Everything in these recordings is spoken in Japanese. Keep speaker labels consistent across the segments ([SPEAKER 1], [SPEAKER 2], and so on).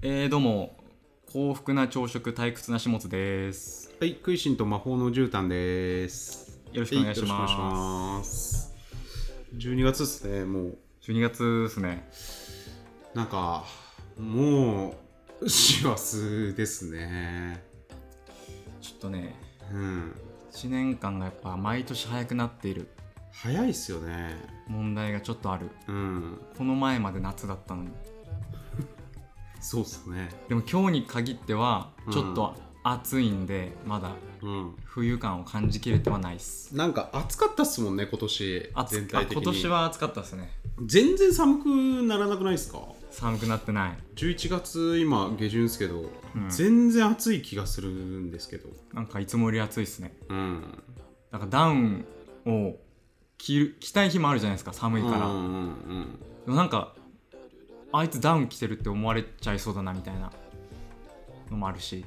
[SPEAKER 1] えー、どうも幸福な朝食退屈な始末です
[SPEAKER 2] はい、クイシンと魔法の絨毯です。
[SPEAKER 1] よろしくお願いします
[SPEAKER 2] はいよろくお願いします。12月ですね、もう、
[SPEAKER 1] 12月ですね
[SPEAKER 2] なんか、もう、師走ですね。
[SPEAKER 1] ちょっとね
[SPEAKER 2] うん。
[SPEAKER 1] 1年間がやっぱ毎年早くなっている
[SPEAKER 2] 早いっすよね。
[SPEAKER 1] 問題がちょっとある
[SPEAKER 2] うん。
[SPEAKER 1] この前まで夏だったのに
[SPEAKER 2] そうっすね。
[SPEAKER 1] でも今日に限っては
[SPEAKER 2] うん
[SPEAKER 1] ちょっと暑いんで、まだ
[SPEAKER 2] うん。
[SPEAKER 1] 冬感を感じきれてはないっす
[SPEAKER 2] なんか暑かったっすもんね、今年。
[SPEAKER 1] 暑
[SPEAKER 2] 全体
[SPEAKER 1] あ
[SPEAKER 2] 的に。
[SPEAKER 1] 今年。は暑かったですね
[SPEAKER 2] 全然寒くならなくないですか
[SPEAKER 1] 寒くなってない
[SPEAKER 2] ?11 月、今、下旬ですけど、
[SPEAKER 1] うん
[SPEAKER 2] 全然暑い気がするんですけど。
[SPEAKER 1] なんかいつもより暑いっすね
[SPEAKER 2] うん。
[SPEAKER 1] なんかダウンを着る着たい日もあるじゃないですか寒いから、
[SPEAKER 2] うんうんうん。
[SPEAKER 1] でもなんかあいつダウン着てるって思われちゃいそうだなみたいなのもあるし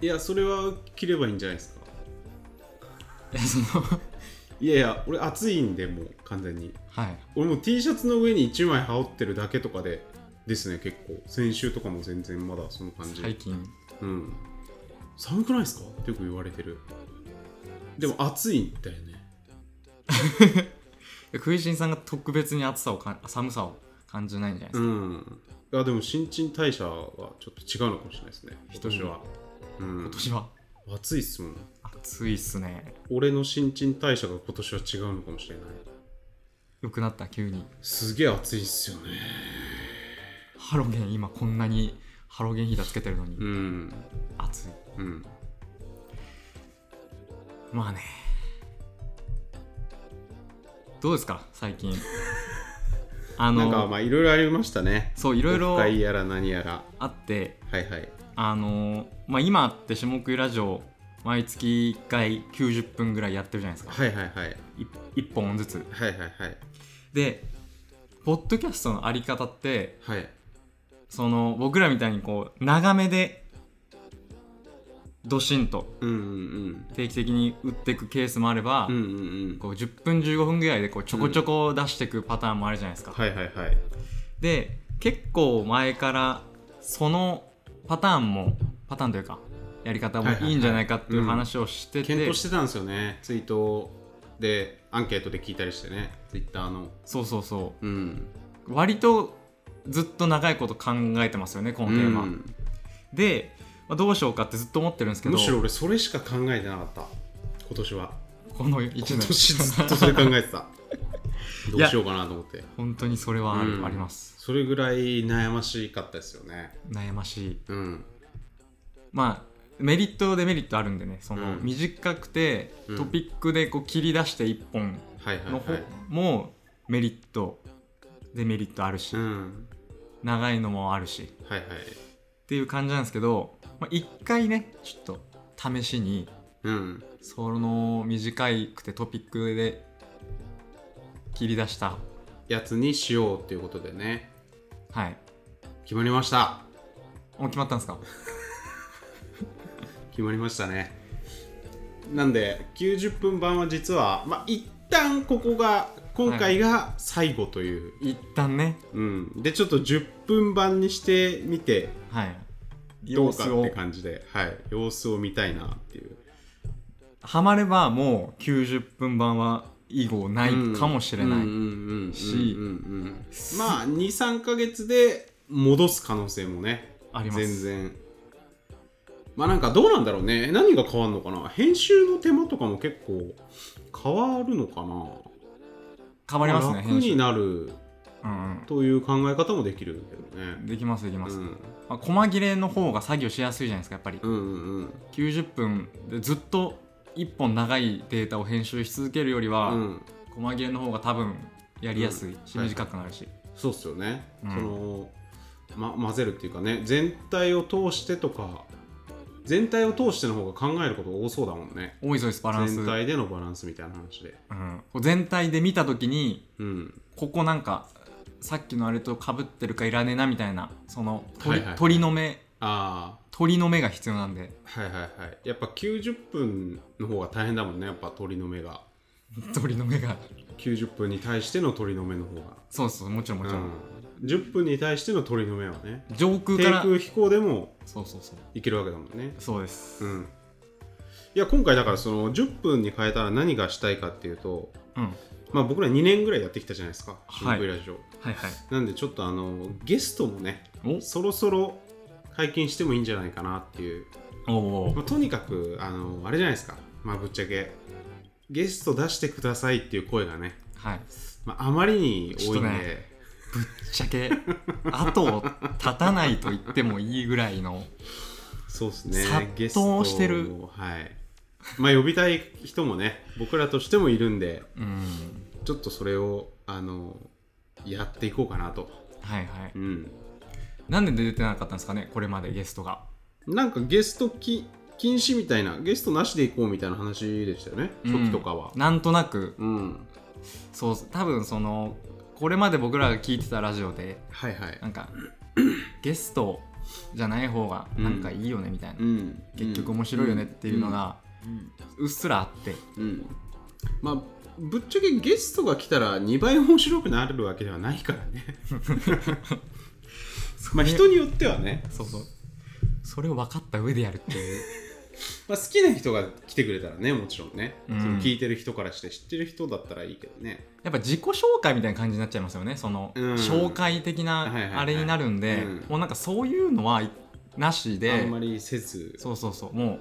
[SPEAKER 2] いや、それは切ればいいんじゃないですか。
[SPEAKER 1] いやその
[SPEAKER 2] いやいや、俺暑いんで、もう完全に。
[SPEAKER 1] はい
[SPEAKER 2] 俺もう T シャツの上に1枚羽織ってるだけとかで、ですね、結構。先週とかも全然まだその感じ。
[SPEAKER 1] 最近
[SPEAKER 2] うん。寒くないですかってよく言われてる。でも暑いんだよね。
[SPEAKER 1] 食いしんさんが特別に暑さをか寒さを感じないんじゃないです
[SPEAKER 2] う
[SPEAKER 1] か、
[SPEAKER 2] ん。いや、でも新陳代謝はちょっと違うのかもしれないですね。今年は。うん。
[SPEAKER 1] 今年は
[SPEAKER 2] 暑いっすもん。
[SPEAKER 1] 暑いっすね
[SPEAKER 2] 俺の新陳代謝が今年は違うのかもしれない。
[SPEAKER 1] 良くなった急に
[SPEAKER 2] すげえ暑いっすよね。
[SPEAKER 1] ハロゲン今こんなにハロゲンヒーターつけてるのに
[SPEAKER 2] うん。
[SPEAKER 1] 暑い
[SPEAKER 2] うん。
[SPEAKER 1] まあねどうですか最近あ
[SPEAKER 2] なんか
[SPEAKER 1] の
[SPEAKER 2] まあいろいろありましたね。
[SPEAKER 1] そういろいろ
[SPEAKER 2] オフ会やら何やら。
[SPEAKER 1] あって
[SPEAKER 2] はいはい。
[SPEAKER 1] あのーまあ、今って下食いラジオ毎月1回90分ぐらいやってるじゃないですか
[SPEAKER 2] はいはいはい。
[SPEAKER 1] 1本ずつ
[SPEAKER 2] はいはいはい。
[SPEAKER 1] でポッドキャストのあり方って
[SPEAKER 2] はい。
[SPEAKER 1] その僕らみたいにこう長めでドシンと
[SPEAKER 2] うんうん
[SPEAKER 1] 定期的に打っていくケースもあれば、
[SPEAKER 2] うん。うんうんうん。
[SPEAKER 1] こう10分15分ぐらいでこうちょこちょこ出していくパターンもあるじゃないですか、
[SPEAKER 2] はいはいはい。
[SPEAKER 1] で結構前からそのパターンもパターンというかやり方もいいんじゃないかっていう話をしてて、
[SPEAKER 2] 検討してたんですよね。ツイートでアンケートで聞いたりしてね。ツイッターの。
[SPEAKER 1] そうそうそ
[SPEAKER 2] うん。
[SPEAKER 1] う割とずっと長いこと考えてますよねこのテーマ、
[SPEAKER 2] うん
[SPEAKER 1] で、まあ、どうしようかってずっと思ってるんですけど
[SPEAKER 2] むしろ俺それしか考えてなかった。今年は。
[SPEAKER 1] この1年
[SPEAKER 2] 今年 ずっとそれ考えて た。どうしようかなと思って。
[SPEAKER 1] 本当にそれはあ,、
[SPEAKER 2] うん
[SPEAKER 1] あります
[SPEAKER 2] それぐらい悩ましかったですよね。
[SPEAKER 1] 悩ましい
[SPEAKER 2] うん。
[SPEAKER 1] まあメリットデメリットあるんでねその、
[SPEAKER 2] うん
[SPEAKER 1] 短くて
[SPEAKER 2] うん
[SPEAKER 1] トピックでこう切り出して1本
[SPEAKER 2] はいはい
[SPEAKER 1] の方
[SPEAKER 2] はい。
[SPEAKER 1] もメリットデメリットあるし、
[SPEAKER 2] うん。
[SPEAKER 1] 長いのもあるし
[SPEAKER 2] はいはい。
[SPEAKER 1] っていう感じなんですけど、まあ、1回ねちょっと試しに
[SPEAKER 2] うん。
[SPEAKER 1] その短くてトピックで切り出した
[SPEAKER 2] やつにしようっていうことでね
[SPEAKER 1] はい
[SPEAKER 2] 決まりました
[SPEAKER 1] もう決まったんですか
[SPEAKER 2] 決まりましたねなんで90分版は実はまあ一旦ここが今回が最後という、
[SPEAKER 1] 一旦ね
[SPEAKER 2] うんでちょっと10分版にしてみて
[SPEAKER 1] はい様
[SPEAKER 2] どうか
[SPEAKER 1] 子
[SPEAKER 2] っ
[SPEAKER 1] を
[SPEAKER 2] て感じではい様子を見たいなっていう
[SPEAKER 1] ハマればもう90分版は以後ないかもしれない、
[SPEAKER 2] うんうんうんうん
[SPEAKER 1] し
[SPEAKER 2] うんうんまあ23か月で戻す可能性もね
[SPEAKER 1] あります
[SPEAKER 2] 全然まあなんかどうなんだろうね何が変わるのかな編集の手間とかも結構変わるのかな
[SPEAKER 1] 変わりますね
[SPEAKER 2] 楽
[SPEAKER 1] 編集
[SPEAKER 2] になる
[SPEAKER 1] うん
[SPEAKER 2] という考え方もできるけど
[SPEAKER 1] うん
[SPEAKER 2] ね
[SPEAKER 1] できますできま
[SPEAKER 2] う
[SPEAKER 1] す、
[SPEAKER 2] ん
[SPEAKER 1] まあ、細切れの方が作業しやすいじゃないですかやっぱり、
[SPEAKER 2] うんうん
[SPEAKER 1] 90分でずっと1本長いデータを編集し続けるより
[SPEAKER 2] う
[SPEAKER 1] は、
[SPEAKER 2] んうん
[SPEAKER 1] 細切れの方が多分やりやすいし、
[SPEAKER 2] うんはい
[SPEAKER 1] 短くなるし、
[SPEAKER 2] そうっすよね、
[SPEAKER 1] うん
[SPEAKER 2] その、ま、混ぜるっていうかね全体を通してとか全体を通しての方が考えること多そうだもんね
[SPEAKER 1] 多いそうですバランス
[SPEAKER 2] 全体でのバランスみたいな話で
[SPEAKER 1] うん、全体で見た時に
[SPEAKER 2] うん
[SPEAKER 1] ここなんかさっきのあれと被ってるかいらねえなみたいなその鳥,、
[SPEAKER 2] はいはい
[SPEAKER 1] 鳥の目
[SPEAKER 2] あ
[SPEAKER 1] 鳥の目が必要なんで
[SPEAKER 2] あはいはいはいやっぱ90分の方が大変だもんねやっぱ鳥の目が
[SPEAKER 1] 鳥の目が
[SPEAKER 2] 90分に対しての鳥の目の方が
[SPEAKER 1] そうそうもちろんもちろん、
[SPEAKER 2] うん10分に対しての鳥の目はね
[SPEAKER 1] 上空
[SPEAKER 2] 低
[SPEAKER 1] から
[SPEAKER 2] 空飛行でも
[SPEAKER 1] そうそうそう
[SPEAKER 2] いけるわけだもんね
[SPEAKER 1] そうです
[SPEAKER 2] うんいや今回だからその10分に変えたら何がしたいかっていうと
[SPEAKER 1] うん、
[SPEAKER 2] まあ僕ら2年ぐらいやってきたじゃないですか「
[SPEAKER 1] い
[SPEAKER 2] シンプラジオ」
[SPEAKER 1] はいはい
[SPEAKER 2] なんでちょっとあのゲストもね
[SPEAKER 1] お
[SPEAKER 2] そろそろ解禁してもいいんじゃないかなっていう、
[SPEAKER 1] おー
[SPEAKER 2] まあ、とにかくあのあれじゃないですかまあぶっちゃけゲスト出してくださいっていう声がね、
[SPEAKER 1] はい
[SPEAKER 2] まあ、あまりに多
[SPEAKER 1] ちょ
[SPEAKER 2] い
[SPEAKER 1] っ
[SPEAKER 2] ん
[SPEAKER 1] と
[SPEAKER 2] で、
[SPEAKER 1] ねぶっちゃけ後を絶たないと言ってもいいぐらいの
[SPEAKER 2] そうですね
[SPEAKER 1] 殺到
[SPEAKER 2] ゲストを
[SPEAKER 1] してる
[SPEAKER 2] はいまあ呼びたい人もね僕らとしてもいるんで
[SPEAKER 1] うん
[SPEAKER 2] ちょっとそれをあのやっていこうかなと
[SPEAKER 1] はいはい
[SPEAKER 2] うん
[SPEAKER 1] なんで出てなかったんですかねこれまでゲストが
[SPEAKER 2] なんかゲストき禁止みたいなゲストなしで行こうみたいな話でしたよね初期とかは
[SPEAKER 1] うんなんとなく
[SPEAKER 2] うん、
[SPEAKER 1] そう多分そのこれまで僕らが聞いてたラジオで
[SPEAKER 2] はいはい
[SPEAKER 1] なんかゲストじゃない方がなんかいいよねみたいな、
[SPEAKER 2] うん、
[SPEAKER 1] 結局面白いよねっていうのが
[SPEAKER 2] うん、
[SPEAKER 1] うっすらあって
[SPEAKER 2] うんうんまあぶっちゃけゲストが来たら2倍面白くなるわけではないからねまあ人によってはね、
[SPEAKER 1] そうそうそれを分かった上でやるっていう
[SPEAKER 2] まあ、好きな人が来てくれたらねもちろんね、
[SPEAKER 1] うん
[SPEAKER 2] その聞いてる人からして知ってる人だったらいいけどね
[SPEAKER 1] やっぱ自己紹介みたいな感じになっちゃいますよねその、
[SPEAKER 2] うん
[SPEAKER 1] 紹介的
[SPEAKER 2] はいはいはい
[SPEAKER 1] なあれになるんで、
[SPEAKER 2] うん
[SPEAKER 1] もうなんかそういうのはなし
[SPEAKER 2] あ
[SPEAKER 1] で
[SPEAKER 2] んまりせず
[SPEAKER 1] そうそうそうもう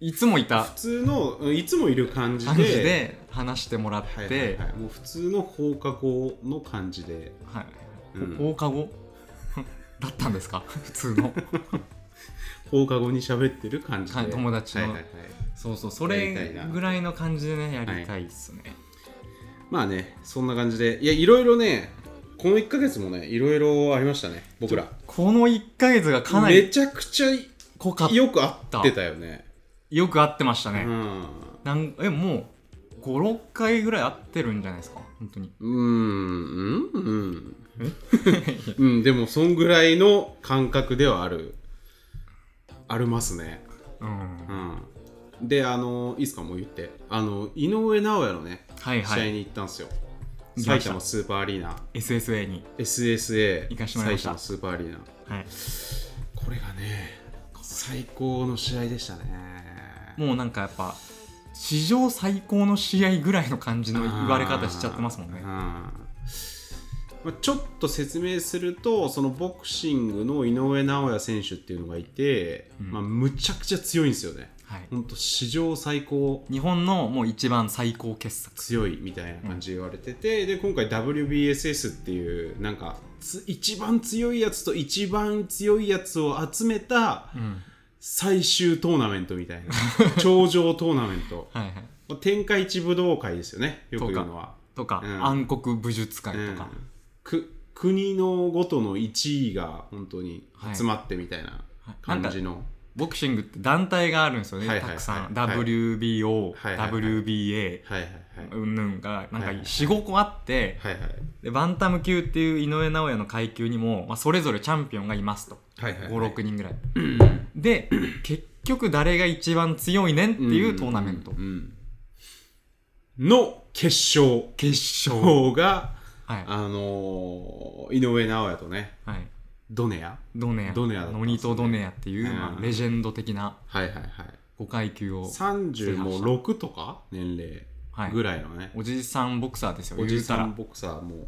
[SPEAKER 1] いつもいた
[SPEAKER 2] 普通のうんいつもいる感じで
[SPEAKER 1] 感じで話してもらって、
[SPEAKER 2] はいはいはい、もう普通の放課後の感じで
[SPEAKER 1] はい、
[SPEAKER 2] うん
[SPEAKER 1] 放課後 だったんですか 普通の
[SPEAKER 2] 放課後に喋ってる感じで、
[SPEAKER 1] はい友達の
[SPEAKER 2] はいはいはい
[SPEAKER 1] そうそうそ
[SPEAKER 2] や
[SPEAKER 1] れ
[SPEAKER 2] りたいな
[SPEAKER 1] ぐらいの感じでねやりたいっすね、
[SPEAKER 2] まあねそんな感じでいやいろいろねこの1ヶ月もねいろいろありましたね僕ら
[SPEAKER 1] この1ヶ月がかな
[SPEAKER 2] め
[SPEAKER 1] り
[SPEAKER 2] ちゃくちゃ
[SPEAKER 1] 濃かっ
[SPEAKER 2] よく合ってたよね
[SPEAKER 1] よく合ってましたね、
[SPEAKER 2] うん
[SPEAKER 1] なんえもう56回ぐらい合ってるんじゃないですか本当に
[SPEAKER 2] うん うんうん、うん、でもそんぐらいの感覚ではあるありますね
[SPEAKER 1] うん
[SPEAKER 2] う
[SPEAKER 1] は
[SPEAKER 2] んであのいいっすかもう言ってあの井上尚弥のね
[SPEAKER 1] い
[SPEAKER 2] 試
[SPEAKER 1] は
[SPEAKER 2] 合
[SPEAKER 1] い
[SPEAKER 2] に行ったんですよ、
[SPEAKER 1] 行きました
[SPEAKER 2] 埼玉スーパーアリーナ
[SPEAKER 1] SSA に
[SPEAKER 2] SSA
[SPEAKER 1] 行かしてもらいま
[SPEAKER 2] 埼
[SPEAKER 1] した
[SPEAKER 2] 玉スーパーアリーナ
[SPEAKER 1] はい
[SPEAKER 2] これがね最高の試合でしたね
[SPEAKER 1] もうなんかやっぱ史上最高の試合ぐらいの感じの言われ方しちゃってますもんね
[SPEAKER 2] うんまあ、ちょっと説明するとそのボクシングの井上尚弥選手っていうのがいて、
[SPEAKER 1] うん
[SPEAKER 2] まあ、むちゃくちゃ強いんですよね
[SPEAKER 1] はい
[SPEAKER 2] ほんと史上最高
[SPEAKER 1] 日本のもう一番最高傑作
[SPEAKER 2] 強いみたいな感じで言われてて、で今回 WBSS っていうなんかつ一番強いやつと一番強いやつを集めた
[SPEAKER 1] うん
[SPEAKER 2] 最終トーナメントみたい な頂上トーナメント
[SPEAKER 1] はいはい
[SPEAKER 2] まあ天下一武道会ですよねよく言うのは、
[SPEAKER 1] とか、
[SPEAKER 2] うん
[SPEAKER 1] 暗黒武術会
[SPEAKER 2] う
[SPEAKER 1] と
[SPEAKER 2] ん
[SPEAKER 1] か、
[SPEAKER 2] く国のごとの1位が本当に集まってみたいな
[SPEAKER 1] はい
[SPEAKER 2] 感じの、
[SPEAKER 1] ボクシングって団体があるんですよね、
[SPEAKER 2] はいはいはい
[SPEAKER 1] たくさん、
[SPEAKER 2] はい
[SPEAKER 1] WBO、
[SPEAKER 2] はいはいはい
[SPEAKER 1] WBA
[SPEAKER 2] はいはいはい
[SPEAKER 1] うんぬんがなんか
[SPEAKER 2] はいはい
[SPEAKER 1] 45個あって
[SPEAKER 2] はいはい
[SPEAKER 1] でバンタム級っていう井上尚弥の階級にも、まあ、それぞれチャンピオンがいますと
[SPEAKER 2] はいはいはい
[SPEAKER 1] 56人ぐらいで結局誰が一番強いねんっていうトーナメント
[SPEAKER 2] うんうんの決勝
[SPEAKER 1] 決勝
[SPEAKER 2] 方が、
[SPEAKER 1] はい
[SPEAKER 2] あのー井上尚弥とね
[SPEAKER 1] はい
[SPEAKER 2] ドネア
[SPEAKER 1] ドネア
[SPEAKER 2] ドネアだったん
[SPEAKER 1] ノ
[SPEAKER 2] ですよね
[SPEAKER 1] ニト・ドネアっていう、
[SPEAKER 2] うん
[SPEAKER 1] まあ、レジェンド的な
[SPEAKER 2] はいはいはい
[SPEAKER 1] 5階級を
[SPEAKER 2] 36とか年齢
[SPEAKER 1] はい
[SPEAKER 2] ぐらいのね、
[SPEAKER 1] おじさんボクサーですよ
[SPEAKER 2] おじさ
[SPEAKER 1] 言
[SPEAKER 2] ん
[SPEAKER 1] う
[SPEAKER 2] ボクサーもう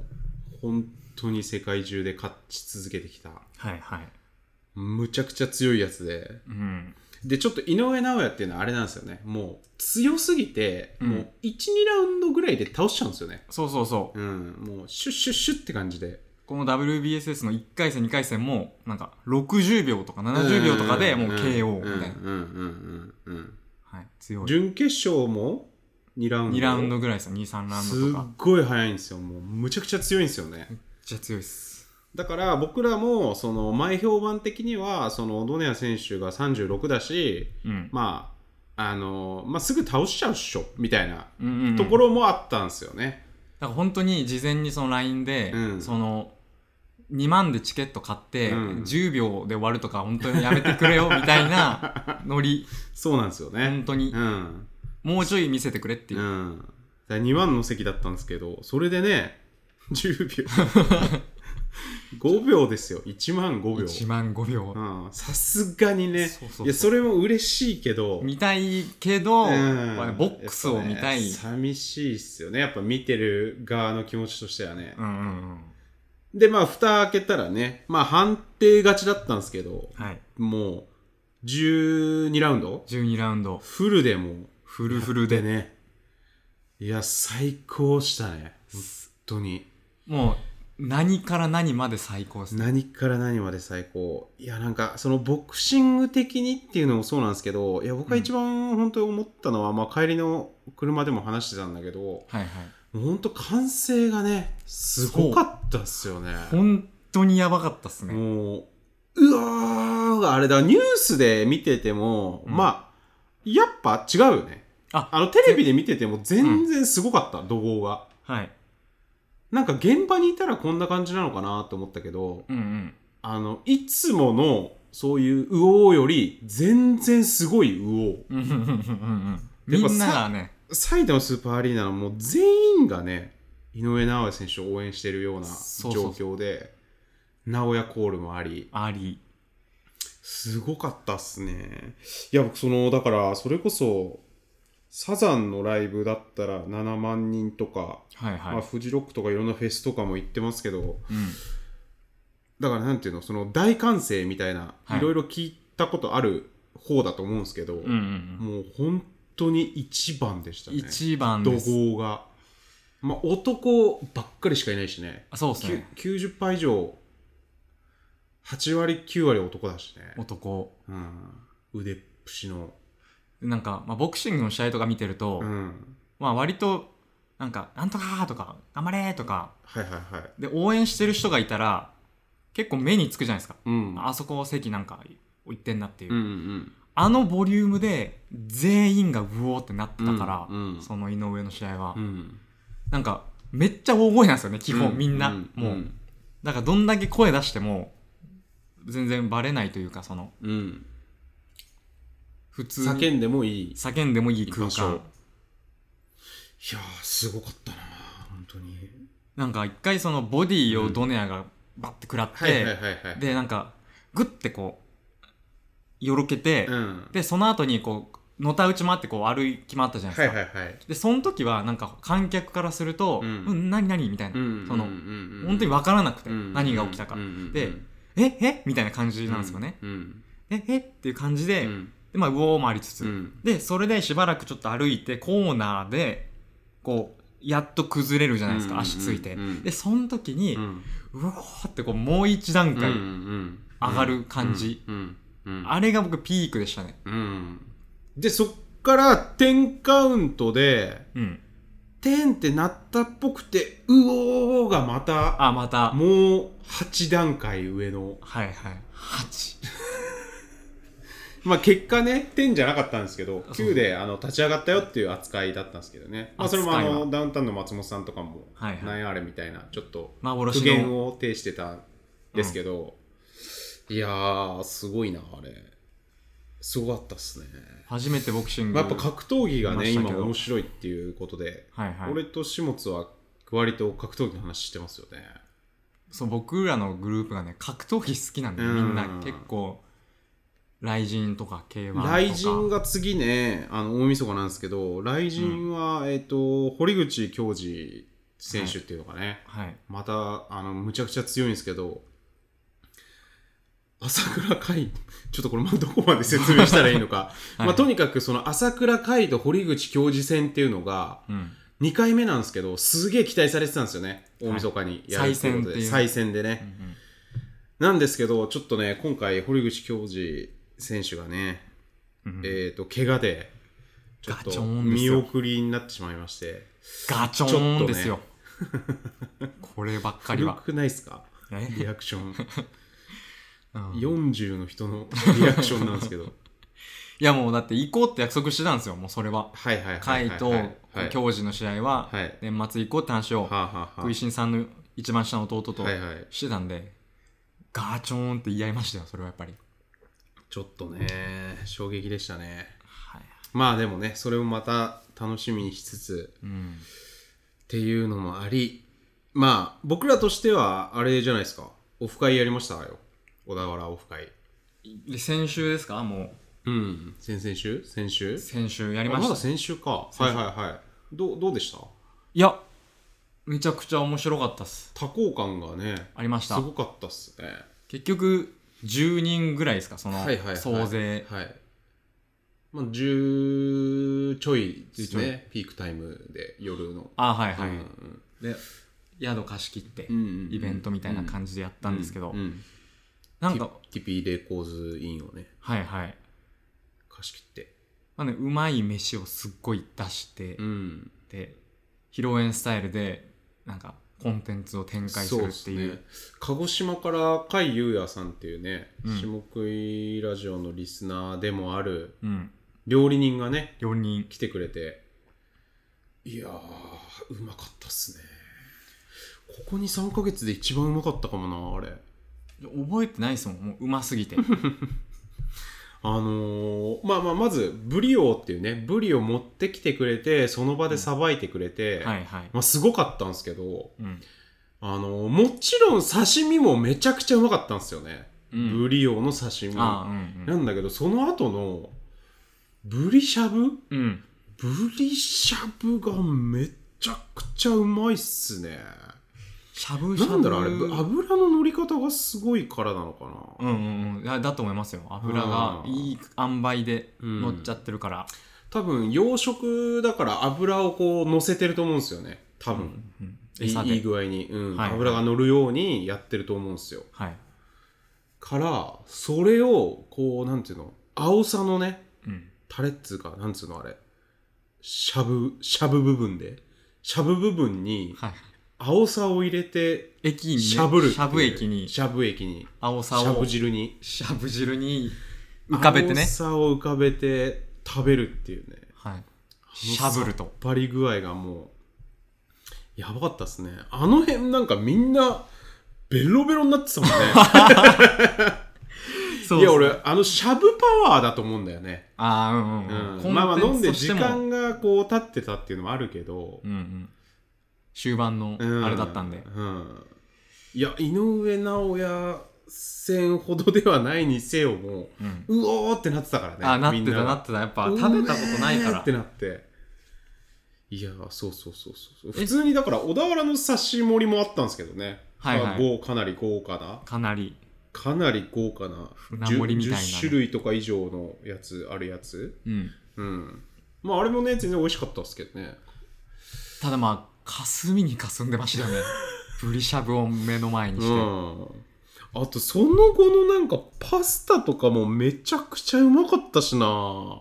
[SPEAKER 2] 本当に世界中で勝ち続けてきた
[SPEAKER 1] たらはいはい
[SPEAKER 2] むちゃくちゃ強いやつで
[SPEAKER 1] うん
[SPEAKER 2] でちょっと井上尚弥っていうのはあれなんですよねもう強すぎて、
[SPEAKER 1] うん
[SPEAKER 2] もう12ラウンドぐらいで倒しちゃうんですよね
[SPEAKER 1] そうそうそう
[SPEAKER 2] うんもうシュッシュッシュッって感じで
[SPEAKER 1] この WBSS の1回戦2回戦もなんか60秒とか70秒とかでもう KO みたいな、
[SPEAKER 2] うんうんうんうんうん
[SPEAKER 1] はい、強い
[SPEAKER 2] 準決勝も2ラウンド
[SPEAKER 1] 2ラウンドぐらいですよ23ラウ
[SPEAKER 2] す
[SPEAKER 1] ンドと
[SPEAKER 2] っ
[SPEAKER 1] か
[SPEAKER 2] ごい速いんですよもうむちゃくちゃ強いんですよね
[SPEAKER 1] めっちゃ強いっす
[SPEAKER 2] だから僕らもその前評判的にはそのドネア選手が36だし
[SPEAKER 1] うん、
[SPEAKER 2] まああのまあ、すぐ倒しちゃうっしょみたいな
[SPEAKER 1] うんうんうん
[SPEAKER 2] ところもあったんですよね、
[SPEAKER 1] だから本当に事前にその LINE で、
[SPEAKER 2] うん
[SPEAKER 1] その2万でチケット買って、
[SPEAKER 2] うん
[SPEAKER 1] 10秒で終わるとか本当にやめてくれよみたい なノリ
[SPEAKER 2] そうなんですよね
[SPEAKER 1] 本当に
[SPEAKER 2] うん、
[SPEAKER 1] もうちょい見せてくれっていうう、
[SPEAKER 2] ん、だ2万の席だったんですけどそれでね10秒5秒ですよ1万5秒
[SPEAKER 1] 1万5秒、
[SPEAKER 2] うんさすがにね
[SPEAKER 1] そうそうそう
[SPEAKER 2] いやそれも嬉しいけど
[SPEAKER 1] 見たいけど、
[SPEAKER 2] うん
[SPEAKER 1] まあボックスを見たい、
[SPEAKER 2] やっぱね寂しいっすよねやっぱ見てる側の気持ちとしてはね、
[SPEAKER 1] うんうんうん
[SPEAKER 2] でまあ蓋開けたらねまあ判定勝ちだったんですけど
[SPEAKER 1] はい
[SPEAKER 2] もう12ラウンド
[SPEAKER 1] 12ラウンド
[SPEAKER 2] フルでもう
[SPEAKER 1] フルフル
[SPEAKER 2] で
[SPEAKER 1] で
[SPEAKER 2] ねいや最高したね本当に
[SPEAKER 1] もう何から何まで最高ですね
[SPEAKER 2] 何から何まで最高いやなんかそのボクシング的にっていうのもそうなんですけどいや僕が一番本当に思ったのは、まあ、帰りの車でも話してたんだけども
[SPEAKER 1] はいはいう
[SPEAKER 2] 本当歓声がねすごかったっすよね
[SPEAKER 1] 本当にやばかったっすね
[SPEAKER 2] もううわーがあれだニュースで見てても、
[SPEAKER 1] うん
[SPEAKER 2] まあやっぱ違うよね
[SPEAKER 1] あ
[SPEAKER 2] のテレビで見てても全然すごかった、怒号が
[SPEAKER 1] はい
[SPEAKER 2] なんか現場にいたらこんな感じなのかなと思ったけど
[SPEAKER 1] うんうん
[SPEAKER 2] あのいつものそういううおーより全然すごいうおー
[SPEAKER 1] うんうんうんうん
[SPEAKER 2] やっぱ
[SPEAKER 1] みんながね
[SPEAKER 2] 埼玉スーパーアリーナのもう全員がね井上尚弥選手を応援してるような
[SPEAKER 1] そ
[SPEAKER 2] 状
[SPEAKER 1] うそう
[SPEAKER 2] 況で直哉コールもあり
[SPEAKER 1] あり
[SPEAKER 2] すごかったっすねいや僕そのだからそれこそサザンのライブだったら7万人とか、
[SPEAKER 1] はいはい、
[SPEAKER 2] まあ、フジロックとかいろんなフェスとかも行ってますけど
[SPEAKER 1] うん
[SPEAKER 2] だからなんていうのその大歓声みたいな、
[SPEAKER 1] はい
[SPEAKER 2] い、ろいろ聞いたことある方だと思うんですけど、
[SPEAKER 1] うんうん
[SPEAKER 2] もう本当に一番でした
[SPEAKER 1] うん
[SPEAKER 2] ね
[SPEAKER 1] 一番
[SPEAKER 2] 怒
[SPEAKER 1] です
[SPEAKER 2] 号が、まあ、男ばっかりしかいないしね
[SPEAKER 1] あそうです
[SPEAKER 2] きゅ
[SPEAKER 1] ね
[SPEAKER 2] 90以上8割9割男だしね、
[SPEAKER 1] 男
[SPEAKER 2] うん、腕っぷしの、
[SPEAKER 1] なんか、まあ、ボクシングの試合とか見てると、
[SPEAKER 2] うん、
[SPEAKER 1] まあ割となんか「なんとかー」とか「頑張れ」とか
[SPEAKER 2] はいはいはい、
[SPEAKER 1] で応援してる人がいたら結構目につくじゃないですか、
[SPEAKER 2] うん、
[SPEAKER 1] あそこ席なんか行ってんなっていう、
[SPEAKER 2] うんうん
[SPEAKER 1] あのボリュームで全員がうおーってなってたから、
[SPEAKER 2] うんうん
[SPEAKER 1] その井上の試合は、
[SPEAKER 2] うん
[SPEAKER 1] なんかめっちゃ大声なんですよね基本、みんな、もう、
[SPEAKER 2] うん
[SPEAKER 1] だからどんだけ声出しても全然バレないというかその
[SPEAKER 2] うん、
[SPEAKER 1] 普通に
[SPEAKER 2] 叫んでもいいい
[SPEAKER 1] 叫んでもいい空
[SPEAKER 2] 行きましょ
[SPEAKER 1] 間
[SPEAKER 2] うやーすごかったな本当に
[SPEAKER 1] なんか一回そのボディをドネアがバッて食らって、
[SPEAKER 2] はいはいはいはい
[SPEAKER 1] でなんかグッてこうよろけて、
[SPEAKER 2] うん、
[SPEAKER 1] でその後にこうのたうち回ってこう歩き回ったじゃないで
[SPEAKER 2] はい
[SPEAKER 1] す
[SPEAKER 2] は
[SPEAKER 1] か、
[SPEAKER 2] いはい
[SPEAKER 1] でその時はなんか観客からすると「う
[SPEAKER 2] うんん、
[SPEAKER 1] 何何?」みたいな、
[SPEAKER 2] うん
[SPEAKER 1] その、
[SPEAKER 2] うんうんうん
[SPEAKER 1] 本当に分からなくて、
[SPEAKER 2] うん
[SPEAKER 1] 何が起きたか、
[SPEAKER 2] うんうん
[SPEAKER 1] で
[SPEAKER 2] うん
[SPEAKER 1] ええみたいな感じなんですよね、
[SPEAKER 2] うん
[SPEAKER 1] ええっていう感じ
[SPEAKER 2] う
[SPEAKER 1] で,、
[SPEAKER 2] ん
[SPEAKER 1] でまあ、うおーもありつつ、
[SPEAKER 2] うん
[SPEAKER 1] でそれでしばらくちょっと歩いてコーナーでこうやっと崩れるじゃないですか、
[SPEAKER 2] うんうんうん
[SPEAKER 1] 足ついて、
[SPEAKER 2] うん
[SPEAKER 1] でその時に、
[SPEAKER 2] う
[SPEAKER 1] うんおーってこうもう一段階、
[SPEAKER 2] 上
[SPEAKER 1] 上がる感じ。
[SPEAKER 2] うんうんうん
[SPEAKER 1] あれが僕ピークでしたね
[SPEAKER 2] うんでそっから10カウントで
[SPEAKER 1] うん
[SPEAKER 2] 10ってなったっぽくてうおーがまた
[SPEAKER 1] あまた
[SPEAKER 2] もう8段階上の
[SPEAKER 1] はいはい8
[SPEAKER 2] まあ結果ね10じゃなかったんですけど
[SPEAKER 1] そう
[SPEAKER 2] 9であの立ち上がったよっていう扱いだったんですけどね、まあ、それもあ
[SPEAKER 1] 扱いは
[SPEAKER 2] のダウンタウンの松本さんとかも
[SPEAKER 1] はいはい
[SPEAKER 2] なんやあれみたいなちょっと苦
[SPEAKER 1] 幻
[SPEAKER 2] 言
[SPEAKER 1] の
[SPEAKER 2] を呈してたんですけど、いやーすごいなあれすごかったっすね、
[SPEAKER 1] 初めてボクシング
[SPEAKER 2] まあ、やっぱ格闘技がね
[SPEAKER 1] 見ました
[SPEAKER 2] 今
[SPEAKER 1] けど
[SPEAKER 2] 面白いっていうことで、
[SPEAKER 1] はいはい
[SPEAKER 2] 俺と下津は割と格闘技の話してますよね
[SPEAKER 1] そう僕らのグループがね格闘技好きなんで
[SPEAKER 2] うん
[SPEAKER 1] みんな結構雷神とか K1 とか
[SPEAKER 2] 雷神が次ねあの大晦日なんですけど雷神は、えっ、と堀口恭司選手っていうのがね、
[SPEAKER 1] はい
[SPEAKER 2] またあのむちゃくちゃ強いんですけど朝倉海ちょっとこれまあどこまで説明したらいいのか、
[SPEAKER 1] はい
[SPEAKER 2] まあ、とにかくその朝倉海と堀口教授戦っていうのが
[SPEAKER 1] うん
[SPEAKER 2] 2回目なんですけどすげえ期待されてたんですよね大晦日にやるって
[SPEAKER 1] 再戦
[SPEAKER 2] ことで、
[SPEAKER 1] っていう
[SPEAKER 2] 再戦でね、
[SPEAKER 1] うん
[SPEAKER 2] なんですけどちょっとね今回堀口教授選手がね、
[SPEAKER 1] うんうん
[SPEAKER 2] えー、と怪我でちょっ
[SPEAKER 1] ガチョ
[SPEAKER 2] と
[SPEAKER 1] ーンです
[SPEAKER 2] 見
[SPEAKER 1] よ
[SPEAKER 2] 送りになってしまいまして
[SPEAKER 1] ガチョ
[SPEAKER 2] ちょっ
[SPEAKER 1] ー
[SPEAKER 2] と
[SPEAKER 1] ン
[SPEAKER 2] ね
[SPEAKER 1] ですよこればっかり
[SPEAKER 2] 古
[SPEAKER 1] は
[SPEAKER 2] くないですか
[SPEAKER 1] え
[SPEAKER 2] リアクショ ン
[SPEAKER 1] うんい
[SPEAKER 2] 40の人の リアクションなんですけど
[SPEAKER 1] やもうだって行こうって約束してたんですよもうそれは
[SPEAKER 2] はいはいは
[SPEAKER 1] 海
[SPEAKER 2] いはい
[SPEAKER 1] と
[SPEAKER 2] はいはい
[SPEAKER 1] 教授の試合は
[SPEAKER 2] はい
[SPEAKER 1] 年末行こうって話を
[SPEAKER 2] はあはあは
[SPEAKER 1] 食いしんさんの一番下の弟と
[SPEAKER 2] はいはい
[SPEAKER 1] してたんでガーチョーンって言い合いましたよそれはやっぱり
[SPEAKER 2] あちょっとね衝撃でしたね
[SPEAKER 1] はい
[SPEAKER 2] まあでもねそれをまた楽しみにしつつ
[SPEAKER 1] うん
[SPEAKER 2] っていうのもありまあ僕らとしてはあれじゃないですかオフ会やりましたよ小田原オフ会
[SPEAKER 1] で先週ですかも
[SPEAKER 2] うん先々週先週
[SPEAKER 1] う先週やり
[SPEAKER 2] あ
[SPEAKER 1] ま
[SPEAKER 2] ま
[SPEAKER 1] し
[SPEAKER 2] だ
[SPEAKER 1] た
[SPEAKER 2] 先週かはいはいはいどうどうでした
[SPEAKER 1] いやめちゃくちゃ面白かったっす
[SPEAKER 2] 多幸感がね
[SPEAKER 1] ありまし
[SPEAKER 2] す
[SPEAKER 1] た
[SPEAKER 2] ごかったっすね
[SPEAKER 1] 結局10人ぐらいですかその
[SPEAKER 2] はいはいはい
[SPEAKER 1] 総勢
[SPEAKER 2] はいまあ10ちょいです
[SPEAKER 1] 10
[SPEAKER 2] ねピークタイムで夜の
[SPEAKER 1] あはいはい、
[SPEAKER 2] うん
[SPEAKER 1] で宿貸し切って
[SPEAKER 2] うんうんうん
[SPEAKER 1] イベントみたいな感
[SPEAKER 2] じ
[SPEAKER 1] じでやったんですけど、
[SPEAKER 2] うんうん
[SPEAKER 1] なんか
[SPEAKER 2] ティティピーレコーズインをね
[SPEAKER 1] はいはい
[SPEAKER 2] 貸し切って
[SPEAKER 1] まあね、うまい飯をすっごい出して、
[SPEAKER 2] うん
[SPEAKER 1] で披露宴スタイルでなんかコンテンツを展開するっていう
[SPEAKER 2] そうっすね、鹿児島から甲斐優也さんっていうね、
[SPEAKER 1] うん
[SPEAKER 2] 下食いラジオのリスナーでもある
[SPEAKER 1] うん、
[SPEAKER 2] 料理人がね
[SPEAKER 1] 4人
[SPEAKER 2] 来てくれていやーうまかったっすねここに3ヶ月で一番うまかったかもなあれ
[SPEAKER 1] 覚えてないですもんもううますぎて
[SPEAKER 2] あのーまあまあまずブリオっていうねブリを持ってきてくれてその場でさばいてくれて、
[SPEAKER 1] はいはい、
[SPEAKER 2] まあ、すごかったんですけど
[SPEAKER 1] うん
[SPEAKER 2] あのーもちろん刺身もめちゃくちゃうまかったんですよね、
[SPEAKER 1] うん、
[SPEAKER 2] ブリオの刺身
[SPEAKER 1] あうん
[SPEAKER 2] なんだけど、その後の、ブリしゃぶ
[SPEAKER 1] うん、うん、
[SPEAKER 2] ブリしゃぶがめちゃくちゃうまいっすね。
[SPEAKER 1] しゃぶしゃぶ
[SPEAKER 2] なんだろう、あれ、ぶ油の乗り方がすごいからなのか
[SPEAKER 1] う
[SPEAKER 2] な。
[SPEAKER 1] んうんうんだだと思いますよ油がいい塩梅で
[SPEAKER 2] うん
[SPEAKER 1] 乗っちゃってるから、
[SPEAKER 2] 多分、養殖だから油をこう乗せてると思うんですよね。多
[SPEAKER 1] うん
[SPEAKER 2] 分。
[SPEAKER 1] うん、
[SPEAKER 2] い
[SPEAKER 1] 餌
[SPEAKER 2] い
[SPEAKER 1] で
[SPEAKER 2] いい具合に、うん
[SPEAKER 1] はい
[SPEAKER 2] 油が乗るようにやってると思うんですよ。
[SPEAKER 1] はい、
[SPEAKER 2] から、それを、こう、なんていうの、青さのね、
[SPEAKER 1] うん、
[SPEAKER 2] タレっつうか、なんつうのあれ、しゃぶ、しゃぶ部分で、しゃぶ部分に
[SPEAKER 1] はい
[SPEAKER 2] 青さを入れて、
[SPEAKER 1] 駅にね
[SPEAKER 2] しゃぶるっていう。
[SPEAKER 1] しゃぶ液に
[SPEAKER 2] しゃぶ液に。
[SPEAKER 1] 青
[SPEAKER 2] し
[SPEAKER 1] さ
[SPEAKER 2] ゃ
[SPEAKER 1] を
[SPEAKER 2] ぶ汁に。
[SPEAKER 1] しゃぶ汁に浮かべてね
[SPEAKER 2] 青さを浮かべて食べるっていうね。
[SPEAKER 1] はい
[SPEAKER 2] あの
[SPEAKER 1] しゃぶると
[SPEAKER 2] さっぱり具合がもう、やばかったっすね。あの辺なんかみんな、ベロベロになってたもんね。
[SPEAKER 1] そう
[SPEAKER 2] いや、俺、あの、しゃぶパワーだと思うんだよね。
[SPEAKER 1] ああうん
[SPEAKER 2] う
[SPEAKER 1] うん
[SPEAKER 2] ん、
[SPEAKER 1] うん、
[SPEAKER 2] まあまあ、
[SPEAKER 1] コン
[SPEAKER 2] 飲
[SPEAKER 1] テン
[SPEAKER 2] ん
[SPEAKER 1] ツ
[SPEAKER 2] で
[SPEAKER 1] として
[SPEAKER 2] 時
[SPEAKER 1] も
[SPEAKER 2] 間がこう、経ってたっていうのもあるけど、
[SPEAKER 1] うんうん終盤のあれだったんで、
[SPEAKER 2] うんいや井上尚弥戦ほどではないにせよも
[SPEAKER 1] うん
[SPEAKER 2] ううおーってなってたからね
[SPEAKER 1] ああなっ
[SPEAKER 2] み
[SPEAKER 1] て
[SPEAKER 2] ん
[SPEAKER 1] た
[SPEAKER 2] が
[SPEAKER 1] なってたやっぱ食べたことないうか
[SPEAKER 2] めー
[SPEAKER 1] ら
[SPEAKER 2] ってなっていやーそうそうそうそう普通にだから小田原の刺し盛りもあったんですけどね、
[SPEAKER 1] はいはい
[SPEAKER 2] まあ豪かなり豪華な
[SPEAKER 1] かなり
[SPEAKER 2] かなり豪華な
[SPEAKER 1] 船盛りみたいなね
[SPEAKER 2] 10種類とか以上のやつあるやつ
[SPEAKER 1] うん
[SPEAKER 2] うんまああれもね全然美味しかったですけどね
[SPEAKER 1] ただまあ霞に霞んでましたよ ねブリしゃぶを目の前にして、
[SPEAKER 2] うんあとその後のなんかパスタとかもめちゃくちゃうまかったしな、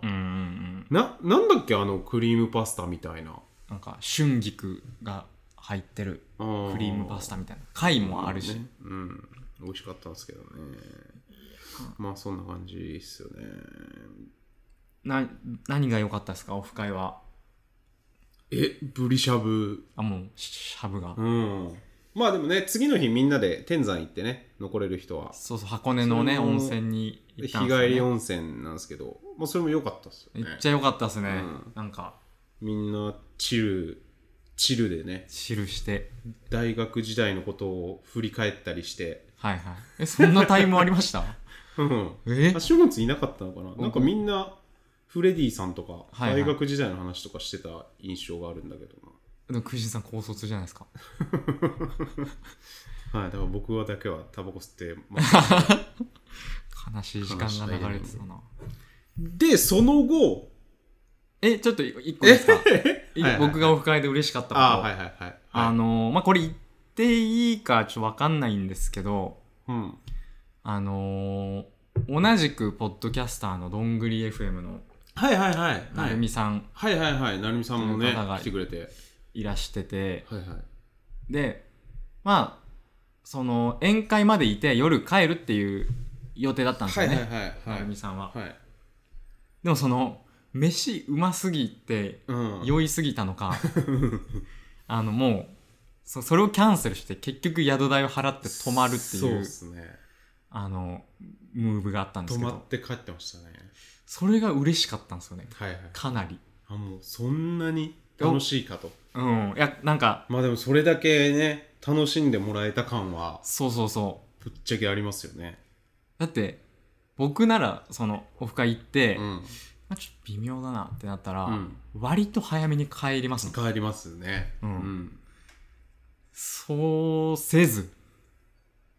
[SPEAKER 1] うんうんうん、
[SPEAKER 2] ななんだっけあのクリームパスタみたいな
[SPEAKER 1] なんか春菊が入ってる
[SPEAKER 2] ク
[SPEAKER 1] クリームパス
[SPEAKER 2] タ
[SPEAKER 1] タみたいな貝もあるし、
[SPEAKER 2] うん美味しかったんですけどねまあそんな感じですよね
[SPEAKER 1] な何が良かったですかオフ会は
[SPEAKER 2] えブリしゃぶ
[SPEAKER 1] あもうしゃぶが、
[SPEAKER 2] うんまあでもね次の日みんなで天山行ってね残れる人は
[SPEAKER 1] そうそう箱根のね
[SPEAKER 2] その
[SPEAKER 1] 温泉に行
[SPEAKER 2] 日
[SPEAKER 1] ったん
[SPEAKER 2] 帰
[SPEAKER 1] ですよね
[SPEAKER 2] り温泉なんですけど、まあ、それも良かったです
[SPEAKER 1] め
[SPEAKER 2] よ
[SPEAKER 1] っ
[SPEAKER 2] ね
[SPEAKER 1] ちゃ良かったですね、
[SPEAKER 2] うん
[SPEAKER 1] なんか
[SPEAKER 2] みんなチルチルでね
[SPEAKER 1] 記して
[SPEAKER 2] 大学時代のことを振り返ったりして、
[SPEAKER 1] はいはいえそんなタイムありました
[SPEAKER 2] うん、
[SPEAKER 1] え
[SPEAKER 2] 足本いなかったのかな、
[SPEAKER 1] ん
[SPEAKER 2] なんかみんなフレディさんとか
[SPEAKER 1] はいはい
[SPEAKER 2] 大学時代の話とかしてた印象があるんだけどな、
[SPEAKER 1] でもクイジンさん高卒じゃないですか
[SPEAKER 2] はいだから僕はだけはタバコ吸ってました
[SPEAKER 1] 悲しい時間が流れてたな
[SPEAKER 2] でその 後
[SPEAKER 1] えちょっと一個いいですかい
[SPEAKER 2] はいはい
[SPEAKER 1] 僕がオフ会で嬉しかったこと
[SPEAKER 2] ああはいはいはいはい
[SPEAKER 1] あのまあこれ言っていいかちょっと分かんないんですけど
[SPEAKER 2] うん
[SPEAKER 1] あのー同じくポッドキャスターのどんぐり FM の
[SPEAKER 2] はいはいはいは
[SPEAKER 1] ないるみさん
[SPEAKER 2] はいはいはい成美さんも
[SPEAKER 1] とい
[SPEAKER 2] ね
[SPEAKER 1] う方が
[SPEAKER 2] 来てくれて
[SPEAKER 1] いらしてて、
[SPEAKER 2] はいはい
[SPEAKER 1] でまあその宴会までいて夜帰るっていう予定だったんです
[SPEAKER 2] は
[SPEAKER 1] よ
[SPEAKER 2] いはい
[SPEAKER 1] ね、
[SPEAKER 2] はいは
[SPEAKER 1] なるみ
[SPEAKER 2] い
[SPEAKER 1] さんは、
[SPEAKER 2] はい
[SPEAKER 1] でもその飯うますぎて
[SPEAKER 2] うん
[SPEAKER 1] 酔いすぎたのかあのもうそそれをキャンセルして結局宿代を払って泊まるって
[SPEAKER 2] そう
[SPEAKER 1] いう
[SPEAKER 2] ですね
[SPEAKER 1] あのムーブがあったんで
[SPEAKER 2] 泊
[SPEAKER 1] すけ
[SPEAKER 2] まっ
[SPEAKER 1] ど
[SPEAKER 2] て帰ってましたね
[SPEAKER 1] それが嬉しかったんですよね
[SPEAKER 2] はいはい
[SPEAKER 1] かなり
[SPEAKER 2] あもうそんなに楽しいかと
[SPEAKER 1] うんいやなんか
[SPEAKER 2] まあでもそれだけね楽しんでもらえた感は
[SPEAKER 1] そうそうそう
[SPEAKER 2] ぶっちゃけありますよね。
[SPEAKER 1] だって僕ならそのオフ会行って、
[SPEAKER 2] うん、
[SPEAKER 1] まあ、ちょっと微妙だなってなったら、
[SPEAKER 2] うん
[SPEAKER 1] 割と早めに帰りますもん
[SPEAKER 2] 帰りますね。
[SPEAKER 1] うんそうせず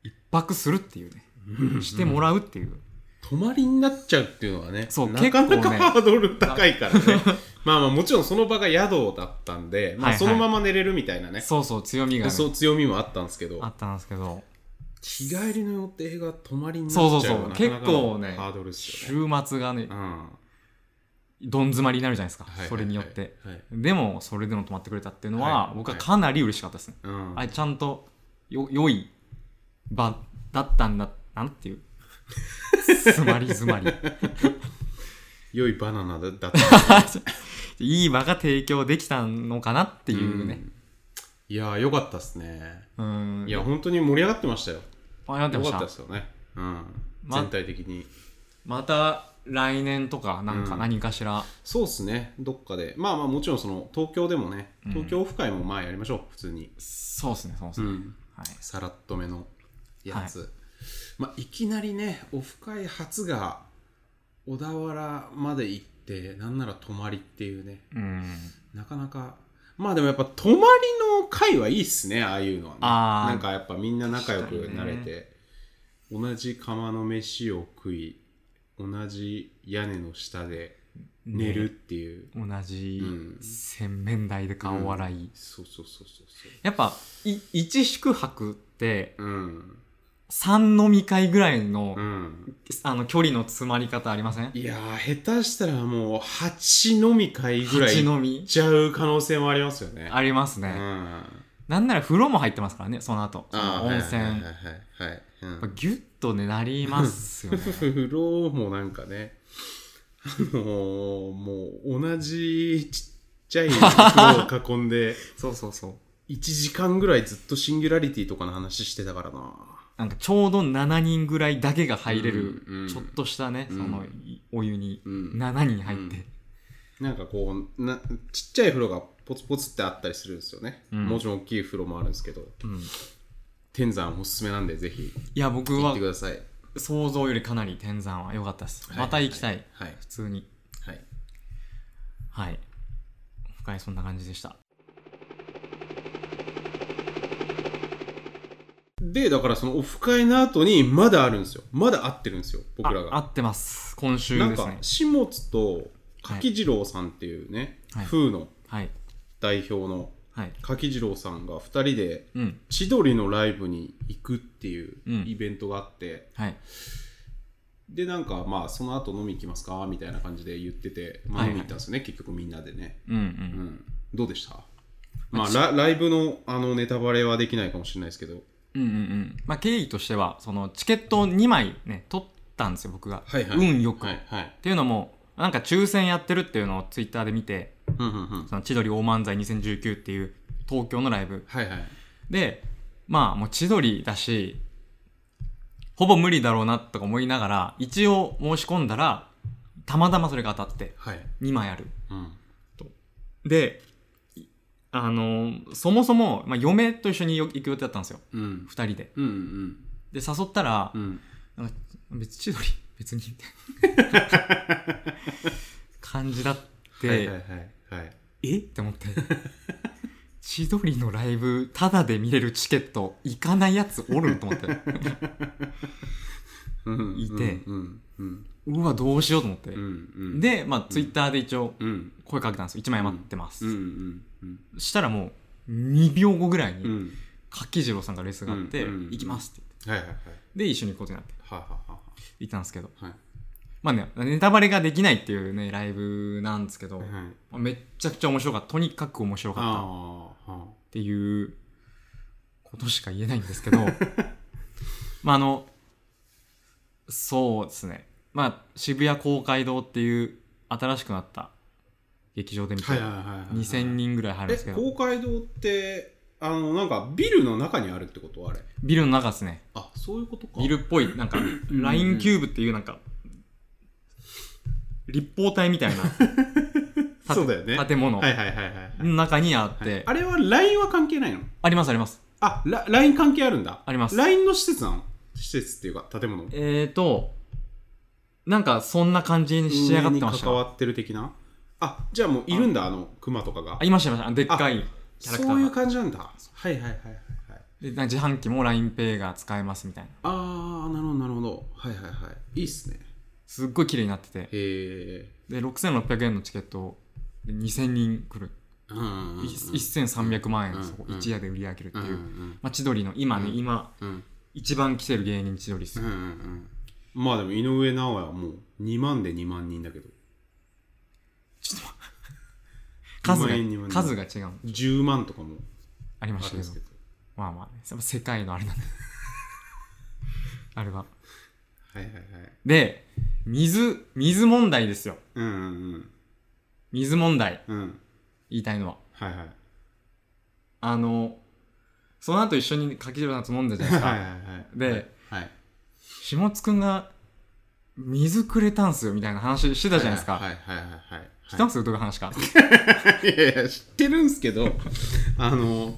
[SPEAKER 1] 一泊するっていうね
[SPEAKER 2] うん
[SPEAKER 1] してもらうっていう、
[SPEAKER 2] 泊まりになっちゃうっていうのはね
[SPEAKER 1] そう
[SPEAKER 2] なかな
[SPEAKER 1] 結構
[SPEAKER 2] か
[SPEAKER 1] ね
[SPEAKER 2] ハードル高いからね まあまあもちろんその場が宿だったんで、ま
[SPEAKER 1] はいは
[SPEAKER 2] あ、
[SPEAKER 1] い
[SPEAKER 2] そのまま寝れるみたいなね、
[SPEAKER 1] そうそう強みがね、
[SPEAKER 2] そう強みもあったんですけど
[SPEAKER 1] あったんですけど
[SPEAKER 2] 日帰りの予定が泊まりになっちゃうのは
[SPEAKER 1] そうそうそう
[SPEAKER 2] なかなか
[SPEAKER 1] 結構ね
[SPEAKER 2] ハードルですよね、
[SPEAKER 1] 週末がね
[SPEAKER 2] うんは
[SPEAKER 1] どん詰まりになるじゃないですか、
[SPEAKER 2] いはいはい
[SPEAKER 1] それによって
[SPEAKER 2] はい
[SPEAKER 1] でもそれでも泊まってくれたっていうのは、
[SPEAKER 2] はい
[SPEAKER 1] 僕はかなり嬉しかったですね、
[SPEAKER 2] うん、
[SPEAKER 1] あちゃんとよ良い場だったんだなんていう詰まり詰 まり
[SPEAKER 2] 良いバナナ だったんですよ
[SPEAKER 1] いい場が提供できたのかなっていうね
[SPEAKER 2] んいやーよかったっすね
[SPEAKER 1] うん
[SPEAKER 2] いや本当に盛り上がってましたよ
[SPEAKER 1] 迷って
[SPEAKER 2] よ
[SPEAKER 1] まし
[SPEAKER 2] かった
[SPEAKER 1] た
[SPEAKER 2] ですよね、うん
[SPEAKER 1] ま
[SPEAKER 2] 全体的に
[SPEAKER 1] また来年とかなんか
[SPEAKER 2] うん
[SPEAKER 1] 何かしら、
[SPEAKER 2] そうですね、どっかで。まあまあもちろんその東京でもね、
[SPEAKER 1] うん
[SPEAKER 2] 東京オフ会もまあやりましょう、普通に。
[SPEAKER 1] そうですねそうです
[SPEAKER 2] う
[SPEAKER 1] ね、
[SPEAKER 2] ん、
[SPEAKER 1] はい
[SPEAKER 2] さらっとめのやつ。まあいきなりね、オフ会初が小田原まで行って、なんなら泊まりっていうね、
[SPEAKER 1] うん
[SPEAKER 2] なかなか。まあでもやっぱ泊まりの会はいいっすね、ああいうのはね。
[SPEAKER 1] あー
[SPEAKER 2] なんかやっぱみんな仲良くなれ
[SPEAKER 1] 確かに
[SPEAKER 2] て、同じ釜の飯を食い、同じ屋根の下で寝るっ
[SPEAKER 1] ね
[SPEAKER 2] ていう。
[SPEAKER 1] 同じ
[SPEAKER 2] うん
[SPEAKER 1] 洗面台で顔笑い、
[SPEAKER 2] そうそうそうそうそ
[SPEAKER 1] やっぱい一宿泊って
[SPEAKER 2] ううん
[SPEAKER 1] 3飲み会ぐらいの,、
[SPEAKER 2] うん
[SPEAKER 1] あの距離の詰まり方ありません
[SPEAKER 2] いやー下手したらもう8飲み会ぐらい
[SPEAKER 1] 立ち
[SPEAKER 2] 行
[SPEAKER 1] 飲み
[SPEAKER 2] っちゃう可能性もありますよね
[SPEAKER 1] あります
[SPEAKER 2] う
[SPEAKER 1] ね、
[SPEAKER 2] ん
[SPEAKER 1] なんなら風呂も入ってますからねその後そ
[SPEAKER 2] あ
[SPEAKER 1] の
[SPEAKER 2] ー
[SPEAKER 1] 温泉、
[SPEAKER 2] はいはい
[SPEAKER 1] や
[SPEAKER 2] はいはいうん
[SPEAKER 1] っぱギュッとねなりますよ ね
[SPEAKER 2] 風呂もなんかねあのー、もう同じちっち ゃい風呂を囲んで
[SPEAKER 1] そうそうそう
[SPEAKER 2] 1時間ぐらいずっとシンギュラリティとかの話してたからな
[SPEAKER 1] なんかちょうど7人ぐらいだけが入れる、
[SPEAKER 2] うんうん
[SPEAKER 1] ちょっとしたね、
[SPEAKER 2] うん
[SPEAKER 1] そのいお湯に
[SPEAKER 2] うん
[SPEAKER 1] 7人入って、
[SPEAKER 2] なんかこうなちっちゃい風呂がポツポツってあったりするんですよね、
[SPEAKER 1] うん
[SPEAKER 2] もちろん大きい風呂もあるんですけど
[SPEAKER 1] うんい
[SPEAKER 2] 天山おすすめなんでぜひ
[SPEAKER 1] や僕
[SPEAKER 2] 行っ
[SPEAKER 1] は
[SPEAKER 2] てください、
[SPEAKER 1] 想像よりかなり天山は良かったです、
[SPEAKER 2] はい
[SPEAKER 1] また行きたい、
[SPEAKER 2] はい
[SPEAKER 1] 普通に
[SPEAKER 2] はい
[SPEAKER 1] はい深いそんな感じでした
[SPEAKER 2] でだからそのオフ会の後にまだあるんですよまだ会ってるんですよ僕ら
[SPEAKER 1] あ合
[SPEAKER 2] が
[SPEAKER 1] ってます今週
[SPEAKER 2] なん
[SPEAKER 1] です
[SPEAKER 2] か
[SPEAKER 1] ね
[SPEAKER 2] 下津と柿次郎さんっていうね、
[SPEAKER 1] はい
[SPEAKER 2] 風の
[SPEAKER 1] はい
[SPEAKER 2] 代表の
[SPEAKER 1] はい
[SPEAKER 2] 柿次郎さんが2人で
[SPEAKER 1] うん
[SPEAKER 2] 千鳥のライブに行くっていうイベントがあって、
[SPEAKER 1] はい
[SPEAKER 2] でなんかまあその後飲み行きますかみたいな感じで言ってて、ま
[SPEAKER 1] は
[SPEAKER 2] あ、
[SPEAKER 1] いは
[SPEAKER 2] 飲
[SPEAKER 1] い
[SPEAKER 2] み行ったんですよね、結局みんなでね、
[SPEAKER 1] うんう
[SPEAKER 2] うんん、どうでしたまあラライブのあのネタバレはできないかもしれないですけど
[SPEAKER 1] うんうんうんまあ経緯としてはそのチケットを2枚ね取ったんですよ僕が、
[SPEAKER 2] はいはい
[SPEAKER 1] 運よく、
[SPEAKER 2] は
[SPEAKER 1] っ
[SPEAKER 2] いはい
[SPEAKER 1] ていうのもなんか抽選やってるっていうのをツイッターで見て
[SPEAKER 2] うんうんうん
[SPEAKER 1] その千鳥大漫才2019っていう東京のライブ
[SPEAKER 2] はいはい
[SPEAKER 1] でまあもう千鳥だしほぼ無理だろうなとか思いながら一応申し込んだらたまたまそれが当たって
[SPEAKER 2] はい
[SPEAKER 1] 2枚ある
[SPEAKER 2] うん
[SPEAKER 1] でいあのそもそも、まあ、嫁と一緒によ行く予定だったんですよ
[SPEAKER 2] うん
[SPEAKER 1] 2人で
[SPEAKER 2] うんうん
[SPEAKER 1] で誘ったら
[SPEAKER 2] う、ん
[SPEAKER 1] なんか別に千鳥 別にみたいな感じだって、
[SPEAKER 2] はいはいはいはい
[SPEAKER 1] えって思って千鳥のライブタダで見れるチケット行かないやつおるんと思って
[SPEAKER 2] うん
[SPEAKER 1] いて
[SPEAKER 2] うんうん
[SPEAKER 1] うわどうしようと思って、
[SPEAKER 2] うんうん
[SPEAKER 1] でまあツイッターで一応
[SPEAKER 2] うん
[SPEAKER 1] 声かけたんですよ1枚待ってます、
[SPEAKER 2] うんうんうん
[SPEAKER 1] したらもう2秒後ぐらいうに
[SPEAKER 2] ん
[SPEAKER 1] 柿次郎さんからレスがあって「
[SPEAKER 2] うんうん
[SPEAKER 1] 行きます」って言って
[SPEAKER 2] はいはいはい
[SPEAKER 1] で一緒に行くことになって
[SPEAKER 2] ははは
[SPEAKER 1] 行ったんですけど
[SPEAKER 2] は
[SPEAKER 1] まあねネタバレができないっていうねライブなんですけど、
[SPEAKER 2] いはい
[SPEAKER 1] まあめっちゃくちゃ面白かったとにかく面白かった
[SPEAKER 2] ああは
[SPEAKER 1] っていうことしか言えないんですけ どまああのそうですねまあ渋谷公会堂っていう新しくなった劇場で見て、
[SPEAKER 2] はいはいはいはい
[SPEAKER 1] 2000人ぐらい入るんですけ
[SPEAKER 2] え
[SPEAKER 1] ど
[SPEAKER 2] 公会堂ってあのなんかビルの中にあるってことあれ
[SPEAKER 1] ビルの中ですね
[SPEAKER 2] あそういうことか
[SPEAKER 1] ビルっぽいなんか
[SPEAKER 2] ん
[SPEAKER 1] LINE キューブっていうなんか立方体みたいな
[SPEAKER 2] そうだよね
[SPEAKER 1] 建物
[SPEAKER 2] はいはいはいはいはい、
[SPEAKER 1] の中にあって、
[SPEAKER 2] あれは LINE は関係ないの
[SPEAKER 1] ありますあります
[SPEAKER 2] あ、ラ LINE 関係あるんだ。
[SPEAKER 1] あります。
[SPEAKER 2] LINE の施設なの施設っていうか、建物。
[SPEAKER 1] えーと、なんかそんな感じに仕上がってました
[SPEAKER 2] 運営に関
[SPEAKER 1] よ。
[SPEAKER 2] わってる的な。あ、じゃあもういるんだ、あの、熊とかが
[SPEAKER 1] あ、。いましたいました。でっかいキャラクタ
[SPEAKER 2] そうい
[SPEAKER 1] ー
[SPEAKER 2] う
[SPEAKER 1] が。
[SPEAKER 2] 感じなんだ。はいはいはいはいはい。
[SPEAKER 1] でなんか自販機も LINEPay が使えますみたいな。
[SPEAKER 2] あー、なるほどなるほど。はいはいはい。いいっすね。
[SPEAKER 1] すっごい綺麗になってて。
[SPEAKER 2] へえ。
[SPEAKER 1] で、6600円のチケットで2000人来る。
[SPEAKER 2] うんうんうん。
[SPEAKER 1] い1300万
[SPEAKER 2] う
[SPEAKER 1] 円
[SPEAKER 2] ん
[SPEAKER 1] そこ
[SPEAKER 2] うん
[SPEAKER 1] 一夜で売り上げるって
[SPEAKER 2] うんう
[SPEAKER 1] いう。
[SPEAKER 2] ん
[SPEAKER 1] まあ、千鳥の、今ね、
[SPEAKER 2] うん
[SPEAKER 1] 今、
[SPEAKER 2] うん
[SPEAKER 1] 一番来てる芸人千鳥です
[SPEAKER 2] うんう
[SPEAKER 1] よ。
[SPEAKER 2] んうんまあでも井上尚弥はもう2万で2万人だけど
[SPEAKER 1] ちょっと待って
[SPEAKER 2] 二万円二万円
[SPEAKER 1] 数が、数が違う。
[SPEAKER 2] 10万とかも
[SPEAKER 1] ありま
[SPEAKER 2] あ
[SPEAKER 1] し
[SPEAKER 2] る
[SPEAKER 1] た
[SPEAKER 2] ん
[SPEAKER 1] けど
[SPEAKER 2] ですけ。ど
[SPEAKER 1] まあまあ、ね、世界のあれなんで。 あれは。
[SPEAKER 2] はいはいはい
[SPEAKER 1] で、水、水問題ですよ。
[SPEAKER 2] うんうん
[SPEAKER 1] 水問題、
[SPEAKER 2] うんうん
[SPEAKER 1] 言いたいのは。
[SPEAKER 2] はいはい
[SPEAKER 1] あの、その後一緒に柿島さんと飲んだじゃない
[SPEAKER 2] は
[SPEAKER 1] で
[SPEAKER 2] い
[SPEAKER 1] すか。
[SPEAKER 2] はいはい
[SPEAKER 1] で、
[SPEAKER 2] はい
[SPEAKER 1] 下津くんが、水くれたんすよ、みたいな話してたじゃないです
[SPEAKER 2] は
[SPEAKER 1] か。
[SPEAKER 2] いはいはいはい
[SPEAKER 1] 知ってますどういう話か。
[SPEAKER 2] いやいや知ってるんすけどあの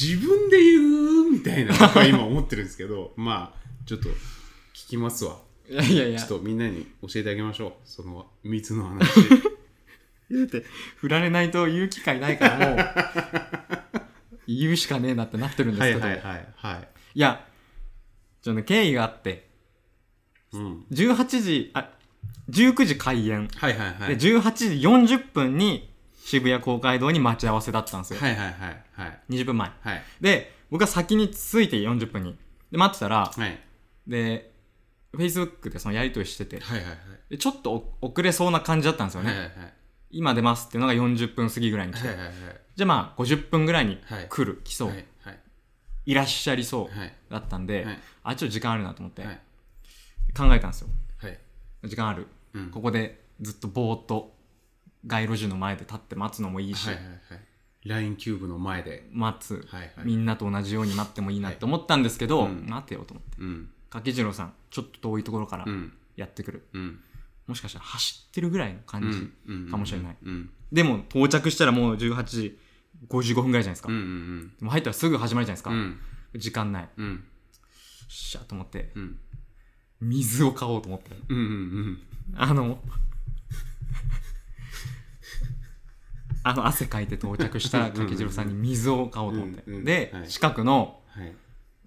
[SPEAKER 2] 自分で言うみたいなのが今思ってるんですけどまあちょっと聞きますわ
[SPEAKER 1] いやいやいや
[SPEAKER 2] ちょっ、とみんなに教えてあげましょうその密の話
[SPEAKER 1] 振られないと言う機会ないから、もう、言う しかねえなってなってるんで
[SPEAKER 2] は
[SPEAKER 1] す
[SPEAKER 2] い
[SPEAKER 1] けど。
[SPEAKER 2] はい
[SPEAKER 1] い
[SPEAKER 2] はいはい
[SPEAKER 1] や、ちょっとね、経緯があって、
[SPEAKER 2] うん
[SPEAKER 1] 18時、あ、19時開演。
[SPEAKER 2] はいはいはい
[SPEAKER 1] で、18時40分に渋谷公会堂に待ち合わせだったんですよ。
[SPEAKER 2] はいはいはいはい
[SPEAKER 1] 20分前。
[SPEAKER 2] はい
[SPEAKER 1] で、僕は先に着いて40分に。で、待ってたら、
[SPEAKER 2] はい
[SPEAKER 1] で、Facebook でそのやりとりしてて、
[SPEAKER 2] はいはいはい
[SPEAKER 1] でちょっとお遅れそうな感じだったんですよ
[SPEAKER 2] はいはい
[SPEAKER 1] ね。
[SPEAKER 2] はい
[SPEAKER 1] 今出ますっていうのが40分過ぎぐらいに来て。
[SPEAKER 2] はいはい
[SPEAKER 1] じゃあまあ50分ぐらいに
[SPEAKER 2] はい
[SPEAKER 1] 来る、来そう、
[SPEAKER 2] はい
[SPEAKER 1] い、
[SPEAKER 2] はい
[SPEAKER 1] らっしゃりそう
[SPEAKER 2] はい
[SPEAKER 1] だったんで、
[SPEAKER 2] はい
[SPEAKER 1] あ、ちょっと時間あるなと思って、
[SPEAKER 2] はい
[SPEAKER 1] 考えたんですよ。
[SPEAKER 2] はい
[SPEAKER 1] 時間ある。
[SPEAKER 2] うん
[SPEAKER 1] ここでずっとぼーっと街路樹の前で立って待つのもいいし、
[SPEAKER 2] はいはいはいラインキューブの前で
[SPEAKER 1] 待つ、
[SPEAKER 2] はいはい
[SPEAKER 1] みんなと同じように待ってもいいなって思ったんですけど、
[SPEAKER 2] はいうん
[SPEAKER 1] 待てよと思って
[SPEAKER 2] うん
[SPEAKER 1] 柿次郎さんちょっと遠いところから
[SPEAKER 2] うん
[SPEAKER 1] やってくる、
[SPEAKER 2] うん
[SPEAKER 1] もしかしたら走ってるぐらいの感じ、
[SPEAKER 2] うん
[SPEAKER 1] かもしれない
[SPEAKER 2] うん
[SPEAKER 1] でも到着したらもう18時55分ぐらいじゃないですか、
[SPEAKER 2] うんう
[SPEAKER 1] で
[SPEAKER 2] ん
[SPEAKER 1] も入ったらすぐ始まるじゃないですか、
[SPEAKER 2] うんうん
[SPEAKER 1] 時間ない
[SPEAKER 2] うん
[SPEAKER 1] しゃーと思って
[SPEAKER 2] うん
[SPEAKER 1] 水を買おうと思って
[SPEAKER 2] うんうん
[SPEAKER 1] あのあの汗かいて到着した柿次郎さんに水を買おうと思って、
[SPEAKER 2] うんうん
[SPEAKER 1] で、
[SPEAKER 2] はい
[SPEAKER 1] 近くの
[SPEAKER 2] はい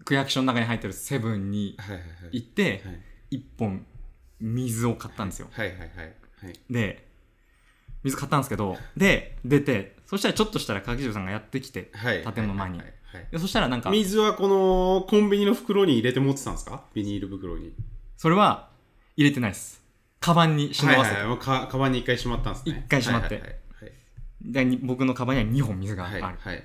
[SPEAKER 1] 区役所の中に入ってるセブンに
[SPEAKER 2] はいはいは
[SPEAKER 1] 行って
[SPEAKER 2] はい
[SPEAKER 1] 1本水を買ったんですよ
[SPEAKER 2] はいはいはいはい
[SPEAKER 1] で水買ったんですけどで出てそしたらちょっとしたら柿次郎さんがやってきて
[SPEAKER 2] はい
[SPEAKER 1] 建物前に
[SPEAKER 2] はいはい
[SPEAKER 1] でそしたらなんか
[SPEAKER 2] 水はこのコンビニの袋に入れて持ってたんですかビニール袋に
[SPEAKER 1] それは入れてないですカバンに忍
[SPEAKER 2] はい
[SPEAKER 1] ば
[SPEAKER 2] は
[SPEAKER 1] せ
[SPEAKER 2] い
[SPEAKER 1] て、
[SPEAKER 2] はいもうかカバンに一回しまったんですね
[SPEAKER 1] 一回しまって
[SPEAKER 2] はいはい
[SPEAKER 1] でに僕のカバンには2本水があ
[SPEAKER 2] は
[SPEAKER 1] る、
[SPEAKER 2] いはいはい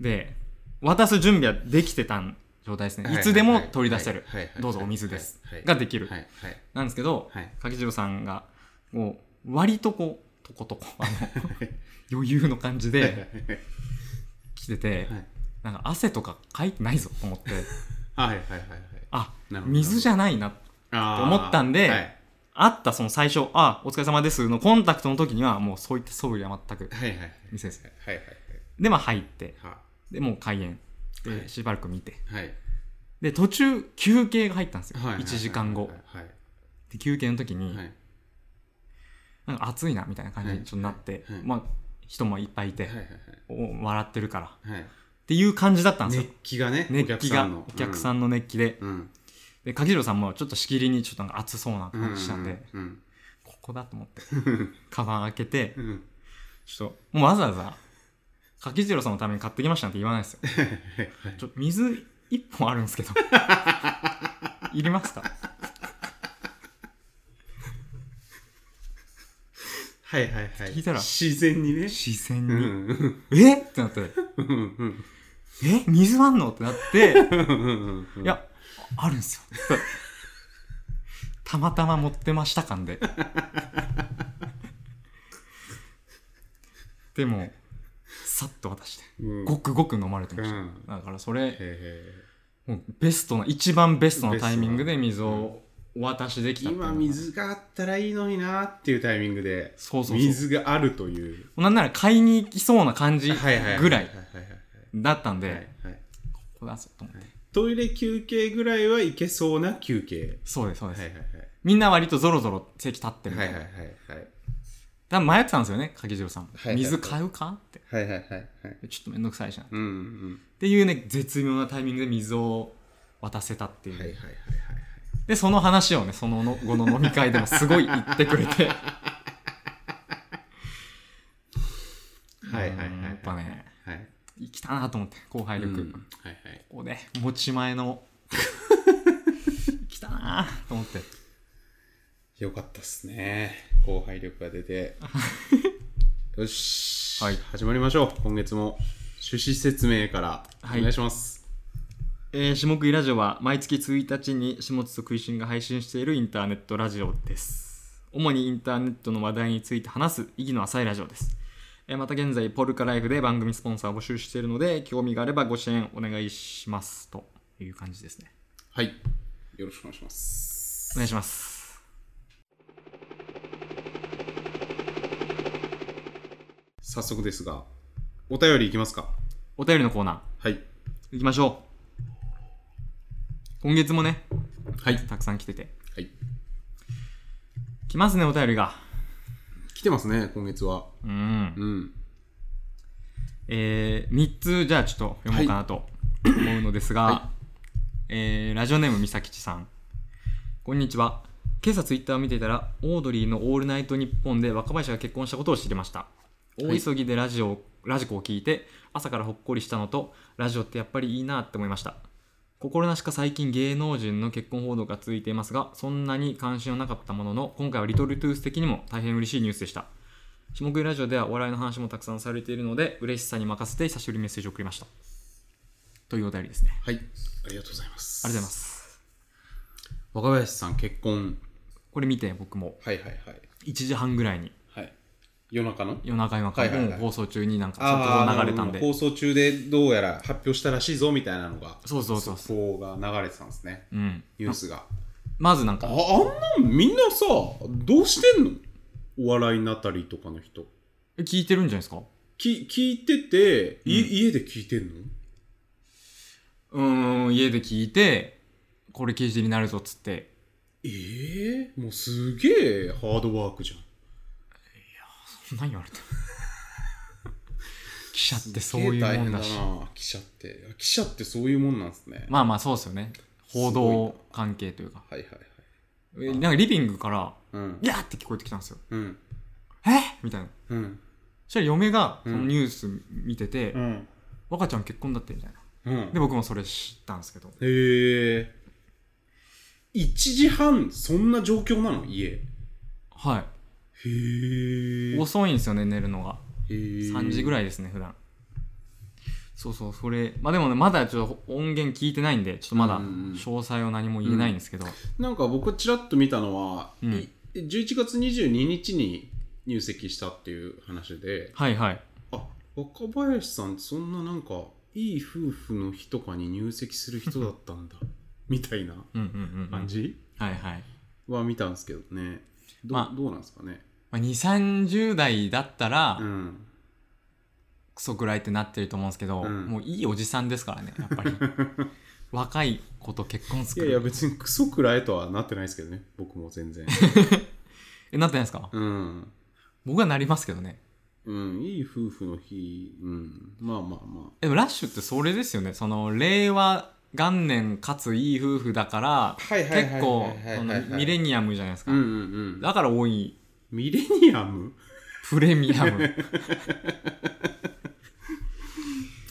[SPEAKER 1] で渡す準備はできてた状態ですねいつでも取り出せる
[SPEAKER 2] はいはいはい
[SPEAKER 1] どうぞお水です
[SPEAKER 2] はいはい
[SPEAKER 1] ができる
[SPEAKER 2] はいはい
[SPEAKER 1] なんですけど
[SPEAKER 2] はい
[SPEAKER 1] 柿次郎さんがこう割とこうとことこあの余裕の感じで来てて
[SPEAKER 2] はい
[SPEAKER 1] なんか汗とかかいてないぞと思って
[SPEAKER 2] はいはいはいはい
[SPEAKER 1] あ
[SPEAKER 2] なるほど
[SPEAKER 1] 水じゃないな
[SPEAKER 2] あー
[SPEAKER 1] と思ったんで
[SPEAKER 2] はい
[SPEAKER 1] あったその最初「あお疲れ様です」のコンタクトの時にはもうそういった素振りは全く
[SPEAKER 2] はいはいはい
[SPEAKER 1] 見せず
[SPEAKER 2] はいはい
[SPEAKER 1] でまあ入って
[SPEAKER 2] は
[SPEAKER 1] でもう開演
[SPEAKER 2] は
[SPEAKER 1] で
[SPEAKER 2] い
[SPEAKER 1] しばらく見て
[SPEAKER 2] いはい
[SPEAKER 1] で途中休憩が入ったんですよ
[SPEAKER 2] はいはい
[SPEAKER 1] 1時間後
[SPEAKER 2] はい
[SPEAKER 1] で休憩の時
[SPEAKER 2] はい
[SPEAKER 1] に
[SPEAKER 2] はい
[SPEAKER 1] なんか暑いなみたいな感じにちょっとなって、
[SPEAKER 2] はいはい
[SPEAKER 1] まあ人もいっぱいいて、
[SPEAKER 2] はいはい
[SPEAKER 1] お笑ってるからっ
[SPEAKER 2] はいはい
[SPEAKER 1] ていう感じだったんですよ
[SPEAKER 2] 熱気がね
[SPEAKER 1] 熱気がお客さんの熱気で,、
[SPEAKER 2] のうん
[SPEAKER 1] で梶次郎さんもちょっとしきりにちょっとなんか熱そうな
[SPEAKER 2] うんうん
[SPEAKER 1] 感じしたんで、
[SPEAKER 2] うん
[SPEAKER 1] ここだと思ってカバン開けて
[SPEAKER 2] うん
[SPEAKER 1] ちょっともうわざわざ柿次郎さんのために買ってきましたなんて言わない ですよちょっと水一本あるんですけど いりますか
[SPEAKER 2] はいはいはい
[SPEAKER 1] 聞いたら
[SPEAKER 2] 自然にね
[SPEAKER 1] 自然に、
[SPEAKER 2] うんうん
[SPEAKER 1] えってなって
[SPEAKER 2] うんうん
[SPEAKER 1] え水あんのってなって
[SPEAKER 2] うんうんうん
[SPEAKER 1] いや、ああるんですよ。 たまたま持ってました感で。 でも、さっと渡して、
[SPEAKER 2] うん
[SPEAKER 1] ごくごく飲まれてました。
[SPEAKER 2] うん
[SPEAKER 1] だからそ
[SPEAKER 2] へ
[SPEAKER 1] れ、
[SPEAKER 2] え
[SPEAKER 1] もうベストな、一番ベストなタイミングで水をお渡しできたっていうの
[SPEAKER 2] 今
[SPEAKER 1] が
[SPEAKER 2] 水があったらいいのになっていうタイミングで
[SPEAKER 1] そうそうそう
[SPEAKER 2] 水があるという
[SPEAKER 1] なんなら買いに行きそうな感じ
[SPEAKER 2] はいはい
[SPEAKER 1] ぐらい
[SPEAKER 2] はいはい
[SPEAKER 1] だったんで、
[SPEAKER 2] はいはい
[SPEAKER 1] ここうわそうと思って
[SPEAKER 2] トイレ休憩ぐらいはいけそうな休憩。
[SPEAKER 1] そうですそう
[SPEAKER 2] は
[SPEAKER 1] で
[SPEAKER 2] い
[SPEAKER 1] す、
[SPEAKER 2] はいはい。
[SPEAKER 1] みんな割とゾロゾロ席立ってるみ
[SPEAKER 2] は
[SPEAKER 1] たい
[SPEAKER 2] いはい
[SPEAKER 1] な、
[SPEAKER 2] はい
[SPEAKER 1] 多分迷ってたんですよね柿次郎さん、
[SPEAKER 2] はいはい
[SPEAKER 1] 水買うかって
[SPEAKER 2] はい。はいはいはいはい。
[SPEAKER 1] ちょっとめんどくさいしな、っ
[SPEAKER 2] うんうん
[SPEAKER 1] ていうね絶妙なタイミングで水を渡せたって
[SPEAKER 2] う
[SPEAKER 1] い
[SPEAKER 2] ん。
[SPEAKER 1] う、
[SPEAKER 2] はいはいはいはい。
[SPEAKER 1] でその話をねその後の飲み会でもすごい言ってくれて
[SPEAKER 2] はいはいはい
[SPEAKER 1] うんやっぱね
[SPEAKER 2] はい。
[SPEAKER 1] 生きたなと思って後輩力、
[SPEAKER 2] うんはいはい。
[SPEAKER 1] こうね持ち前の 来たなと思って
[SPEAKER 2] よかったっすね。後輩力が 出て。よし。
[SPEAKER 1] はい
[SPEAKER 2] 始まりましょう。今月も趣旨説明からお
[SPEAKER 1] はい
[SPEAKER 2] 願いします。
[SPEAKER 1] えー、下食いラジオは毎月1日に下津と食いしんが配信しているインターネットラジオです。主にインターネットの話題について話す意義の浅いラジオです。えーまた現在、ポルカライフで番組スポンサーを募集しているので、興味があればご支援お願いします。という感じですね。
[SPEAKER 2] はい。よろしくお願いします。
[SPEAKER 1] お願いします。
[SPEAKER 2] 早速ですが、お便りいきますか。
[SPEAKER 1] お便りのコーナ
[SPEAKER 2] はい。
[SPEAKER 1] ー、行きましょう。今月もね、
[SPEAKER 2] はい。
[SPEAKER 1] たくさん来てて。
[SPEAKER 2] はい。
[SPEAKER 1] 来ますね、お便りが。
[SPEAKER 2] 来てますね、今月は。
[SPEAKER 1] うん
[SPEAKER 2] う。ん。
[SPEAKER 1] えー、3つじゃあちょっと読もうかなと思うのですが、
[SPEAKER 2] は
[SPEAKER 1] えーラジオネームみさきちさんこんにちは今朝ツイッターを見ていたらオードリーの「オールナイトニッポン」で若林が結婚したことを知りました
[SPEAKER 2] い
[SPEAKER 1] 大急ぎでラジオ、ラジコを聞いて朝からほっこりしたのとラジオってやっぱりいいなって思いました心なしか最近芸能人の結婚報道が続いていますがそんなに関心はなかったものの今回はリトルトゥース的にも大変嬉しいニュースでした下食いラジオではお笑いの話もたくさんされているので嬉しさに任せて久しぶりにメッセージを送りましたというお便りですね
[SPEAKER 2] はい。ありがとうございます。
[SPEAKER 1] ありがとうございま。す
[SPEAKER 2] 若林さん、結婚。
[SPEAKER 1] これ見て僕も
[SPEAKER 2] はいはいはい。
[SPEAKER 1] 1時半ぐらいに
[SPEAKER 2] はい。夜中の
[SPEAKER 1] 夜中今
[SPEAKER 2] はいはいはい
[SPEAKER 1] もう放送中になんか
[SPEAKER 2] あ
[SPEAKER 1] 速
[SPEAKER 2] あ
[SPEAKER 1] 報流れたんで
[SPEAKER 2] 放送中でどうやら発表したらしいぞみたいなのが
[SPEAKER 1] そうそうそうそ
[SPEAKER 2] 速報が流れてたんですね
[SPEAKER 1] うん
[SPEAKER 2] ニュースが
[SPEAKER 1] まずなん
[SPEAKER 2] ああ
[SPEAKER 1] か
[SPEAKER 2] んなんみんなさどうしてんのお笑いなったりとかの人
[SPEAKER 1] え聞いてるんじゃないですか
[SPEAKER 2] き聞いてて、い
[SPEAKER 1] うん
[SPEAKER 2] 家で聞いてんの
[SPEAKER 1] うーん家で聞いてこれ記事になるぞっつって
[SPEAKER 2] ええもうすげえハードワークじゃん
[SPEAKER 1] そんなん言われ ても記者ってそういうもんだし
[SPEAKER 2] すげえ大変な記者って記者ってそういうもんなんですね、
[SPEAKER 1] まあまあそうですよね報道関係というか
[SPEAKER 2] はいはいは
[SPEAKER 1] え
[SPEAKER 2] い
[SPEAKER 1] なんかリビングから
[SPEAKER 2] うん
[SPEAKER 1] ギャーって聞こえてきたんですよ
[SPEAKER 2] うん
[SPEAKER 1] えみたいな
[SPEAKER 2] うん
[SPEAKER 1] そしたら嫁が
[SPEAKER 2] う
[SPEAKER 1] そ
[SPEAKER 2] ん
[SPEAKER 1] のニュース見てて、
[SPEAKER 2] うん
[SPEAKER 1] 若ちゃん結婚だってみたいな
[SPEAKER 2] うん
[SPEAKER 1] で僕もそれ知ったんですけど
[SPEAKER 2] へえ1時半そんな状況なの家へ
[SPEAKER 1] は
[SPEAKER 2] え
[SPEAKER 1] い遅いんですよね寝るのが3
[SPEAKER 2] 3
[SPEAKER 1] 時ぐ
[SPEAKER 2] い
[SPEAKER 1] らいですね普段そうそうそれまあでもねまだちょっと音源聞いてないんでちょっとまだ
[SPEAKER 2] うんうん
[SPEAKER 1] 詳細を何も言えないんですけど、
[SPEAKER 2] なんか僕ちらっと見たのは、
[SPEAKER 1] うん
[SPEAKER 2] い11月22日に入籍したっていう話で
[SPEAKER 1] はいはい
[SPEAKER 2] あ若林さんってそんななんかいい夫婦の日とかに入籍する人だったんだ みたいな
[SPEAKER 1] うんうんうんうん
[SPEAKER 2] 感じ、
[SPEAKER 1] はいはい、
[SPEAKER 2] は見たんですけどねど,、
[SPEAKER 1] まあ
[SPEAKER 2] どうなんですかね
[SPEAKER 1] まあ、2 3 0代だったら、
[SPEAKER 2] うん
[SPEAKER 1] クソくらいってなってると思うんですけど、
[SPEAKER 2] うん
[SPEAKER 1] もういいおじさんですからねやっぱり 若い子と結婚す
[SPEAKER 2] いや
[SPEAKER 1] る
[SPEAKER 2] いや別にクソくらえとはなってないですけどね僕も全 然
[SPEAKER 1] えなってないですか、
[SPEAKER 2] うん
[SPEAKER 1] 僕はなりますけどね
[SPEAKER 2] うん、いい夫婦の日、うん、まあまあま
[SPEAKER 1] でもラッシュってそれですよねその令和元年かついい夫婦だから
[SPEAKER 2] あ。はい
[SPEAKER 1] 結構そのミレニアムじゃないですか、
[SPEAKER 2] うんうんうん。
[SPEAKER 1] だから多い
[SPEAKER 2] ミレニアム
[SPEAKER 1] プレミアム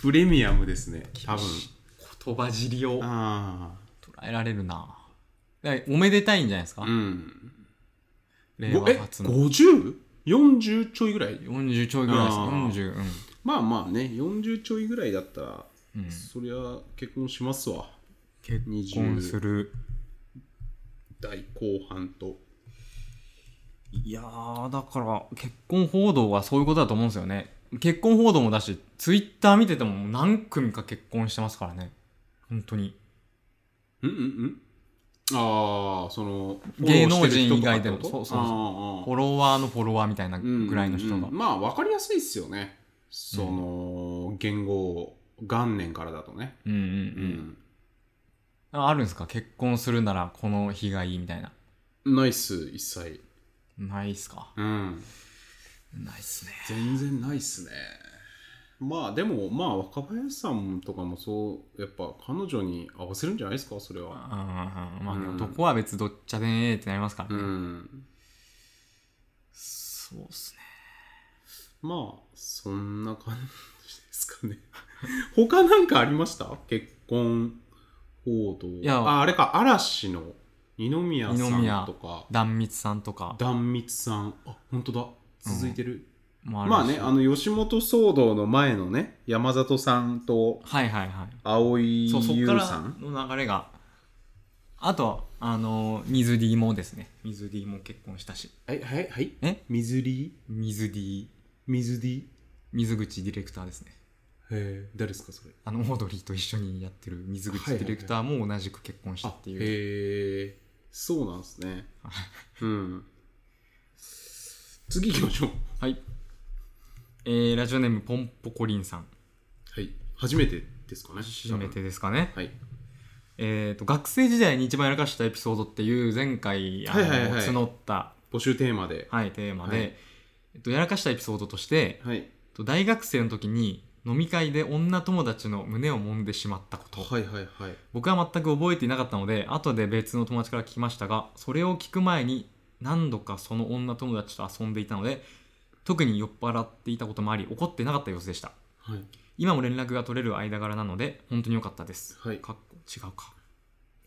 [SPEAKER 2] プレミアムですね、多分。
[SPEAKER 1] 言葉尻を捉
[SPEAKER 2] あ
[SPEAKER 1] えられるなだからおめでたいんじゃないですか、
[SPEAKER 2] あ。うん。
[SPEAKER 1] 令
[SPEAKER 2] ご
[SPEAKER 1] 和
[SPEAKER 2] え、
[SPEAKER 1] 初の
[SPEAKER 2] 50?40 ちょいぐらい
[SPEAKER 1] 40ちょいぐらいです
[SPEAKER 2] あー
[SPEAKER 1] 40
[SPEAKER 2] まあまあね、40ちょいぐらいだったら、
[SPEAKER 1] うん、うん、
[SPEAKER 2] そりゃ結婚しますわ。
[SPEAKER 1] 結婚する
[SPEAKER 2] 大後半と。
[SPEAKER 1] いやーだから結婚報道はそういうことだと思うんですよね結婚報道もだしツイッター見てても何組か結婚してますからね本当に
[SPEAKER 2] うんうんうん。ああ、その、
[SPEAKER 1] 芸能人以外でも
[SPEAKER 2] フ
[SPEAKER 1] そ
[SPEAKER 2] ォローしてる人とかってこと
[SPEAKER 1] うそうそう
[SPEAKER 2] ああああ
[SPEAKER 1] フォロワーのフォロワーみたいなぐらいの人が、
[SPEAKER 2] うんうんうんまあ分かりやすいですよねその、言語を元年からだとね。
[SPEAKER 1] うんうんう、
[SPEAKER 2] うんん。
[SPEAKER 1] あるんですか結婚するならこの日がいいみたいな
[SPEAKER 2] ないっす、一切。
[SPEAKER 1] ないっすか
[SPEAKER 2] うん。
[SPEAKER 1] ないっすね
[SPEAKER 2] 全然ないっすね。まあでも、まあ若林さんとかもそう、やっぱ彼女に合わせるんじゃないですか、それ
[SPEAKER 1] うんうん
[SPEAKER 2] は。
[SPEAKER 1] うんまあね、
[SPEAKER 2] うん
[SPEAKER 1] 男は別どっちゃでねーってなりますから
[SPEAKER 2] う
[SPEAKER 1] ね、
[SPEAKER 2] ん。
[SPEAKER 1] そうっすね
[SPEAKER 2] まあ、そんな感じですかね。 他なんかありました結婚報道。
[SPEAKER 1] いや
[SPEAKER 2] あ、あれか、嵐の二宮さ
[SPEAKER 1] 二宮
[SPEAKER 2] んとか、
[SPEAKER 1] 壇蜜さんとか
[SPEAKER 2] 壇蜜さん。あ、本当だ。続いてる。
[SPEAKER 1] もあるし
[SPEAKER 2] まあね、あの、吉本騒動の前のね、山里さんと
[SPEAKER 1] はいはいはい
[SPEAKER 2] 蒼井
[SPEAKER 1] そうそっ
[SPEAKER 2] 優
[SPEAKER 1] から
[SPEAKER 2] さん。
[SPEAKER 1] の流れがあとあの水 D もですね水 D も結婚したし
[SPEAKER 2] はい、はい、はい。
[SPEAKER 1] え
[SPEAKER 2] 水り
[SPEAKER 1] 水 D
[SPEAKER 2] 水り
[SPEAKER 1] 水口ディレクターですね
[SPEAKER 2] へえ、誰ですか、それ。
[SPEAKER 1] あのオードリーと一緒にやってる水口ディレクターも同じく結婚したっていう、
[SPEAKER 2] へえ、そうなんですね。うん。次行きましょう。
[SPEAKER 1] はい、えーラジオネームポンポコリンさん
[SPEAKER 2] はい。初めてですかね。
[SPEAKER 1] 初めてですかね、
[SPEAKER 2] はい。
[SPEAKER 1] えー、と学生時代に一番やらかしたエピソードっていう前回あの、
[SPEAKER 2] はいはいはい
[SPEAKER 1] 募った、
[SPEAKER 2] 募集テーマで。
[SPEAKER 1] はい、テーマで、
[SPEAKER 2] はい
[SPEAKER 1] えっと、やらかしたエピソードとして、
[SPEAKER 2] はい。
[SPEAKER 1] えっと大学生の時に飲み会で女友達の胸を揉んでしまったこと、
[SPEAKER 2] はいはいはい。
[SPEAKER 1] 僕は全く覚えていなかったので後で別の友達から聞きましたがそれを聞く前に何度かその女友達と遊んでいたので特に酔っ払っていたこともあり怒ってなかった様子でした
[SPEAKER 2] はい。
[SPEAKER 1] 今も連絡が取れる間柄なので本当に良かったです、
[SPEAKER 2] はい
[SPEAKER 1] かっこ違うか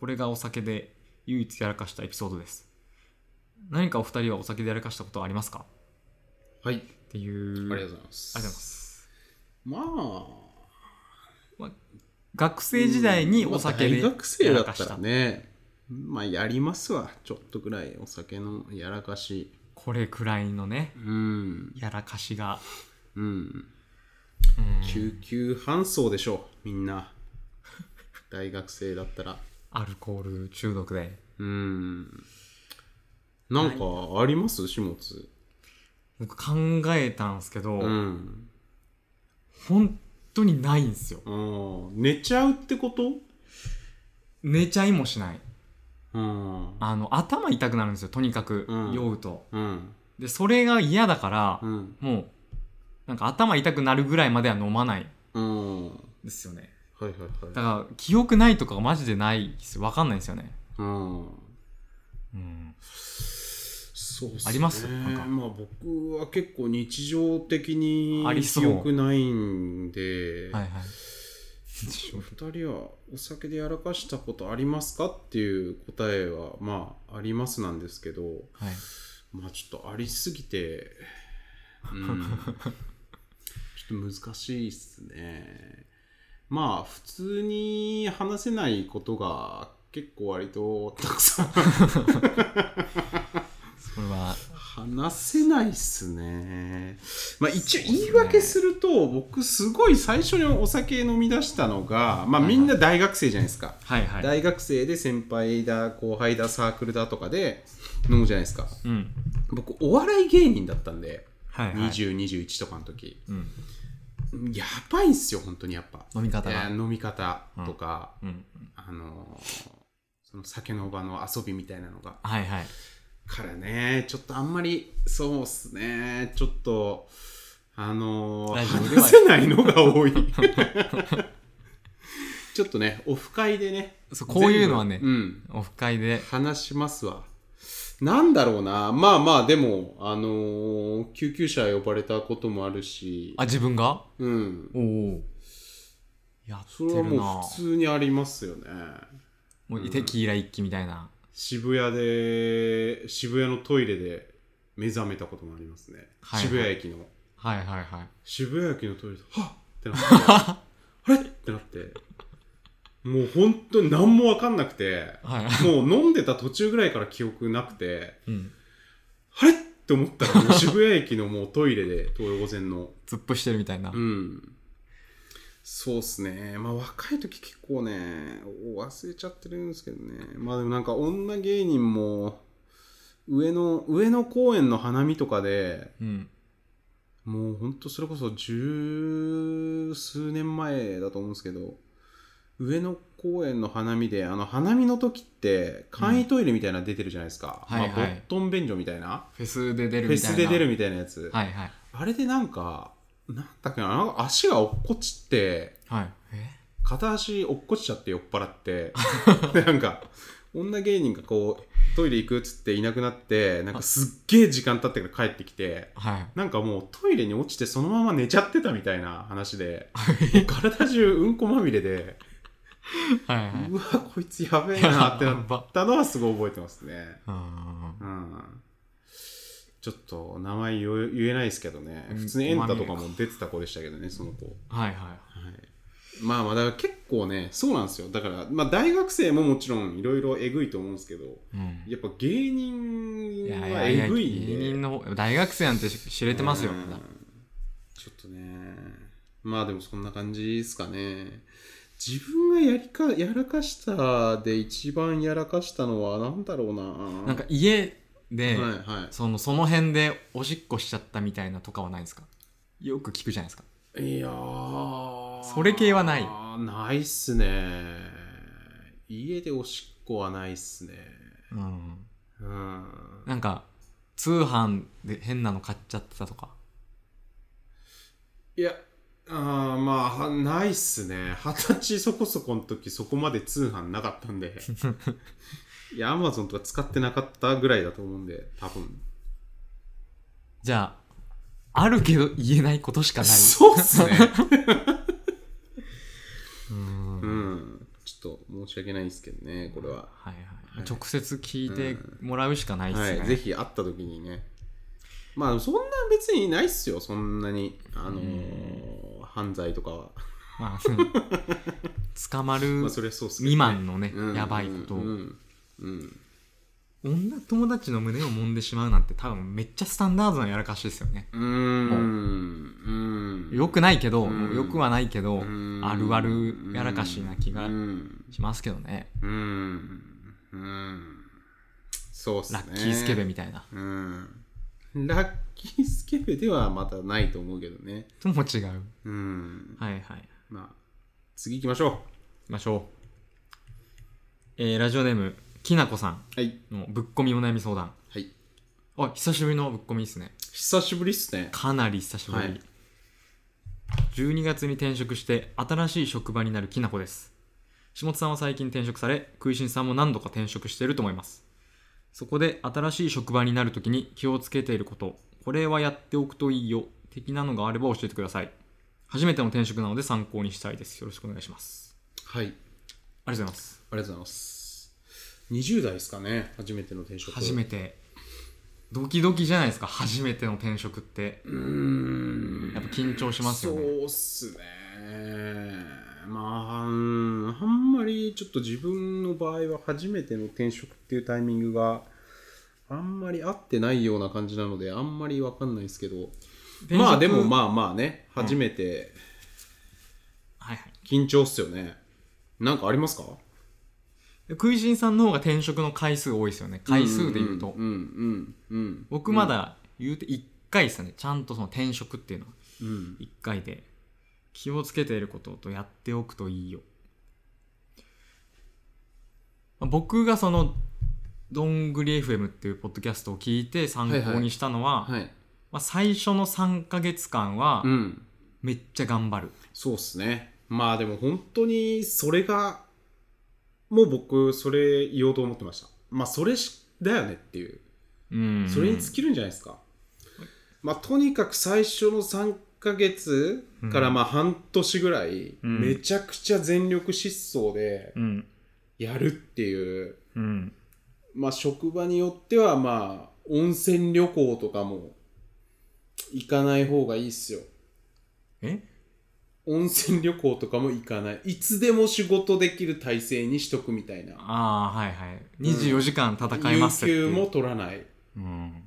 [SPEAKER 1] これがお酒で唯一やらかしたエピソードです何かお二人はお酒でやらかしたことはありますか
[SPEAKER 2] はい。あり
[SPEAKER 1] っていう
[SPEAKER 2] が
[SPEAKER 1] あり
[SPEAKER 2] とう
[SPEAKER 1] がとう
[SPEAKER 2] ございます。
[SPEAKER 1] ございます
[SPEAKER 2] まあ、
[SPEAKER 1] 学生時代にお酒で
[SPEAKER 2] まあ大学生
[SPEAKER 1] や
[SPEAKER 2] だ
[SPEAKER 1] ら
[SPEAKER 2] っ
[SPEAKER 1] か
[SPEAKER 2] た
[SPEAKER 1] し
[SPEAKER 2] ら
[SPEAKER 1] た
[SPEAKER 2] ねまあやりますわちょっとぐらいお酒のやらかし
[SPEAKER 1] これくらいのね
[SPEAKER 2] うん
[SPEAKER 1] やらかしが、
[SPEAKER 2] うん
[SPEAKER 1] うん
[SPEAKER 2] 救急搬送でしょうみ んな大学生だったら
[SPEAKER 1] アルコール中毒で
[SPEAKER 2] うんなんかあります始末
[SPEAKER 1] 僕考えたんすけど、
[SPEAKER 2] うん
[SPEAKER 1] 本当にないんすよ
[SPEAKER 2] あー寝ちゃうってこと
[SPEAKER 1] 寝ちゃいもしない
[SPEAKER 2] うん
[SPEAKER 1] あの頭痛くなるんですよとにかく、
[SPEAKER 2] うん
[SPEAKER 1] 酔うと
[SPEAKER 2] うん
[SPEAKER 1] でそれが嫌だから
[SPEAKER 2] う、ん
[SPEAKER 1] もうなんか頭痛くなるぐらいまでは飲まない
[SPEAKER 2] うんはい
[SPEAKER 1] ですよね
[SPEAKER 2] はい
[SPEAKER 1] だ
[SPEAKER 2] はい
[SPEAKER 1] から記憶ないとかがマジでないっすよわかんないんですよね
[SPEAKER 2] うん
[SPEAKER 1] うん
[SPEAKER 2] そうっすね
[SPEAKER 1] ありますなんか
[SPEAKER 2] まあ僕は結構日常的に
[SPEAKER 1] ありそう
[SPEAKER 2] 記憶ないんで、
[SPEAKER 1] はいはい
[SPEAKER 2] お二人はお酒でやらかしたことありますかっていう答えはまあありますなんですけど
[SPEAKER 1] はい
[SPEAKER 2] まあちょっとありすぎて、うん、ちょっと難しいっすねまあ普通に話せないことが結構割とたくさん
[SPEAKER 1] それは
[SPEAKER 2] 話せないっすね。まあ一応言い訳すると、僕すごい最初にお酒飲み出したのが、まあみんな大学生じゃないですか。
[SPEAKER 1] はいはい
[SPEAKER 2] 大学生で先輩だ、後輩だ、サークルだとかで飲むじゃないですか。
[SPEAKER 1] うん
[SPEAKER 2] 僕お笑い芸人だったんで、
[SPEAKER 1] はいはい、
[SPEAKER 2] 20、21とかの時。
[SPEAKER 1] うん、
[SPEAKER 2] やばいんすよ、本当にやっぱ。
[SPEAKER 1] 飲み方
[SPEAKER 2] い
[SPEAKER 1] が
[SPEAKER 2] や飲み方とか、
[SPEAKER 1] うん
[SPEAKER 2] あのーその酒の場の遊びみたいなのが。
[SPEAKER 1] はいはい
[SPEAKER 2] からね、ちょっとあんまり、そうっすね、ちょっと、あのー
[SPEAKER 1] ラジオでは
[SPEAKER 2] 話せないのが 多い。ちょっとね、オフ会でね、
[SPEAKER 1] そうこういうのはね
[SPEAKER 2] 全部うん、
[SPEAKER 1] オフ会で
[SPEAKER 2] 話しますわ。なんだろうな、まあまあ、でも、あのー救急車呼ばれたこともあるし
[SPEAKER 1] あ、自分が
[SPEAKER 2] うん、
[SPEAKER 1] おおやって
[SPEAKER 2] それは
[SPEAKER 1] るな
[SPEAKER 2] もう普通にありますよね。
[SPEAKER 1] もうテキーラ一気みたいな
[SPEAKER 2] 渋谷で、渋谷のトイレで目覚めたこともありますね。
[SPEAKER 1] はいはい
[SPEAKER 2] 渋谷駅の。
[SPEAKER 1] はいはいはい
[SPEAKER 2] 渋谷駅のトイレで「はっ!」ってな って「あれ?」ってなってもう本当に何も分かんなくて
[SPEAKER 1] はい
[SPEAKER 2] もう飲んでた途中ぐらいから記憶なくて
[SPEAKER 1] うん
[SPEAKER 2] 「あれ?」って思ったらもう渋谷駅のもうトイレで東横線の
[SPEAKER 1] 突っ伏してるみたいな、
[SPEAKER 2] うんそうっすねまあ若い時結構ね忘れちゃってるんですけどねまあでもなんか女芸人も上野上野公園の花見とかで
[SPEAKER 1] うん
[SPEAKER 2] もう本当それこそ十数年前だと思うんですけど上野公園の花見であの花見の時って簡易トイレみたいなの出てるじゃないですか、
[SPEAKER 1] はいはい
[SPEAKER 2] まあ、ボットン便所みたいな
[SPEAKER 1] フェスで出る
[SPEAKER 2] フェ
[SPEAKER 1] みたいな
[SPEAKER 2] スで出るみたいなやつ、
[SPEAKER 1] はいはい
[SPEAKER 2] あれでなんかなんだっけななんか足が落っこちって
[SPEAKER 1] はいえ
[SPEAKER 2] 片足落っこちちゃって酔っ払って でなんか女芸人がこうトイレ行くっつっていなくなってなんかすっげえ時間経ってから帰ってきて
[SPEAKER 1] はい
[SPEAKER 2] なんかもうトイレに落ちてそのまま寝ちゃってたみたいな話でもう体中うんこまみれで
[SPEAKER 1] はいはいう
[SPEAKER 2] わこいつやべえなって な
[SPEAKER 1] やば
[SPEAKER 2] ったのはすごい覚えてますね
[SPEAKER 1] うん
[SPEAKER 2] うんちょっと名前言え言えないですけどね
[SPEAKER 1] うん
[SPEAKER 2] 普通にエンタとかも出てた子でしたけどねその子
[SPEAKER 1] はいはい
[SPEAKER 2] はい、まあまあだから結構ねそうなんですよだから、まあ、大学生ももちろんいろいろえぐいと思うんですけど
[SPEAKER 1] うん
[SPEAKER 2] やっぱ芸人はい
[SPEAKER 1] や
[SPEAKER 2] えぐいんで
[SPEAKER 1] 芸人の方大学生なんて知れてますよ
[SPEAKER 2] うん
[SPEAKER 1] みんな
[SPEAKER 2] ちょっとねまあでもそんな感じですかね自分がやりかやらかしたで一番やらかしたのは何だろうな
[SPEAKER 1] なんか家で、
[SPEAKER 2] はいは
[SPEAKER 1] そのその辺でおしっこしちゃったみたいなとかはないですかよく聞くじゃないですか
[SPEAKER 2] いいやー
[SPEAKER 1] それ系はない
[SPEAKER 2] ないっすね家でおしっこはないっすね
[SPEAKER 1] うん
[SPEAKER 2] うん
[SPEAKER 1] なんか通販で変なの買っちゃってたとか
[SPEAKER 2] いや、あーまあ、はないっすね。二十歳そこそこの時、そこまで通販なかったんで。 いや、アマゾンとか使ってなかったぐらいだと思うんで、多分。
[SPEAKER 1] じゃああるけど言えないことしかない
[SPEAKER 2] そうっすね。
[SPEAKER 1] うん
[SPEAKER 2] うん。ちょっと申し訳ないんですけどね、これは。
[SPEAKER 1] はいはい、
[SPEAKER 2] はい
[SPEAKER 1] 直接聞いてもらうしかないっす
[SPEAKER 2] は
[SPEAKER 1] ね、
[SPEAKER 2] い、ぜひ会った時にね。まあ、そんな別にないっすよ、そんなに。あのー犯罪とかは。
[SPEAKER 1] まあ、うん捕まる
[SPEAKER 2] まあ、それはそうっすけ
[SPEAKER 1] 未
[SPEAKER 2] どね
[SPEAKER 1] 満のね、
[SPEAKER 2] うん
[SPEAKER 1] やばいことを、
[SPEAKER 2] うんうん。
[SPEAKER 1] 女友達の胸を揉んでしまうなんて多分めっちゃスタンダードなやらかしですよね、
[SPEAKER 2] うん。うん。
[SPEAKER 1] 良くないけど、
[SPEAKER 2] うん
[SPEAKER 1] よくはないけど、
[SPEAKER 2] うん
[SPEAKER 1] あるあるやらかしな気が
[SPEAKER 2] うん
[SPEAKER 1] しますけどね
[SPEAKER 2] うんうんそうっすね
[SPEAKER 1] ラッキースケベみたいな
[SPEAKER 2] うんラッキースケベではまたないと思うけどね
[SPEAKER 1] とも違う
[SPEAKER 2] うん
[SPEAKER 1] はいはい行
[SPEAKER 2] まあ次行きましょ
[SPEAKER 1] きましょう、えーラジオネームきなこさ
[SPEAKER 2] うはい
[SPEAKER 1] んのぶっこみお悩み相談
[SPEAKER 2] はい
[SPEAKER 1] あ久しぶりのぶっこみですね
[SPEAKER 2] 久しぶりっすね
[SPEAKER 1] かなり久しぶり、
[SPEAKER 2] はい
[SPEAKER 1] 12月に転職して新しい職場になるきなこです下津さんは最近転職され食いしんさんも何度か転職していると思いますそこで新しい職場になるときに気をつけていることこれはやっておくといいよ的なのがあれば教えてください初めての転職なので参考にしたいですよろしくお願いします
[SPEAKER 2] はいあ
[SPEAKER 1] あ
[SPEAKER 2] り
[SPEAKER 1] りがとうございます
[SPEAKER 2] がとうございます20代ですかね初めての転職
[SPEAKER 1] 初めてドキドキじゃないですか初めての転職って
[SPEAKER 2] うーん
[SPEAKER 1] やっぱ緊張しますよね
[SPEAKER 2] そうっすねまあうんあんまりちょっと自分の場合は初めての転職っていうタイミングがあんまり合ってないような感じなのであんまりわかんないですけどまあでもまあまあね初めて
[SPEAKER 1] はいはい
[SPEAKER 2] 緊張っすよね、なんかありますか
[SPEAKER 1] 食いしんさんの方が転職の回数多いですよね回数で言うと、
[SPEAKER 2] うんうんうん
[SPEAKER 1] 僕まだ言うて1回ですねちゃんとその転職っていうのは
[SPEAKER 2] うん
[SPEAKER 1] 1回で気をつけていることとやっておくといいよまあ僕がそのどんぐり FM っていうポッドキャストを聞いて参
[SPEAKER 2] はい
[SPEAKER 1] 考
[SPEAKER 2] は
[SPEAKER 1] に
[SPEAKER 2] い
[SPEAKER 1] したのは、
[SPEAKER 2] はい
[SPEAKER 1] まあ、最初の3ヶ月間は
[SPEAKER 2] うん
[SPEAKER 1] めっちゃ頑張る、
[SPEAKER 2] そうっすね。まあでも本当にそれが、もう僕それ言おうと思ってました。まあそれしだよねっていう。
[SPEAKER 1] うん
[SPEAKER 2] それに尽きるんじゃないですか。まあとにかく最初の3ヶ月から
[SPEAKER 1] うん
[SPEAKER 2] まあ半年ぐらい、
[SPEAKER 1] うん
[SPEAKER 2] めちゃくちゃ全力疾走で
[SPEAKER 1] うん
[SPEAKER 2] やるっていう。
[SPEAKER 1] うん
[SPEAKER 2] まあ職場によってはまあ温泉旅行とかも行かない方がいいっすよ。
[SPEAKER 1] え
[SPEAKER 2] 温泉旅行とかも行かないいつでも仕事できる体制にしとくみたいな
[SPEAKER 1] ああはいはい24時間戦い
[SPEAKER 2] 有
[SPEAKER 1] ますっていう
[SPEAKER 2] 給も取らない
[SPEAKER 1] うん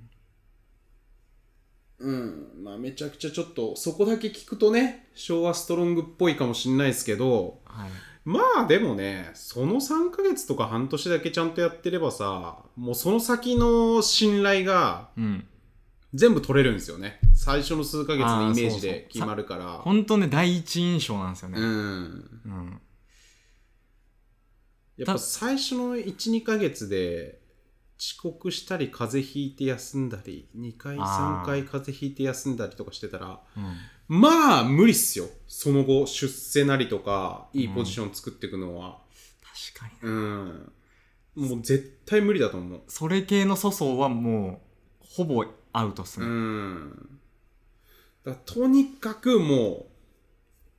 [SPEAKER 2] うんまあめちゃくちゃちょっとそこだけ聞くとね昭和ストロングっぽいかもしんないですけど
[SPEAKER 1] はい、
[SPEAKER 2] まあでもねその3ヶ月とか半年だけちゃんとやってればさもうその先の信頼が
[SPEAKER 1] うん、
[SPEAKER 2] 全部取れるんですよね最初の数ヶ月のイメージ
[SPEAKER 1] あーそうそ
[SPEAKER 2] で
[SPEAKER 1] う
[SPEAKER 2] 決まるから
[SPEAKER 1] 本当ね第一印象なんですよね、
[SPEAKER 2] うん
[SPEAKER 1] うん
[SPEAKER 2] やっぱ最初の12ヶ月で遅刻したり風邪ひいて休んだり2回
[SPEAKER 1] あー
[SPEAKER 2] 3回風邪ひいて休んだりとかしてたら
[SPEAKER 1] うん
[SPEAKER 2] まあ無理っすよその後出世なりとかいいポジション作っていくのは
[SPEAKER 1] 確かにな
[SPEAKER 2] うん、もう絶対無理だと思う
[SPEAKER 1] それ系の粗相はもうほぼアウトっす
[SPEAKER 2] う
[SPEAKER 1] ね、
[SPEAKER 2] ん。だからとにかくもう、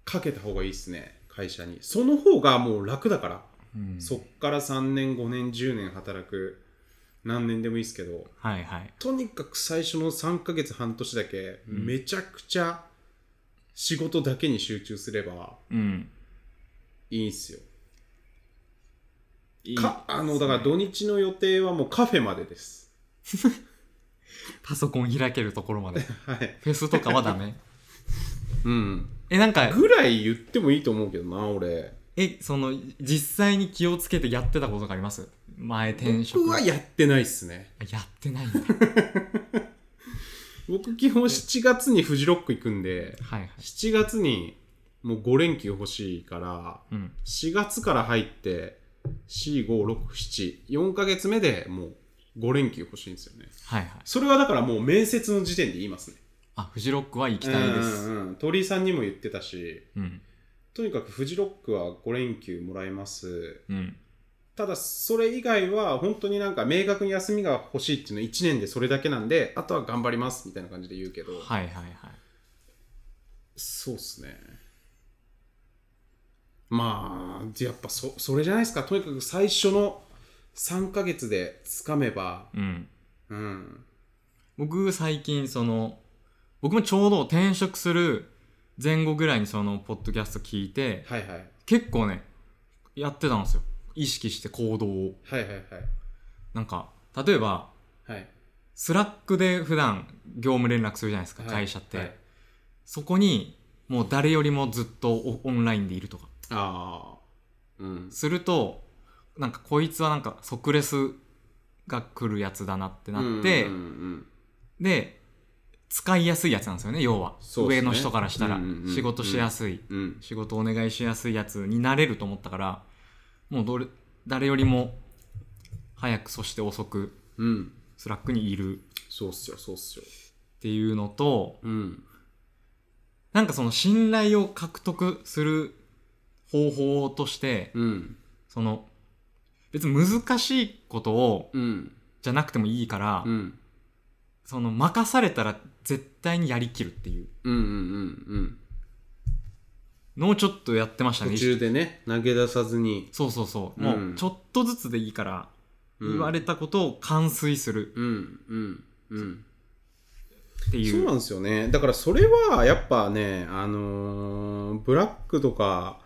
[SPEAKER 2] かけた方がいいですね、会社に。その方がもう楽だから。
[SPEAKER 1] うん
[SPEAKER 2] そっから3年、5年、10年働く、何年でもいいですけど、
[SPEAKER 1] はいはい
[SPEAKER 2] とにかく最初の3ヶ月、半年だけ、
[SPEAKER 1] うん
[SPEAKER 2] めちゃくちゃ仕事だけに集中すれば
[SPEAKER 1] うん
[SPEAKER 2] いいんすよ。
[SPEAKER 1] いい
[SPEAKER 2] かあの、だから土日の予定はもうカフェまでです。
[SPEAKER 1] パソコン開けるところまで
[SPEAKER 2] はい。
[SPEAKER 1] フェスとかはダメ
[SPEAKER 2] うん。
[SPEAKER 1] えなんか
[SPEAKER 2] ぐらい言ってもいいと思うけどな、俺。
[SPEAKER 1] えその実際に気をつけてやってたことがあります前転職
[SPEAKER 2] 僕はやってないっすね。
[SPEAKER 1] あやってない んだ
[SPEAKER 2] 僕基本7月にフジロック行くんで
[SPEAKER 1] はいはい
[SPEAKER 2] 7月にもう5連休欲しいから
[SPEAKER 1] うん
[SPEAKER 2] 4月から入って45674ヶ月目でもう5連休欲しいんですよね
[SPEAKER 1] はいはい
[SPEAKER 2] それはだからもう面接の時点で言いますね
[SPEAKER 1] あフジロックは行きたいで
[SPEAKER 2] う
[SPEAKER 1] す
[SPEAKER 2] んうんうん鳥居さんにも言ってたし
[SPEAKER 1] うん
[SPEAKER 2] とにかくフジロックは5連休もらえます
[SPEAKER 1] うん
[SPEAKER 2] ただそれ以外は本当になんか明確に休みが欲しいっていうのは1年でそれだけなんであとは頑張りますみたいな感じで言うけ
[SPEAKER 1] は
[SPEAKER 2] ど
[SPEAKER 1] いはいはい
[SPEAKER 2] そうっすね。まあ、でやっぱそそれじゃないですか。とにかく最初の3ヶ月でつかめば、
[SPEAKER 1] うん
[SPEAKER 2] うん。
[SPEAKER 1] 僕最近その僕もちょうど転職する前後ぐらいにそのポッドキャスト聞いて
[SPEAKER 2] はいはい。
[SPEAKER 1] 結構ねやってたんですよ意識して行動を
[SPEAKER 2] はいはいはい。
[SPEAKER 1] なんか例えば
[SPEAKER 2] はい。
[SPEAKER 1] スラックで普段業務連絡するじゃないですか、
[SPEAKER 2] はい
[SPEAKER 1] 会社って、
[SPEAKER 2] はい
[SPEAKER 1] そこにもう誰よりもずっとオオンラインでいるとか
[SPEAKER 2] ああ。うん。
[SPEAKER 1] するとなんかこいつはなんか即レスが来るやつだなってなって、
[SPEAKER 2] うんうんうん
[SPEAKER 1] で使いやすいやつなんですよね要は、
[SPEAKER 2] そうです
[SPEAKER 1] 上
[SPEAKER 2] ね
[SPEAKER 1] の人からしたら
[SPEAKER 2] うんうんうん
[SPEAKER 1] 仕事しやすい、
[SPEAKER 2] うん。うん
[SPEAKER 1] 仕事お願いしやすいやつになれると思ったからもうどれ誰よりも早くそして遅く
[SPEAKER 2] うん。
[SPEAKER 1] スラックにいる
[SPEAKER 2] そうっすよ、そうっすよ。
[SPEAKER 1] っていうのと
[SPEAKER 2] うん。
[SPEAKER 1] なんかその信頼を獲得する方法として、
[SPEAKER 2] うん。
[SPEAKER 1] その、別に難しいことを、
[SPEAKER 2] うん。
[SPEAKER 1] じゃなくてもいいから、
[SPEAKER 2] うん。
[SPEAKER 1] その、任されたら絶対にやりきるっていう
[SPEAKER 2] うんうんうんうん。
[SPEAKER 1] のをちょっとやってましたね。
[SPEAKER 2] 途
[SPEAKER 1] 意識
[SPEAKER 2] 中でね、投げ出さずに。
[SPEAKER 1] そうそうそう。
[SPEAKER 2] う
[SPEAKER 1] も
[SPEAKER 2] ん
[SPEAKER 1] う、ちょっとずつでいいから、
[SPEAKER 2] うん
[SPEAKER 1] 言われたことを完遂する
[SPEAKER 2] うんうんうん。
[SPEAKER 1] ってい
[SPEAKER 2] そう
[SPEAKER 1] う。
[SPEAKER 2] なんですよね。だからそれはやっぱね、あのーブラックとか、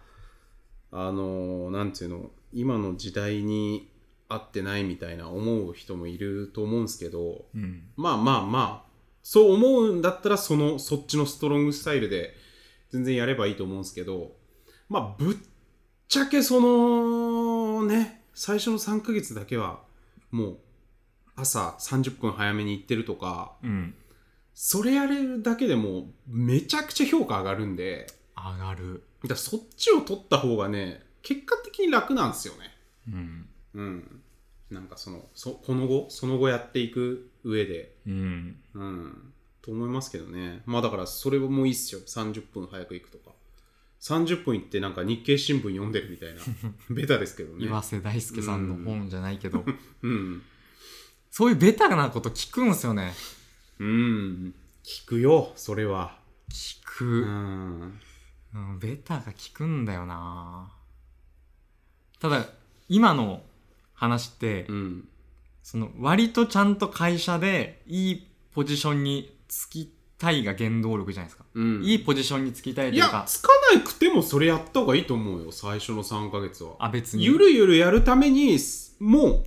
[SPEAKER 2] あのーなんていうの、今の時代に合ってないみたいな思う人もいると思うんですけど、
[SPEAKER 1] うん。
[SPEAKER 2] まあまあまあ、そう思うんだったらその、そっちのストロングスタイルで全然やればいいと思うんですけど、まあぶっちゃけその、ね、最初の3ヶ月だけは、もう、朝30分早めに行ってるとか、
[SPEAKER 1] うん。
[SPEAKER 2] それやれるだけでもめちゃくちゃ評価上がるんで、
[SPEAKER 1] 上がる。
[SPEAKER 2] だからそっちを取った方がね、結果的に楽なんですよね。
[SPEAKER 1] うん。
[SPEAKER 2] うん。なんかその、そこの後、その後やっていく上で、
[SPEAKER 1] うん。
[SPEAKER 2] うん。と思いますけどね。まあだからそれもいいっすよ。30分早く行くとか。30分行ってなんか日経新聞読んでるみ たいな。ベタですけどね。
[SPEAKER 1] 岩瀬大輔さんの本じゃないけど、
[SPEAKER 2] うん。
[SPEAKER 1] そういうベタなこと聞くんすよね。
[SPEAKER 2] うん。聞くよ、それは。
[SPEAKER 1] 聞
[SPEAKER 2] う
[SPEAKER 1] く。
[SPEAKER 2] ん。
[SPEAKER 1] うん、ベタが効くんだよなただ今の話って、
[SPEAKER 2] うん。
[SPEAKER 1] その割とちゃんと会社でいいポジションにつきたいが原動力じゃないですか、
[SPEAKER 2] うん。
[SPEAKER 1] いいポジションにつきたいと
[SPEAKER 2] い
[SPEAKER 1] いう
[SPEAKER 2] や
[SPEAKER 1] か、
[SPEAKER 2] つかなくてもそれやった方がいいと思うよ、最初の3ヶ月は。
[SPEAKER 1] あ別に
[SPEAKER 2] ゆるゆるやるために、すもう、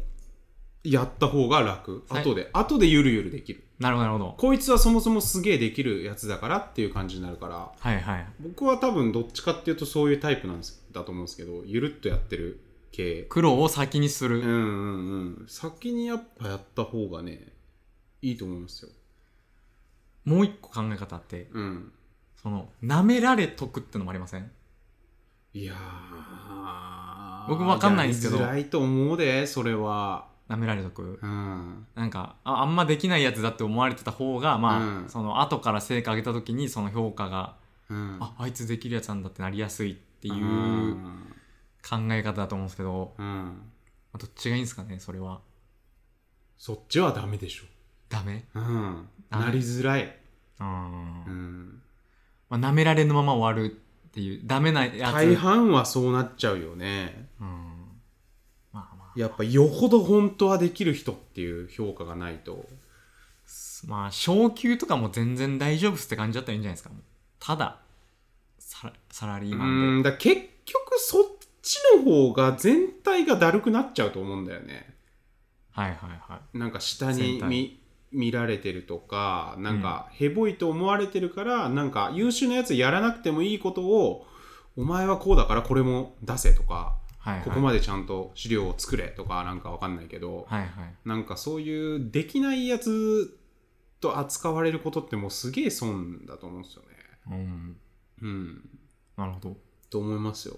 [SPEAKER 2] やった方が楽。
[SPEAKER 1] はい
[SPEAKER 2] 後で、後でゆるゆるできる。
[SPEAKER 1] なるほどなるほど
[SPEAKER 2] こいつはそもそもすげえできるやつだからっていう感じになるから、
[SPEAKER 1] はいはい
[SPEAKER 2] 僕は多分どっちかっていうとそういうタイプなんですだと思うんですけど、ゆるっとやってる系。
[SPEAKER 1] 苦労を先にす
[SPEAKER 2] うん
[SPEAKER 1] る、
[SPEAKER 2] うんうん。先にやっぱやった方がね、いいと思いますよ。
[SPEAKER 1] もう一個考え方あって
[SPEAKER 2] うん。
[SPEAKER 1] その舐められとくってのもありません
[SPEAKER 2] いや
[SPEAKER 1] 僕わかんないんですけど
[SPEAKER 2] 辛いと思うで、それは。
[SPEAKER 1] 舐められとく
[SPEAKER 2] うん。
[SPEAKER 1] なんかああんまできないやつだって思われてた方がまあ、
[SPEAKER 2] うん
[SPEAKER 1] その後から成果上げた時にその評価が、
[SPEAKER 2] うん。。
[SPEAKER 1] ああいつできるやつなんだってなりやすいっていううん考え方だと思うんですけど
[SPEAKER 2] うん。
[SPEAKER 1] まあどっちがいいんですかねそれは
[SPEAKER 2] そっちはダメでしょ。
[SPEAKER 1] ダメ
[SPEAKER 2] うん。
[SPEAKER 1] ダメ
[SPEAKER 2] なりづらい。
[SPEAKER 1] うん、
[SPEAKER 2] うん。
[SPEAKER 1] まあ、舐められのまま終わるっていうダメなやつ
[SPEAKER 2] 大半はそうなっちゃうよね。
[SPEAKER 1] うんまあまあ
[SPEAKER 2] やっぱよほど本当はできる人っていう評価がないと。
[SPEAKER 1] まあ昇給とかも全然大丈夫っすって感じだったらいいんじゃないですかもうただサラサラリー
[SPEAKER 2] う
[SPEAKER 1] マンで
[SPEAKER 2] ん、だから結局そっちの方が全体がだるくなっちゃうと思うんだよね。
[SPEAKER 1] はいはいはい
[SPEAKER 2] なんか下
[SPEAKER 1] 全
[SPEAKER 2] に
[SPEAKER 1] 体
[SPEAKER 2] 見見られてるとか、なんかヘボいと思われてるから、なんか優秀なやつやらなくてもいいことを、お前はこうだからこれも出せとか、
[SPEAKER 1] はいはい
[SPEAKER 2] ここまでちゃんと資料を作れとかなんかわかんないけど、
[SPEAKER 1] はいはい
[SPEAKER 2] なんかそういうできないやつと扱われることってもうすげえ損だと思うんですよね。
[SPEAKER 1] うん
[SPEAKER 2] うん。
[SPEAKER 1] なるほど
[SPEAKER 2] と思いますよ。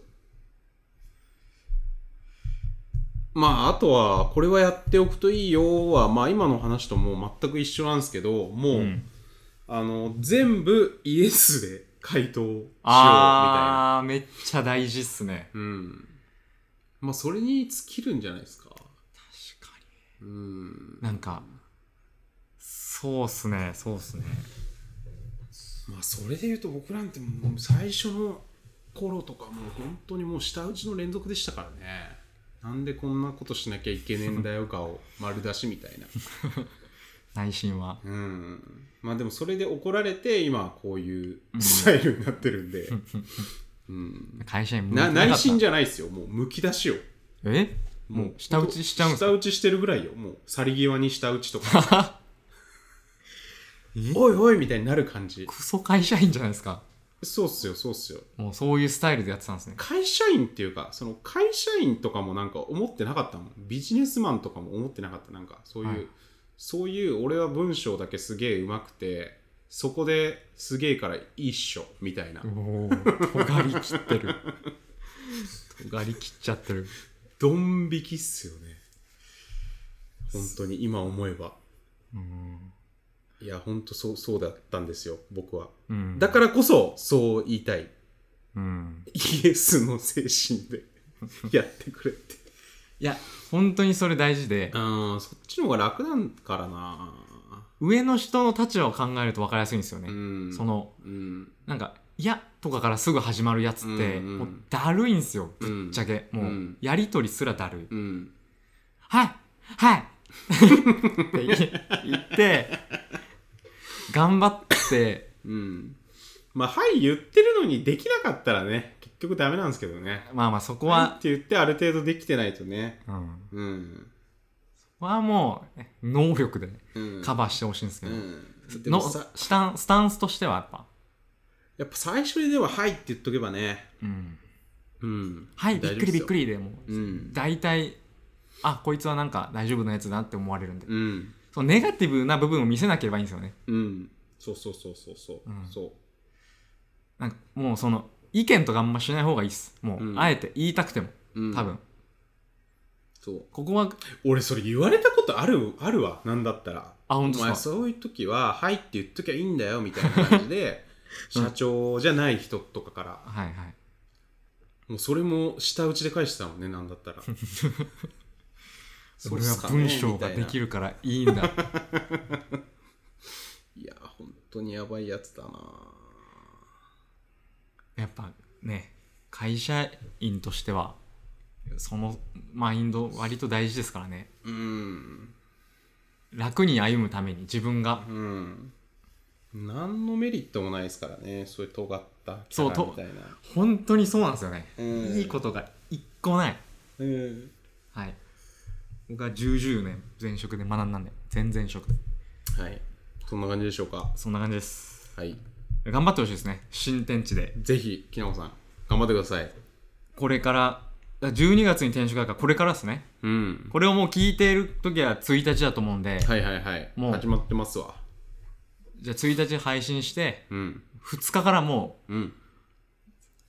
[SPEAKER 2] まあ、あとは、これはやっておくといいよは、まあ今の話ともう全く一緒なんですけど、もう、
[SPEAKER 1] うん
[SPEAKER 2] あの、全部イエスで回答しようみたいな。
[SPEAKER 1] あーめっちゃ大事っすね
[SPEAKER 2] うん。まあそれに尽きるんじゃないですか。
[SPEAKER 1] 確かに
[SPEAKER 2] うん。
[SPEAKER 1] なんかそうっすねそうっすね
[SPEAKER 2] まあそれで言うと僕なんてもう最初の頃とかもう本当にもう下打ちの連続でしたからねなんでこんなことしなきゃいけねえんだよ顔丸出しみたいな
[SPEAKER 1] 内心は
[SPEAKER 2] うんまあでもそれで怒られて今こういうスタイルになってるんで、うん、
[SPEAKER 1] 会社員向いて
[SPEAKER 2] な
[SPEAKER 1] なか
[SPEAKER 2] 内
[SPEAKER 1] っ
[SPEAKER 2] 心
[SPEAKER 1] た
[SPEAKER 2] じゃないですよもうむき出しよ
[SPEAKER 1] えもう下打ちしちゃうんす
[SPEAKER 2] 下
[SPEAKER 1] か
[SPEAKER 2] 打ちしてるぐらいよもう去り際に下打ちとか おいおいみたいになる感じ
[SPEAKER 1] クソ会社員じゃないですか
[SPEAKER 2] そうっすよそうっすよ
[SPEAKER 1] もうそういうスタイルでやってたんですね
[SPEAKER 2] 会社員っていうかその会社員とかもなんか思ってなかったもんビジネスマンとかも思ってなかったなんかそういう、
[SPEAKER 1] はい
[SPEAKER 2] そういう俺は文章だけすげえうまくてそこですげえからいいっしょみたいな、
[SPEAKER 1] おお尖り切ってる 尖り切っちゃってる
[SPEAKER 2] ドン引きっすよね本当に今思えば
[SPEAKER 1] うん、
[SPEAKER 2] いや本当そうそうだったんですよ僕は
[SPEAKER 1] うん、
[SPEAKER 2] だからこそそう言いたい
[SPEAKER 1] うん、
[SPEAKER 2] イエスの精神で やってくれって
[SPEAKER 1] いや本当にそれ大事で
[SPEAKER 2] うんそっちの方が楽なんからな
[SPEAKER 1] 上の人の立場を考えると分かりやすいんですよね、
[SPEAKER 2] うん
[SPEAKER 1] その
[SPEAKER 2] うん
[SPEAKER 1] なんか「いや」とかからすぐ始まるやつって、
[SPEAKER 2] うんうん
[SPEAKER 1] もうだるいんですよぶっちゃけ、
[SPEAKER 2] ん
[SPEAKER 1] もう、
[SPEAKER 2] うん
[SPEAKER 1] やり取りすらだるい、
[SPEAKER 2] うん
[SPEAKER 1] はいはいって言言って頑張って
[SPEAKER 2] うんまあ、はい言ってるのにできなかったらね、結局ダメなんですけどね。
[SPEAKER 1] まあまあそこ
[SPEAKER 2] はい
[SPEAKER 1] は
[SPEAKER 2] っ、て言ってある程度できてないとね。
[SPEAKER 1] うん、
[SPEAKER 2] うん。
[SPEAKER 1] そこはもうね能力で
[SPEAKER 2] うん。
[SPEAKER 1] カバーしてほしいんですけ
[SPEAKER 2] う
[SPEAKER 1] ど、
[SPEAKER 2] ん。でも
[SPEAKER 1] の
[SPEAKER 2] さ、
[SPEAKER 1] スタンスタンスとしてはやっぱ、
[SPEAKER 2] やっぱ最初にでははいって言っとけばね。
[SPEAKER 1] うん、
[SPEAKER 2] うん。
[SPEAKER 1] はいびっくりびっく
[SPEAKER 2] り。
[SPEAKER 1] りでもう、
[SPEAKER 2] うん。
[SPEAKER 1] 大体あこいつはなんか大丈夫なやつだなって思われるんで、
[SPEAKER 2] うん。
[SPEAKER 1] そのネガティブな部分を見せなければいいんですよね
[SPEAKER 2] うん。そうそうそうそうそう。
[SPEAKER 1] うん
[SPEAKER 2] そ
[SPEAKER 1] なんかもうその意見とかあんましない方がいいっすもう、
[SPEAKER 2] うん
[SPEAKER 1] あえて言いたくても
[SPEAKER 2] う。うん
[SPEAKER 1] 多分、。
[SPEAKER 2] そう。
[SPEAKER 1] ここは
[SPEAKER 2] 俺それ言われたことある、あるわ。なんだったら。
[SPEAKER 1] あ本当
[SPEAKER 2] お
[SPEAKER 1] で
[SPEAKER 2] 前
[SPEAKER 1] すか
[SPEAKER 2] そういう時は「はい」って言っときゃいいんだよみたいな感じ で社長じゃない人とかから
[SPEAKER 1] はいはい
[SPEAKER 2] もうそれも下打ちで返してたもんねなん だったら
[SPEAKER 1] 俺は文章ができ
[SPEAKER 2] る
[SPEAKER 1] るからいいんだ
[SPEAKER 2] いや本当にやばいやつだな
[SPEAKER 1] やっぱね会社員としてはそのマインド割と大事ですからね
[SPEAKER 2] うん
[SPEAKER 1] 楽に歩むために自分が
[SPEAKER 2] うん何のメリットもないですからねそういう尖ったキ
[SPEAKER 1] そ
[SPEAKER 2] ャ
[SPEAKER 1] う
[SPEAKER 2] ラ
[SPEAKER 1] と
[SPEAKER 2] みたいな
[SPEAKER 1] 本当にそうなんですよね、
[SPEAKER 2] うん
[SPEAKER 1] いいことが一個ない
[SPEAKER 2] うん
[SPEAKER 1] はい僕は10年前職で学んだんで前々職で
[SPEAKER 2] はいそんな感じでしょうか
[SPEAKER 1] そんな感じです
[SPEAKER 2] はい
[SPEAKER 1] 頑張ってほしいですね新天地で
[SPEAKER 2] ぜひきなこさん頑張ってください
[SPEAKER 1] これから12月に転職だからこれからですね
[SPEAKER 2] うん
[SPEAKER 1] これをもう聞いている時は1日だと思うんで、
[SPEAKER 2] はいはいはい
[SPEAKER 1] もう
[SPEAKER 2] 始まってますわ
[SPEAKER 1] じゃあ1日配信して
[SPEAKER 2] うん
[SPEAKER 1] 2日からも
[SPEAKER 2] うん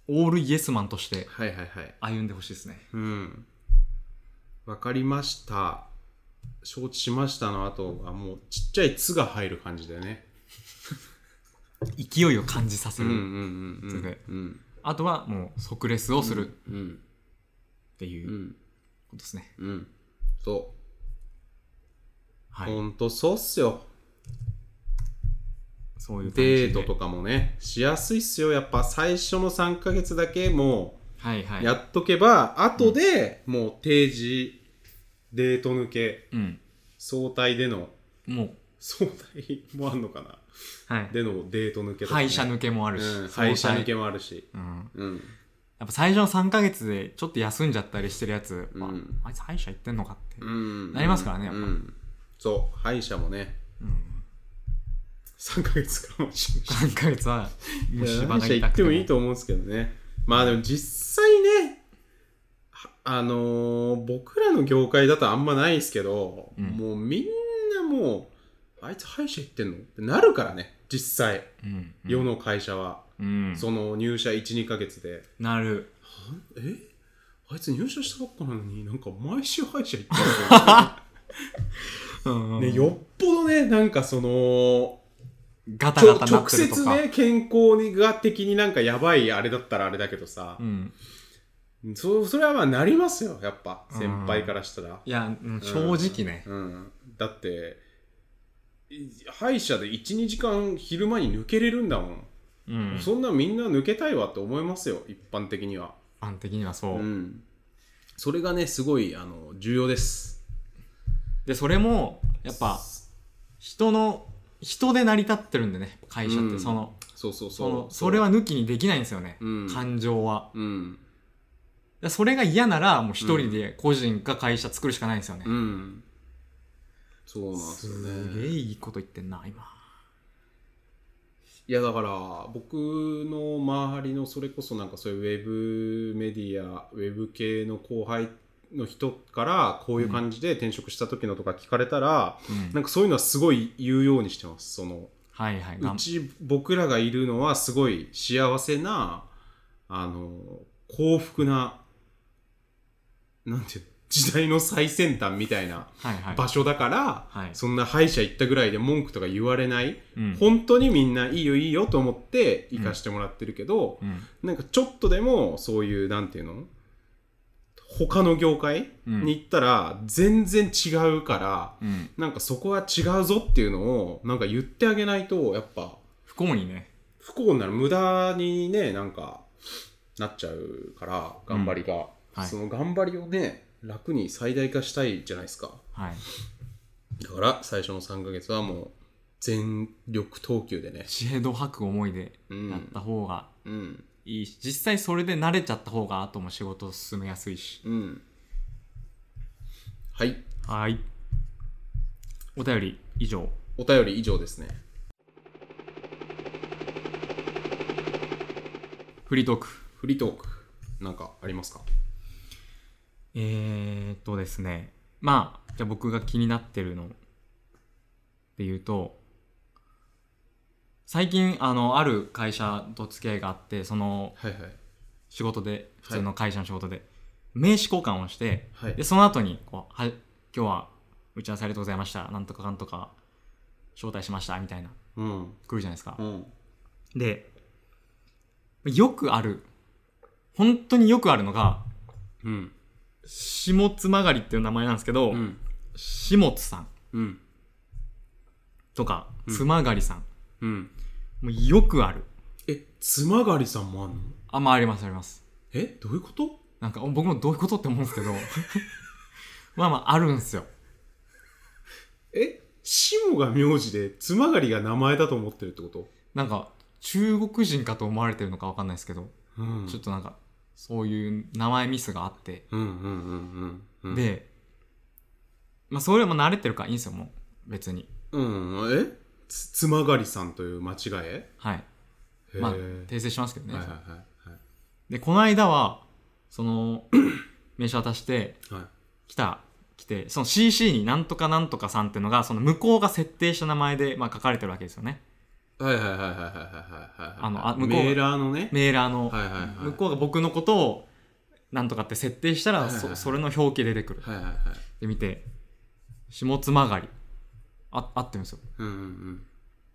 [SPEAKER 1] うオールイエスマンとして
[SPEAKER 2] はいはいはい
[SPEAKER 1] 歩んでほしいですね
[SPEAKER 2] うんわかりました承知しましたの後はもうちっちゃい「つ」が入る感じだよね
[SPEAKER 1] 勢いを感じさせ
[SPEAKER 2] うん
[SPEAKER 1] る、
[SPEAKER 2] うんうんう
[SPEAKER 1] そ
[SPEAKER 2] ん
[SPEAKER 1] れで
[SPEAKER 2] うん
[SPEAKER 1] あとはもう即レスをするっ
[SPEAKER 2] うん
[SPEAKER 1] ていううんことですね、
[SPEAKER 2] うんそう
[SPEAKER 1] はい
[SPEAKER 2] ほんとそうっすよ。
[SPEAKER 1] そういう感じで
[SPEAKER 2] デートとかもね、しやすいっすよ。やっぱ最初の3ヶ月だけも
[SPEAKER 1] はいは
[SPEAKER 2] う
[SPEAKER 1] い
[SPEAKER 2] やっとけば、後でもう定時、デート抜け、
[SPEAKER 1] うん
[SPEAKER 2] 相対での、
[SPEAKER 1] もう
[SPEAKER 2] 相対もあんのかな
[SPEAKER 1] はい
[SPEAKER 2] でのデート抜けとか、
[SPEAKER 1] 歯医者抜けもあるし、
[SPEAKER 2] うん、敗者抜け
[SPEAKER 1] も、
[SPEAKER 2] もあるし。
[SPEAKER 1] うん、
[SPEAKER 2] うん。
[SPEAKER 1] やっぱ最初の3ヶ月でちょっと休んじゃったりしてるやつ、
[SPEAKER 2] うん
[SPEAKER 1] ああいつ歯医者行ってんのかって、
[SPEAKER 2] うん。
[SPEAKER 1] なりますからねやっぱ
[SPEAKER 2] うん。そう、歯医者もね、
[SPEAKER 1] うん
[SPEAKER 2] 3ヶ月からもし
[SPEAKER 1] 3ヶ月は虫歯
[SPEAKER 2] 歯医
[SPEAKER 1] が
[SPEAKER 2] 者行
[SPEAKER 1] 痛く
[SPEAKER 2] って
[SPEAKER 1] ても
[SPEAKER 2] もいいと思うんですけどねまあでも実際ねはあのー僕らの業界だとあんまないですけど、
[SPEAKER 1] うん
[SPEAKER 2] もうみんなもうあいつ歯医者行ってんのってなるからね実際
[SPEAKER 1] うんうん
[SPEAKER 2] 世の会社は、
[SPEAKER 1] うん、
[SPEAKER 2] その入社12ヶ月で
[SPEAKER 1] なる
[SPEAKER 2] はえあいつ入社したばっかなのになんか毎週歯医者行っ
[SPEAKER 1] う
[SPEAKER 2] て
[SPEAKER 1] んう
[SPEAKER 2] る、
[SPEAKER 1] ん
[SPEAKER 2] ね、よっぽどねなんかその
[SPEAKER 1] ガタ
[SPEAKER 2] ち
[SPEAKER 1] ガ
[SPEAKER 2] ょ
[SPEAKER 1] タな
[SPEAKER 2] 直
[SPEAKER 1] ってると
[SPEAKER 2] 接
[SPEAKER 1] か、
[SPEAKER 2] ね健康にが的になんかやばいあれだったらあれだけどさ、
[SPEAKER 1] うん、
[SPEAKER 2] そうそれはまあなりますよやっぱ
[SPEAKER 1] うん
[SPEAKER 2] 先輩からしたら
[SPEAKER 1] いや、うん正直ね、
[SPEAKER 2] うん、だってい歯医者で12時間昼間に抜けれるんだもん、
[SPEAKER 1] うん一
[SPEAKER 2] そんなみんな抜けたいわって思いますよ一般的には
[SPEAKER 1] 般的にはそう、
[SPEAKER 2] うんそれがねすごいあの重要です
[SPEAKER 1] でそれもやっぱ人の人で成り立ってるんでね会社っ
[SPEAKER 2] う
[SPEAKER 1] て
[SPEAKER 2] ん
[SPEAKER 1] その、
[SPEAKER 2] そうそう
[SPEAKER 1] そ
[SPEAKER 2] そ
[SPEAKER 1] の
[SPEAKER 2] う
[SPEAKER 1] それは抜きにできないんですよね、
[SPEAKER 2] うん
[SPEAKER 1] 感情は
[SPEAKER 2] うん
[SPEAKER 1] でそれが嫌ならもう一人で個人か会社作るしかないんですよね、
[SPEAKER 2] うんそうなんですよ
[SPEAKER 1] すげえ
[SPEAKER 2] ね
[SPEAKER 1] いいこと言ってんな今
[SPEAKER 2] いやだから僕の周りのそれこそなんかそういうウェブメディアウェブ系の後輩の人からこういう感じで転職した時のとか聞かれたら、
[SPEAKER 1] うん
[SPEAKER 2] なんかそういうのはすごい言うようにしてますその
[SPEAKER 1] はいはいうがん
[SPEAKER 2] ち僕らがいるのはすごい幸せなあの幸福ななんていうの時代の最先端みたいな
[SPEAKER 1] はいはい
[SPEAKER 2] 場所だから、
[SPEAKER 1] はい
[SPEAKER 2] そんな歯医者行ったぐらいで文句とか言われない
[SPEAKER 1] うん
[SPEAKER 2] 本当にみんないいよいいよと思って行かしてもらってるけど、
[SPEAKER 1] うん
[SPEAKER 2] なんかちょっとでもそういうなんていうの他の業界
[SPEAKER 1] うん
[SPEAKER 2] に行ったら全然違うから、
[SPEAKER 1] うん
[SPEAKER 2] なんかそこは違うぞっていうのをなんか言ってあげないとやっぱ
[SPEAKER 1] 不幸にね
[SPEAKER 2] 不幸になる無駄にねなんかなっちゃうから頑張りが、
[SPEAKER 1] はい
[SPEAKER 2] その頑張りをね楽に最大化したいじゃないですか
[SPEAKER 1] はい
[SPEAKER 2] だから最初の3ヶ月はもう全力投球でね
[SPEAKER 1] 血へど吐く思いで
[SPEAKER 2] うん
[SPEAKER 1] やった方が
[SPEAKER 2] うん
[SPEAKER 1] いいし、実際それで慣れちゃった方が後も仕事進めやすいし
[SPEAKER 2] うん。はい。
[SPEAKER 1] はいお便り以上
[SPEAKER 2] お便り以上ですね。
[SPEAKER 1] フリートーク
[SPEAKER 2] フリートーク、なんかありますか
[SPEAKER 1] えー、っとですねまあじゃあ僕が気になってるのっていうと最近あのある会社と付き合いがあってその
[SPEAKER 2] はいはい。
[SPEAKER 1] 仕事で普通の会社の仕事で、名刺交換をして
[SPEAKER 2] はい
[SPEAKER 1] で。その後にこうは今日は打ち合わせありがとうございましたなんとかかんとか招待しましたみたいな
[SPEAKER 2] うん。
[SPEAKER 1] 来るじゃないですか
[SPEAKER 2] う、ん。
[SPEAKER 1] でよくある本当によくあるのが
[SPEAKER 2] うん。
[SPEAKER 1] 下妻狩りっていう名前なんですけど、
[SPEAKER 2] うん。
[SPEAKER 1] 下津さん
[SPEAKER 2] うん。
[SPEAKER 1] とか、
[SPEAKER 2] うん
[SPEAKER 1] つまがりさん。
[SPEAKER 2] うん。
[SPEAKER 1] もうよくある。
[SPEAKER 2] え、つまがりさんもあんの
[SPEAKER 1] あ、まあありますあります。
[SPEAKER 2] え、どういうこと
[SPEAKER 1] なんかお僕もどういうことって思うんですけ ど。まあまああるんですよ。
[SPEAKER 2] え、しもが名字で、つまがりが名前だと思ってるってこと
[SPEAKER 1] なんか中国人かと思われてるのかわかんないですけど、
[SPEAKER 2] うん
[SPEAKER 1] ちょっとなんかそういう名前ミスがあって。
[SPEAKER 2] うんうんうんうんうん。、
[SPEAKER 1] で、まあそれも慣れてるからいいんですよ、もう。別に。
[SPEAKER 2] うん。えつつまがりさんという間違え
[SPEAKER 1] はい。
[SPEAKER 2] へ
[SPEAKER 1] まあ
[SPEAKER 2] ー
[SPEAKER 1] 訂正しますけどね。
[SPEAKER 2] はいはいはいはい。
[SPEAKER 1] で、この間は、その、 名刺渡して、
[SPEAKER 2] はい。
[SPEAKER 1] 来た来てその CC になんとかなんとかさんっていうのがその向こうが設定した名前で、まあ、書かれてるわけですよね
[SPEAKER 2] はいはいはいはいはいはいはい
[SPEAKER 1] あのあ向こうが
[SPEAKER 2] メーラーのね
[SPEAKER 1] メーラーの、
[SPEAKER 2] はいはいはい
[SPEAKER 1] 向こうが僕のことをなんとかって設定したら、
[SPEAKER 2] はいはいはい
[SPEAKER 1] そそれの表記出てくる
[SPEAKER 2] はいはいはい
[SPEAKER 1] で見て下妻狩りあ合ってるんですよ
[SPEAKER 2] うん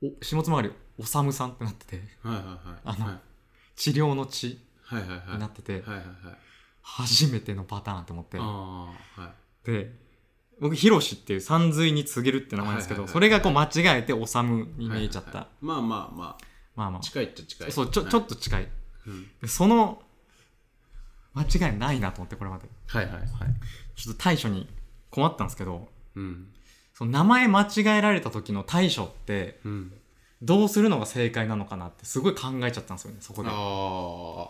[SPEAKER 2] うん
[SPEAKER 1] お下妻狩りおさむさんってなってて
[SPEAKER 2] うんはいはい
[SPEAKER 1] あ
[SPEAKER 2] はい
[SPEAKER 1] の
[SPEAKER 2] はい
[SPEAKER 1] 治療の血
[SPEAKER 2] はいはいはい
[SPEAKER 1] になってて、
[SPEAKER 2] はいはいはい
[SPEAKER 1] 初めてのパターンと思って
[SPEAKER 2] ああはい
[SPEAKER 1] で僕ヒロシっていうさんずいに告げるって名前なんですけど、
[SPEAKER 2] はいはいはい
[SPEAKER 1] それがこう間違えておさむに見えちゃった、
[SPEAKER 2] はいはいはいまあまあま
[SPEAKER 1] まあまあ
[SPEAKER 2] あ近いっちゃ近い
[SPEAKER 1] そうちょ
[SPEAKER 2] はい
[SPEAKER 1] ちょっと近い
[SPEAKER 2] うん
[SPEAKER 1] でその間違いないなと思ってこれまで
[SPEAKER 2] はいはいはい
[SPEAKER 1] ちょっと対処に困ったんですけど
[SPEAKER 2] うん
[SPEAKER 1] その名前間違えられた時の対処って
[SPEAKER 2] うん
[SPEAKER 1] どうするのが正解なのかなってすごい考えちゃったんですよねそこで
[SPEAKER 2] ああはあ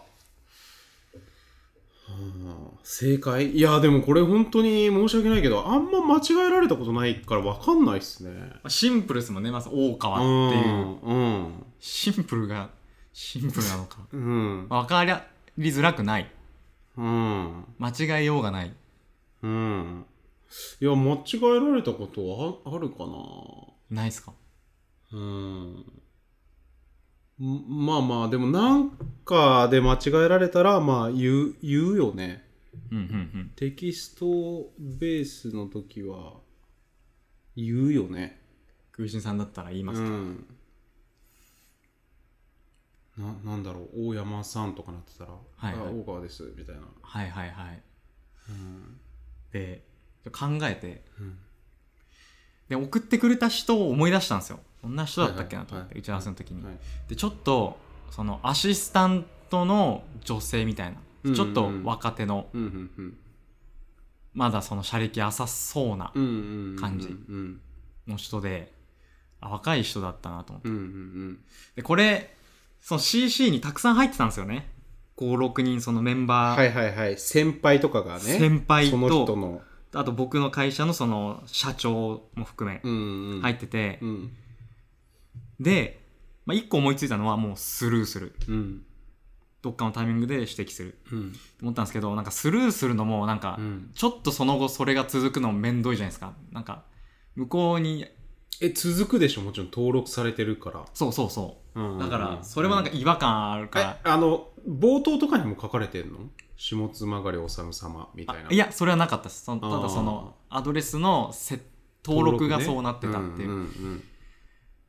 [SPEAKER 2] 正解いやでもこれ本当に申し訳ないけどあんま間違えられたことないから分かんないっすね
[SPEAKER 1] シンプルですもんねまず大
[SPEAKER 2] あ
[SPEAKER 1] 川っていう
[SPEAKER 2] うん
[SPEAKER 1] シンプルがシンプルなのか
[SPEAKER 2] うん
[SPEAKER 1] 分かりづらくない
[SPEAKER 2] うん
[SPEAKER 1] 間違えようがない
[SPEAKER 2] うんいや間違えられたことはああるかな
[SPEAKER 1] ないですか
[SPEAKER 2] うんんまあまあでもなんかで間違えられたらまあ言う言うよね
[SPEAKER 1] うんうんうん
[SPEAKER 2] テキストベースの時は言うよね
[SPEAKER 1] 空心さんだったら言いま
[SPEAKER 2] う
[SPEAKER 1] すか、
[SPEAKER 2] んななんだろう大山さんとかなってたら「
[SPEAKER 1] はいはい
[SPEAKER 2] あ大川です」みたいな
[SPEAKER 1] はいはいはい
[SPEAKER 2] うん、
[SPEAKER 1] で考えて
[SPEAKER 2] うん
[SPEAKER 1] で送ってくれた人を思い出したんですよこんな人だったっけなと思って、
[SPEAKER 2] はいはいはい
[SPEAKER 1] 打ち合わせの時に、
[SPEAKER 2] はい
[SPEAKER 1] でちょっとそのアシスタントの女性みたい
[SPEAKER 2] うん
[SPEAKER 1] なちょっと若手の
[SPEAKER 2] うんうんうん
[SPEAKER 1] まだその車歴浅そうな
[SPEAKER 2] うんうんうん
[SPEAKER 1] 感じ
[SPEAKER 2] うん
[SPEAKER 1] の人であ若い人だったなと思って
[SPEAKER 2] うんうん
[SPEAKER 1] でこれその CC にたくさん入ってたんですよね56人そのメンバ
[SPEAKER 2] は
[SPEAKER 1] ー
[SPEAKER 2] いはいはい先輩とかがね
[SPEAKER 1] 先輩
[SPEAKER 2] その人
[SPEAKER 1] と
[SPEAKER 2] の
[SPEAKER 1] あと僕の会社のその社長も含め
[SPEAKER 2] うんうん
[SPEAKER 1] 入ってて
[SPEAKER 2] うん
[SPEAKER 1] で、まあ、1個思いついたのはもうスルーする
[SPEAKER 2] うん
[SPEAKER 1] どっかのタイミングで指摘すると
[SPEAKER 2] うん
[SPEAKER 1] 思ったんですけどなんかスルーするのもなんか
[SPEAKER 2] うん
[SPEAKER 1] ちょっとその後それが続くのも面倒いじゃないですかなんか向こうに
[SPEAKER 2] え続くでしょもちろん登録されてるから
[SPEAKER 1] そうそうそ
[SPEAKER 2] うんうんう
[SPEAKER 1] うんだからそれはなんか違和感あるから
[SPEAKER 2] え、あの冒頭とかにも書かれてんの下妻狩り治様みたいな
[SPEAKER 1] あいやそれはなかったですそのただそのアドレスのせ登録が
[SPEAKER 2] ね
[SPEAKER 1] そうなってたっていう、
[SPEAKER 2] んん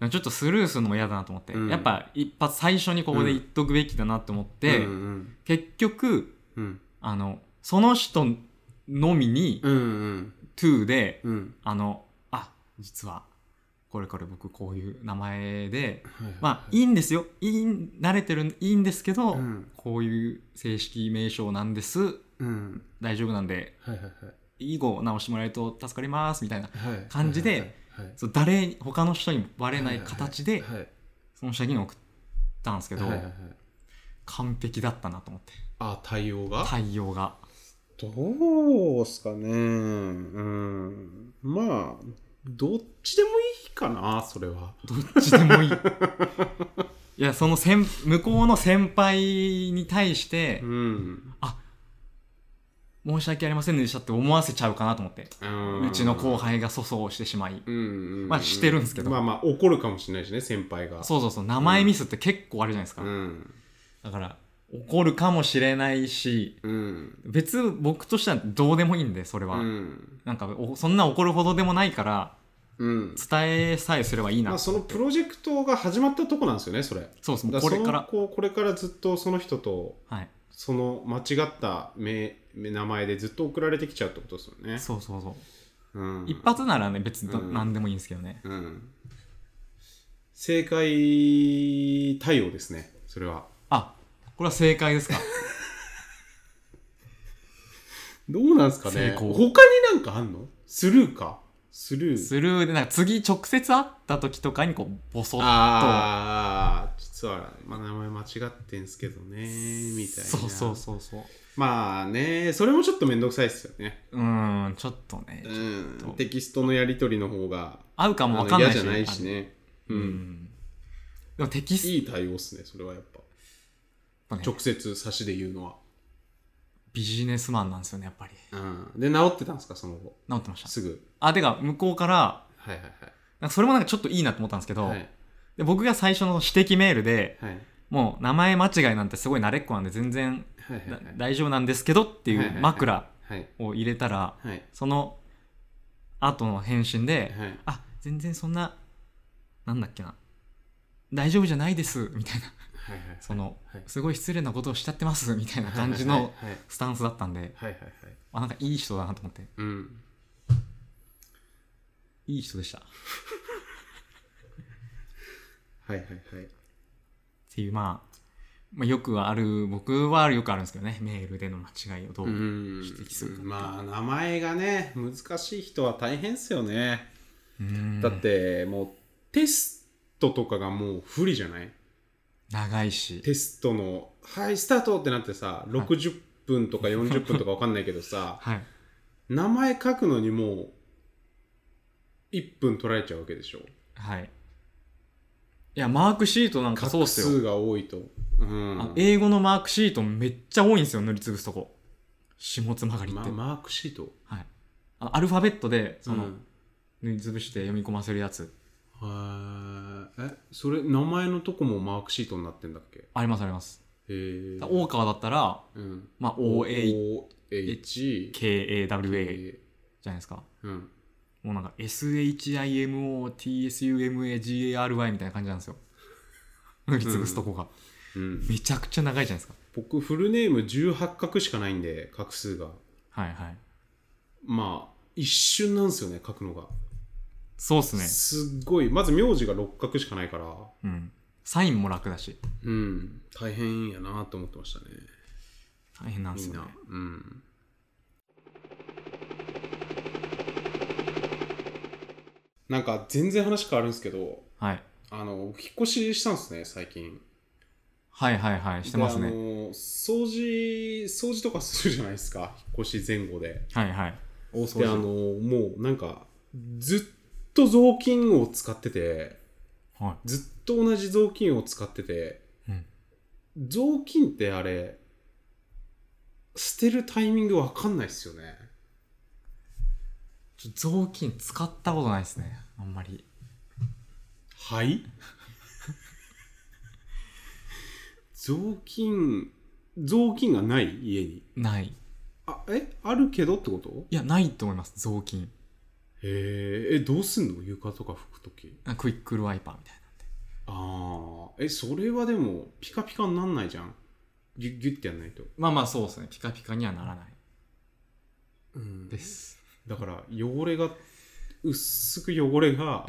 [SPEAKER 1] ちょっとスルーするのも嫌だなと思って、
[SPEAKER 2] うん
[SPEAKER 1] やっぱ一発最初にここで言っとくべきだなと思っ
[SPEAKER 2] うん
[SPEAKER 1] て、
[SPEAKER 2] うん
[SPEAKER 1] 結局
[SPEAKER 2] うん
[SPEAKER 1] あのその人のみに
[SPEAKER 2] うんうん
[SPEAKER 1] 2で
[SPEAKER 2] うんうん
[SPEAKER 1] あのあ実はこれこれ僕こういう名前で
[SPEAKER 2] はいはい
[SPEAKER 1] まあいいんですよいい慣れてるんいいんですけど、
[SPEAKER 2] うん
[SPEAKER 1] こういう正式名称なんです
[SPEAKER 2] うん
[SPEAKER 1] 大丈夫なんで
[SPEAKER 2] はいはい
[SPEAKER 1] 以後直してもらえると助かりますみたいな
[SPEAKER 2] はいはい
[SPEAKER 1] 感じで
[SPEAKER 2] はいはい
[SPEAKER 1] そう誰他の人にもバレない形で
[SPEAKER 2] はいはい
[SPEAKER 1] その下着に送ったんですけど、
[SPEAKER 2] はいはいはい
[SPEAKER 1] 完璧だったなと思って
[SPEAKER 2] あ対応が
[SPEAKER 1] 対応が
[SPEAKER 2] どうすかねうんまあどっちでもいいかなそれは
[SPEAKER 1] どっちでもい いいやその先向こうの先輩に対して
[SPEAKER 2] うん
[SPEAKER 1] 申し訳ありませんでしたって思わせちゃうかなと思って
[SPEAKER 2] うん
[SPEAKER 1] うちの後輩が粗相してしまい
[SPEAKER 2] うんうんうん
[SPEAKER 1] まあしてるんですけど
[SPEAKER 2] まあまあ怒るかもしれないしね先輩が
[SPEAKER 1] そうそうそう名前ミスって結構あるじゃないですか、
[SPEAKER 2] うん
[SPEAKER 1] だから怒るかもしれないし
[SPEAKER 2] うん
[SPEAKER 1] 別僕としてはどうでもいいんでそれ
[SPEAKER 2] う
[SPEAKER 1] は、
[SPEAKER 2] ん
[SPEAKER 1] なんかおそんな怒るほどでもないから
[SPEAKER 2] うん
[SPEAKER 1] 伝えさえすればいいな、
[SPEAKER 2] まあ、そのプロジェクトが始まったとこなんですよねそれだ
[SPEAKER 1] そうそうもう
[SPEAKER 2] ら
[SPEAKER 1] これか
[SPEAKER 2] その
[SPEAKER 1] ら
[SPEAKER 2] こうこれからずっとその人と
[SPEAKER 1] はい
[SPEAKER 2] その間違った名名前でずっと送られてきちゃうってことですよね
[SPEAKER 1] そうそうそう、
[SPEAKER 2] うん、
[SPEAKER 1] 一発ならね別にど
[SPEAKER 2] うん
[SPEAKER 1] 何でもいいんですけどね、
[SPEAKER 2] うん正解対応ですねそれは
[SPEAKER 1] あこれは正解 ですか
[SPEAKER 2] どうなんですか
[SPEAKER 1] 成
[SPEAKER 2] ね他
[SPEAKER 1] 功
[SPEAKER 2] になんかあんのスルーかスルー
[SPEAKER 1] スルーでなんか次直接会った時とかにこうボソッと
[SPEAKER 2] ああ実は、まあ、名前間違ってんすけどねみたいな
[SPEAKER 1] そうそうそうそう
[SPEAKER 2] まあねそれもちょっとめんどくさいですよね
[SPEAKER 1] うーんちょっとね、
[SPEAKER 2] うん
[SPEAKER 1] ちょっと
[SPEAKER 2] テキストのやり取りの方が
[SPEAKER 1] 合うか
[SPEAKER 2] あ
[SPEAKER 1] も
[SPEAKER 2] の
[SPEAKER 1] 分かんないし
[SPEAKER 2] 嫌じゃないしね、
[SPEAKER 1] あ
[SPEAKER 2] う
[SPEAKER 1] のうん
[SPEAKER 2] ん、
[SPEAKER 1] でもテキス
[SPEAKER 2] いい対応っすねそれはやっぱ
[SPEAKER 1] ト、ね、
[SPEAKER 2] 直接差しで言うのは、
[SPEAKER 1] ビジネスマンなんですよねやっぱり
[SPEAKER 2] うん、で治ってたんですかその後
[SPEAKER 1] 治ってました
[SPEAKER 2] すぐ
[SPEAKER 1] あてか向こうから
[SPEAKER 2] はいはい
[SPEAKER 1] なんかそれもなんかちょっといいなと思ったんですけど、
[SPEAKER 2] はいはい
[SPEAKER 1] で僕が最初の指摘メールで
[SPEAKER 2] はい
[SPEAKER 1] もう名前間違いなんてすごい慣れっこなんで全然
[SPEAKER 2] はいはい
[SPEAKER 1] だ
[SPEAKER 2] はい
[SPEAKER 1] 大丈夫なんですけどってい
[SPEAKER 2] はいはいうはい
[SPEAKER 1] 枕
[SPEAKER 2] はい
[SPEAKER 1] を入れたら
[SPEAKER 2] はい
[SPEAKER 1] その後の返信で
[SPEAKER 2] はい
[SPEAKER 1] 「あ全然そんななんだっけな大丈夫じゃないです」みたいな
[SPEAKER 2] はいはい
[SPEAKER 1] その
[SPEAKER 2] はい
[SPEAKER 1] すごい失礼なことをしちゃってますみたいな感じの
[SPEAKER 2] はい
[SPEAKER 1] スタンスだったんで
[SPEAKER 2] はいはいはいはい
[SPEAKER 1] あなんかいい人だなと思って
[SPEAKER 2] うん
[SPEAKER 1] いい人でしたっ
[SPEAKER 2] はいはいはい
[SPEAKER 1] ていうまあまあよくある僕はよくあるんですけどねメールでの間違いをどう
[SPEAKER 2] うん
[SPEAKER 1] 指摘するか
[SPEAKER 2] まあ名前がね難しい人は大変っすよね
[SPEAKER 1] うん
[SPEAKER 2] だってもうテストとかがもう不利じゃない
[SPEAKER 1] 長いし
[SPEAKER 2] テストの「はいスタート!」ってなってさ60分とか40分とかわかんないけ どさ
[SPEAKER 1] はい
[SPEAKER 2] 名前書くのにもう1分取られちゃうわけでしょ
[SPEAKER 1] はいいやマークシートなんかそうっすよ
[SPEAKER 2] 画数が多いとうん
[SPEAKER 1] あ英語のマークシートめっちゃ多いんですよ塗りつぶすとこ下つまがりって、
[SPEAKER 2] まマークシート
[SPEAKER 1] はい、あのアルファベットでその、
[SPEAKER 2] うん
[SPEAKER 1] 塗りつぶして読み込ませるやつ
[SPEAKER 2] へーえそれ名前のとこもマークシートになってんだっけへ
[SPEAKER 1] ありますあります
[SPEAKER 2] え
[SPEAKER 1] だから大川だったら、
[SPEAKER 2] うん
[SPEAKER 1] まあ、OAKAWA
[SPEAKER 2] OH
[SPEAKER 1] じ
[SPEAKER 2] K
[SPEAKER 1] ゃないですか
[SPEAKER 2] うん
[SPEAKER 1] もうなんか SHIMOTSUMAGARY みたいな感じなんですよ塗りつぶすとこが、
[SPEAKER 2] うん
[SPEAKER 1] めちゃくちゃ長いじゃないですか
[SPEAKER 2] 僕フルネーム18画しかないんで画数が
[SPEAKER 1] はいはい
[SPEAKER 2] まあ一瞬なんですよね書くのが
[SPEAKER 1] そうっすね
[SPEAKER 2] すっごいまず名字が6画しかないから
[SPEAKER 1] うんサインも楽だし
[SPEAKER 2] うん大変やなと思ってましたね
[SPEAKER 1] 大変なんで
[SPEAKER 2] み
[SPEAKER 1] す
[SPEAKER 2] ん
[SPEAKER 1] よ
[SPEAKER 2] な
[SPEAKER 1] ね
[SPEAKER 2] うんなんか全然話変わるんですけど
[SPEAKER 1] はい
[SPEAKER 2] あの引っ越ししたんですね最近
[SPEAKER 1] はいはいはいしてます
[SPEAKER 2] で
[SPEAKER 1] ね
[SPEAKER 2] あの掃除掃除とかするじゃないですか引っ越し前後で
[SPEAKER 1] はいはい大掃
[SPEAKER 2] であの
[SPEAKER 1] 除
[SPEAKER 2] もうなんかずっと雑巾を使ってて
[SPEAKER 1] はい
[SPEAKER 2] ずっと同じ雑巾を使ってて、
[SPEAKER 1] うん
[SPEAKER 2] 雑巾ってあれ捨てるタイミングわかんないっすよね
[SPEAKER 1] ちょ雑巾使ったことないですねあんまり
[SPEAKER 2] はい雑巾雑巾がない家に
[SPEAKER 1] ない
[SPEAKER 2] あえあるけどってこと
[SPEAKER 1] いやないと思います雑巾
[SPEAKER 2] へーえどうすんの床とか拭くとき
[SPEAKER 1] あクイックルワイパーみたいなんで
[SPEAKER 2] ああえそれはでもピカピカになんないじゃんギュッギュッてやんないと
[SPEAKER 1] まあまあそうですねピカピカにはならない
[SPEAKER 2] うん
[SPEAKER 1] です
[SPEAKER 2] だから汚れが薄く汚れ が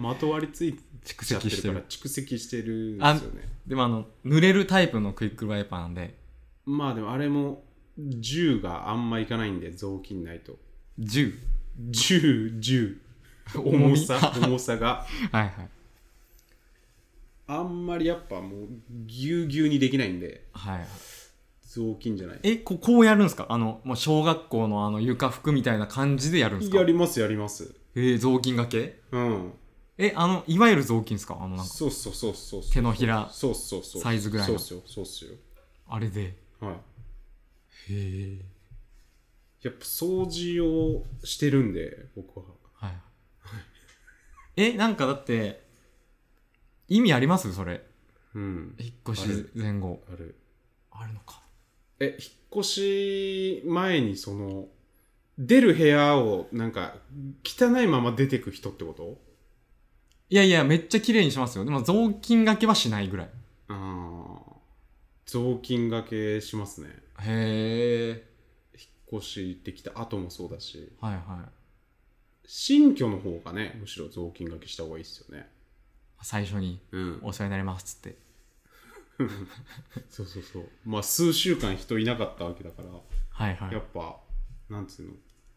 [SPEAKER 2] まとわりつい
[SPEAKER 1] 蓄
[SPEAKER 2] ちゃっ
[SPEAKER 1] 積
[SPEAKER 2] てる
[SPEAKER 1] し
[SPEAKER 2] か
[SPEAKER 1] て
[SPEAKER 2] ら
[SPEAKER 1] る
[SPEAKER 2] 蓄積してるんですよね
[SPEAKER 1] でもあの濡れるタイプのクイックルワイパーなんで
[SPEAKER 2] まあでもあれも10があんまいかないんで雑巾ないと
[SPEAKER 1] 10
[SPEAKER 2] 1010重
[SPEAKER 1] 重
[SPEAKER 2] さ
[SPEAKER 1] さ
[SPEAKER 2] 重さが
[SPEAKER 1] はいはい
[SPEAKER 2] あんまりやっぱもうぎゅうぎゅうにできないんで
[SPEAKER 1] はい
[SPEAKER 2] 雑巾じゃない
[SPEAKER 1] えここうやるんですかあのもう小学校のあの床服みたいな感じでやるんですか
[SPEAKER 2] やりますやります
[SPEAKER 1] えー、雑巾がけ
[SPEAKER 2] うん
[SPEAKER 1] えあのいわゆる雑巾ですかあのなんか
[SPEAKER 2] そうそうそうそうそう
[SPEAKER 1] 手のひら
[SPEAKER 2] そうそうそう
[SPEAKER 1] サイズぐらい
[SPEAKER 2] そう
[SPEAKER 1] の
[SPEAKER 2] っすよそうっすよ
[SPEAKER 1] あれでへ
[SPEAKER 2] はい
[SPEAKER 1] え
[SPEAKER 2] やっぱ掃除をしてるんで僕は
[SPEAKER 1] はいえなんかだって意味ありますそれ
[SPEAKER 2] うん
[SPEAKER 1] 引っ越し前後
[SPEAKER 2] ある
[SPEAKER 1] あるのか
[SPEAKER 2] え引っ越し前にその出る部屋をなんか汚いまま出てく人ってこと
[SPEAKER 1] いやいやめっちゃ綺麗にしますよでも雑巾がけはしないぐらい
[SPEAKER 2] ああ雑巾がけしますね
[SPEAKER 1] へえ
[SPEAKER 2] 引っ越しできた後もそうだし
[SPEAKER 1] はいはい
[SPEAKER 2] 新居の方がねむしろ雑巾がけした方がいいっすよね
[SPEAKER 1] 最初に
[SPEAKER 2] うん
[SPEAKER 1] お世話になりますっつって
[SPEAKER 2] そうそうそうまあ数週間人いなかったわけだから
[SPEAKER 1] はいはい
[SPEAKER 2] やっぱ、なんつうの、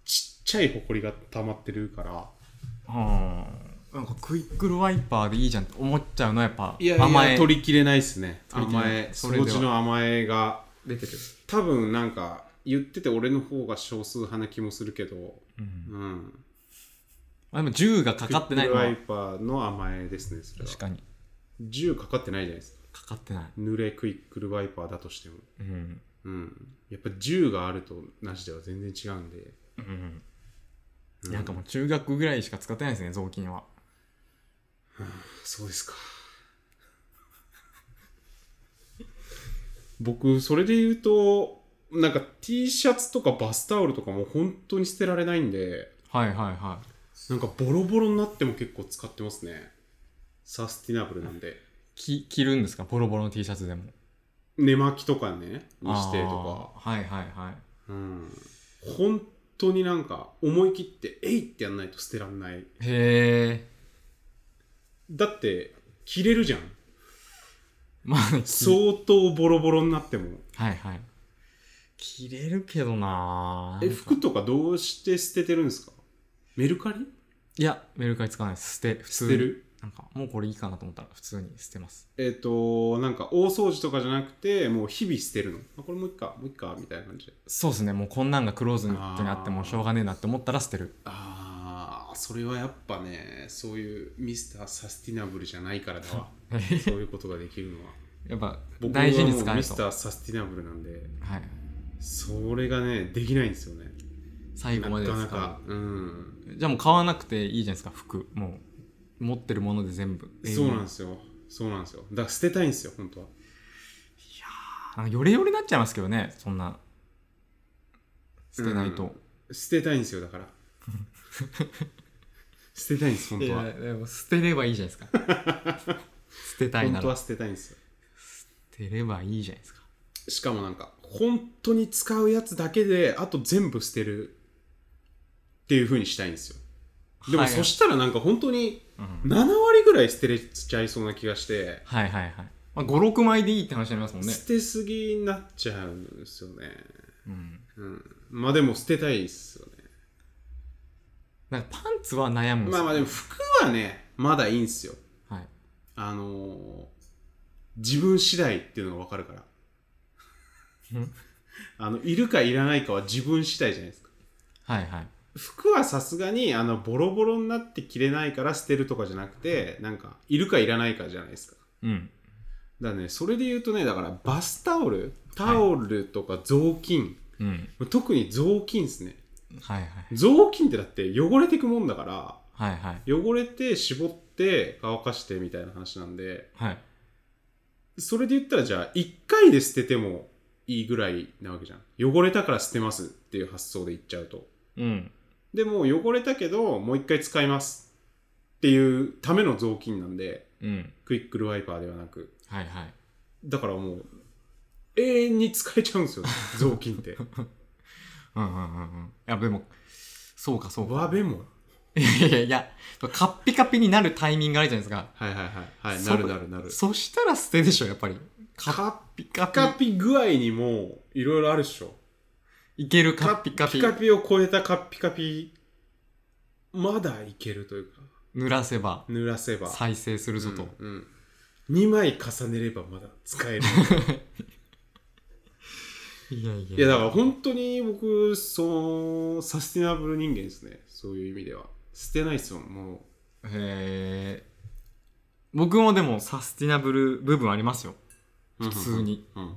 [SPEAKER 2] ちっちゃい埃が溜まってるから、
[SPEAKER 1] うんなんかクイックルワイパーでいいじゃんって思っちゃうのはやっぱ
[SPEAKER 2] 甘
[SPEAKER 1] 甘
[SPEAKER 2] え
[SPEAKER 1] え
[SPEAKER 2] 取りきれないですね。
[SPEAKER 1] 取りきれ
[SPEAKER 2] 甘
[SPEAKER 1] ない
[SPEAKER 2] え、
[SPEAKER 1] それで
[SPEAKER 2] 掃
[SPEAKER 1] は
[SPEAKER 2] 除の甘えが、
[SPEAKER 1] 出てる、
[SPEAKER 2] 多分なんか、言ってて俺の方が少数派な気もするけど、
[SPEAKER 1] うん
[SPEAKER 2] うん。
[SPEAKER 1] まあ、でも銃がかかってない
[SPEAKER 2] クイ
[SPEAKER 1] の
[SPEAKER 2] ックルワ
[SPEAKER 1] は
[SPEAKER 2] イパーの甘えですね、それは
[SPEAKER 1] 確。かに
[SPEAKER 2] 銃かかってないじゃないですか。
[SPEAKER 1] かかってない、
[SPEAKER 2] 濡れクイックルワイパーだとしても。
[SPEAKER 1] うん
[SPEAKER 2] うん。やっぱ銃があるとなしでは全然違うんで。
[SPEAKER 1] うん
[SPEAKER 2] うん
[SPEAKER 1] なんかもう中学ぐらいしか使ってないですね雑巾は
[SPEAKER 2] そうですか。 僕それで言うとなんか T シャツとかバスタオルとかも本当に捨てられないんで
[SPEAKER 1] はいはいは
[SPEAKER 2] なんかボロボロになっても結構使ってますねサスティナブルなんで
[SPEAKER 1] いき着るんですかボロボロの T シャツでも
[SPEAKER 2] 寝巻きとかねにしてと
[SPEAKER 1] あーはいはいはい
[SPEAKER 2] かうん本当になんか思い切って「えい!」ってやんないと捨てらんない
[SPEAKER 1] へえ
[SPEAKER 2] だって着れるじゃん
[SPEAKER 1] まあねき
[SPEAKER 2] 相当ボロボロになっても
[SPEAKER 1] はいはい着れるけどな
[SPEAKER 2] え
[SPEAKER 1] ぁ
[SPEAKER 2] 服とかどうして捨ててるんですかメルカリ
[SPEAKER 1] いやメルカリ使わないです捨て普通
[SPEAKER 2] 捨
[SPEAKER 1] に
[SPEAKER 2] てる
[SPEAKER 1] なんかもうこれいいかなと思ったら普通に捨てます
[SPEAKER 2] えっ、となんか大掃除とかじゃなくてもう日々捨てるのあこれもういっかもういっかみたいな感じで
[SPEAKER 1] そうですねもうこんなんがクローズにあってもしょうがねえなって思ったら捨てる
[SPEAKER 2] ああそれはやっぱねそういうミスターサスティナブルじゃないからだ わそういうことができるのは
[SPEAKER 1] やっぱ
[SPEAKER 2] 僕は
[SPEAKER 1] 大事に使
[SPEAKER 2] もう
[SPEAKER 1] え
[SPEAKER 2] ミス
[SPEAKER 1] と、
[SPEAKER 2] ターサスティナブルなんで
[SPEAKER 1] はい、
[SPEAKER 2] それがねできないんですよね
[SPEAKER 1] 最後ま
[SPEAKER 2] な
[SPEAKER 1] で
[SPEAKER 2] か
[SPEAKER 1] 使う
[SPEAKER 2] なかうん
[SPEAKER 1] じゃあもう買わなくていいじゃないですか服もう持ってるもので全部
[SPEAKER 2] そうなんですすよそうなんですよだから捨てたいんですよ本当は
[SPEAKER 1] なんかヨレヨレになっちゃいますけどねそんな捨てないと、
[SPEAKER 2] 捨てたいんですよだ から捨てたいんです本当は
[SPEAKER 1] 捨てればいいじゃないですか 捨てたい
[SPEAKER 2] 本
[SPEAKER 1] な
[SPEAKER 2] 当は
[SPEAKER 1] ら捨
[SPEAKER 2] 捨てたいんですよ
[SPEAKER 1] てればいいじゃないですか
[SPEAKER 2] しかもなんか本当に使うやつだけであと全部捨てるっていう風にしたいんですよでも
[SPEAKER 1] はい
[SPEAKER 2] そしたらなんか本当に
[SPEAKER 1] うん
[SPEAKER 2] 7割ぐらい捨てれちゃいそうな気がして、
[SPEAKER 1] はいはいはい、まあ、56枚でいいって話になりますもんね
[SPEAKER 2] 捨てすぎになっちゃうんですよね
[SPEAKER 1] うん
[SPEAKER 2] うんまあでも捨てたいですよね
[SPEAKER 1] なんかパンツは悩むんです
[SPEAKER 2] まあ
[SPEAKER 1] よ
[SPEAKER 2] まあでも服はねまだいいんですよ
[SPEAKER 1] はい、
[SPEAKER 2] あのー自分次第っていうのが分かるから
[SPEAKER 1] うん
[SPEAKER 2] あのいるかいらないかは自分次第じゃないですか
[SPEAKER 1] はいはい
[SPEAKER 2] 服はさすがにあのボロボロになって着れないから捨てるとかじゃなくてなんかいるかいらないかじゃないですか
[SPEAKER 1] うん
[SPEAKER 2] だからねそれで言うとねだからバスタオルタオルとか雑巾、
[SPEAKER 1] うん
[SPEAKER 2] 特に雑巾ですね
[SPEAKER 1] はいはい
[SPEAKER 2] 雑巾ってだって汚れてくもんだか
[SPEAKER 1] はいはい
[SPEAKER 2] ら汚れて絞って乾かしてみたいな話なんで
[SPEAKER 1] はい
[SPEAKER 2] それで言ったらじゃあ1回で捨ててもいいぐらいなわけじゃん汚れたから捨てますっていう発想でいっちゃうと
[SPEAKER 1] うん
[SPEAKER 2] でもう汚れたけどもう一回使いますっていうための雑巾なんで
[SPEAKER 1] うん
[SPEAKER 2] クイックルワイパーではなく
[SPEAKER 1] はいはい
[SPEAKER 2] だからもう永遠に使えちゃうんですよ 雑巾って
[SPEAKER 1] うんうんうんうんいやでもそうかそうか
[SPEAKER 2] わべも
[SPEAKER 1] いやいやいやカッピカピになるタイミングあるじゃないですか
[SPEAKER 2] はいはいはいはい
[SPEAKER 1] そ
[SPEAKER 2] な
[SPEAKER 1] う
[SPEAKER 2] るなるなる
[SPEAKER 1] そしたら捨てでしょやっぱりカッ
[SPEAKER 2] カ
[SPEAKER 1] ピカピ
[SPEAKER 2] ピカピ具合にもいろいろあるっしょ
[SPEAKER 1] いけるカッピカピ
[SPEAKER 2] カピを超えたカッピカピまだいけるというか
[SPEAKER 1] 濡らせば
[SPEAKER 2] 濡らせば
[SPEAKER 1] 再生するぞと、
[SPEAKER 2] うんうん2枚重ねればまだ使える
[SPEAKER 1] いやいや
[SPEAKER 2] いやだから本当に僕そのサスティナブル人間ですねそういう意味では捨てないっすもんもう
[SPEAKER 1] へえ僕もでもサスティナブル部分ありますよ
[SPEAKER 2] 普
[SPEAKER 1] 通に、
[SPEAKER 2] うんうん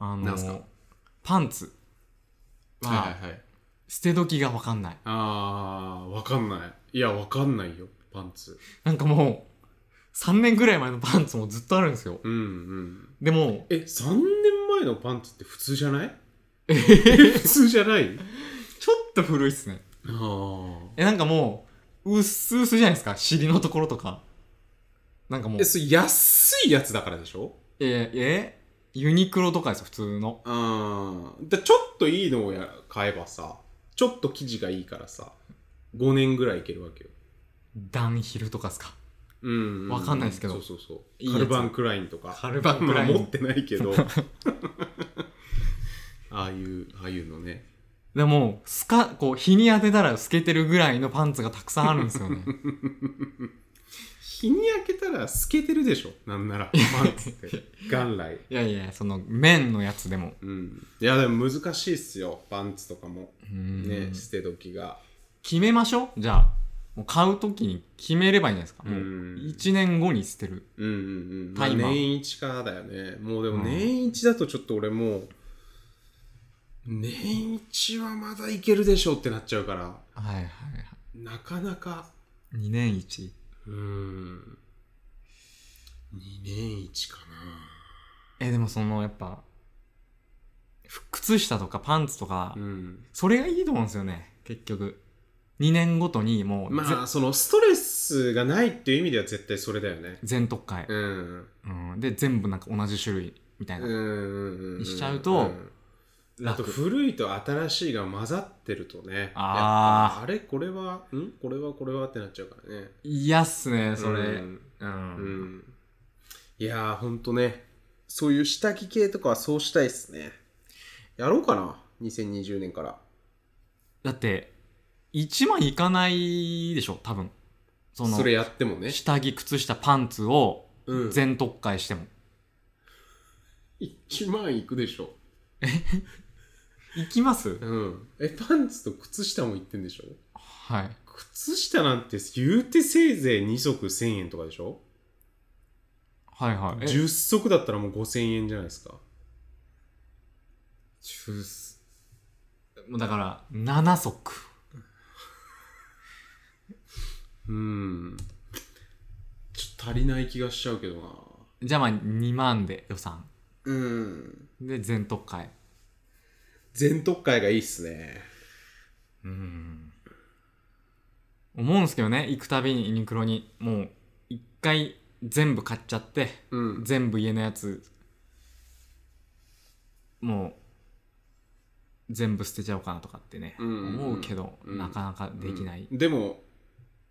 [SPEAKER 1] あの
[SPEAKER 2] なんすか
[SPEAKER 1] パンツ
[SPEAKER 2] はい
[SPEAKER 1] は
[SPEAKER 2] はいはい
[SPEAKER 1] 捨て時が分かんない
[SPEAKER 2] あーわかんないいやわかんないよパンツ
[SPEAKER 1] なんかもう3年ぐらい前のパンツもずっとあるんですよ
[SPEAKER 2] うんうん
[SPEAKER 1] でも
[SPEAKER 2] え3年前のパンツって普通じゃない 普通じゃない
[SPEAKER 1] ちょっと古いっすね
[SPEAKER 2] あー
[SPEAKER 1] えなんかもううっすうすじゃないですか尻のところとかなんかもう
[SPEAKER 2] えそれ安いやつだからでしょ
[SPEAKER 1] ええユニクロとかですよ普通の
[SPEAKER 2] うんでちょっといいのをや買えばさちょっと生地がいいからさ5年ぐらいいけるわけよ
[SPEAKER 1] ダンヒルとかですか
[SPEAKER 2] うんうう
[SPEAKER 1] わかんないですけど
[SPEAKER 2] そうそうそう
[SPEAKER 1] いいやつ
[SPEAKER 2] カルバン・クラインとか
[SPEAKER 1] カルバンクライン
[SPEAKER 2] まあ持ってない けどああいうああいうのね
[SPEAKER 1] でも、すか、こう、日に当てたら透けてるぐらいのパンツがたくさんあるんですよ ね。
[SPEAKER 2] 日に焼けたら透けてるでしょなんならパン ツって元来
[SPEAKER 1] いやいや、その、綿のやつでも。
[SPEAKER 2] うんいやでも難しいっすよパンツとかも
[SPEAKER 1] うん
[SPEAKER 2] ね捨て時が
[SPEAKER 1] 決めましょうじゃあ。もう買うときに決めればいいんじゃないですか。
[SPEAKER 2] う
[SPEAKER 1] もうん1年後に捨てる。
[SPEAKER 2] うんうんうんまあ
[SPEAKER 1] タイマー
[SPEAKER 2] 年一かだよねもうで
[SPEAKER 1] う
[SPEAKER 2] も
[SPEAKER 1] ん
[SPEAKER 2] 年一だとちょっと俺もう年一はまだいけるでしょってなっちゃうから
[SPEAKER 1] はいはいは
[SPEAKER 2] なかなか
[SPEAKER 1] い。2年1。
[SPEAKER 2] うーん2年一かな
[SPEAKER 1] え、でもその、やっぱ、靴下とかパンツとか、
[SPEAKER 2] うん、
[SPEAKER 1] それがいいと思うんですよね、結局。2年ごとにもう、
[SPEAKER 2] まあそのストレスがないっていう意味では絶対それだよね
[SPEAKER 1] ぜ全特会、
[SPEAKER 2] うん
[SPEAKER 1] うん。で、全部なんか同じ種類みたいな。
[SPEAKER 2] に
[SPEAKER 1] にしちゃうと
[SPEAKER 2] あ
[SPEAKER 1] 楽
[SPEAKER 2] と古いと新しいが混ざってるとね
[SPEAKER 1] あー
[SPEAKER 2] やっぱあれこれはんこれはこれはってなっちゃうからね
[SPEAKER 1] 嫌っすね、それ。
[SPEAKER 2] う
[SPEAKER 1] うんん。
[SPEAKER 2] うんいやーほんとねそういう下着系とかはそうしたいっすねやろうかな2020年から
[SPEAKER 1] だって、1万いかないでしょ、多分。そ
[SPEAKER 2] そ
[SPEAKER 1] の、
[SPEAKER 2] れやってもね
[SPEAKER 1] 下着、靴下、パンツを
[SPEAKER 2] うん
[SPEAKER 1] 全特会しても。
[SPEAKER 2] 1万いくでしょ
[SPEAKER 1] いきます
[SPEAKER 2] うんえパンツと靴下もいってんでしょ
[SPEAKER 1] はい。
[SPEAKER 2] 靴下なんて言うてせいぜい2足1000円とかでしょ
[SPEAKER 1] はいはい。え
[SPEAKER 2] 10足だったらもう5000円じゃないですか
[SPEAKER 1] 十すもうだから7足
[SPEAKER 2] うんちょっと足りない気がしちゃうけどな
[SPEAKER 1] じゃあまあ2万で予算
[SPEAKER 2] うん
[SPEAKER 1] で全特会
[SPEAKER 2] 全特会がいいっすね
[SPEAKER 1] うん思うんすけどね行くたびにユニクロにもう1回全部買っちゃって
[SPEAKER 2] うん
[SPEAKER 1] 全部家のやつもう全部捨てちゃおうかなとかってね、
[SPEAKER 2] うんうんうん
[SPEAKER 1] 思うけど、
[SPEAKER 2] うん
[SPEAKER 1] なかなかできない、
[SPEAKER 2] うんでも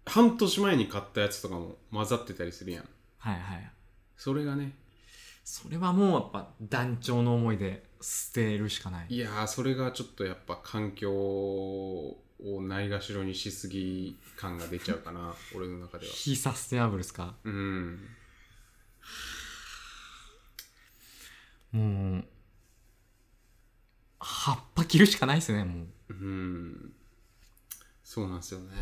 [SPEAKER 2] 半年前に買ったやつとかも混ざってたりするやん
[SPEAKER 1] はいはい
[SPEAKER 2] それがね
[SPEAKER 1] それはもうやっぱ団長の思いで捨てるしかない
[SPEAKER 2] いやーそれがちょっとやっぱ環境をないがしろにしすぎ感が出ちゃうかな 俺の中では
[SPEAKER 1] 非サステナブルですか
[SPEAKER 2] うん
[SPEAKER 1] もう葉っぱ切るしかないですねもう
[SPEAKER 2] うんそうなんですよね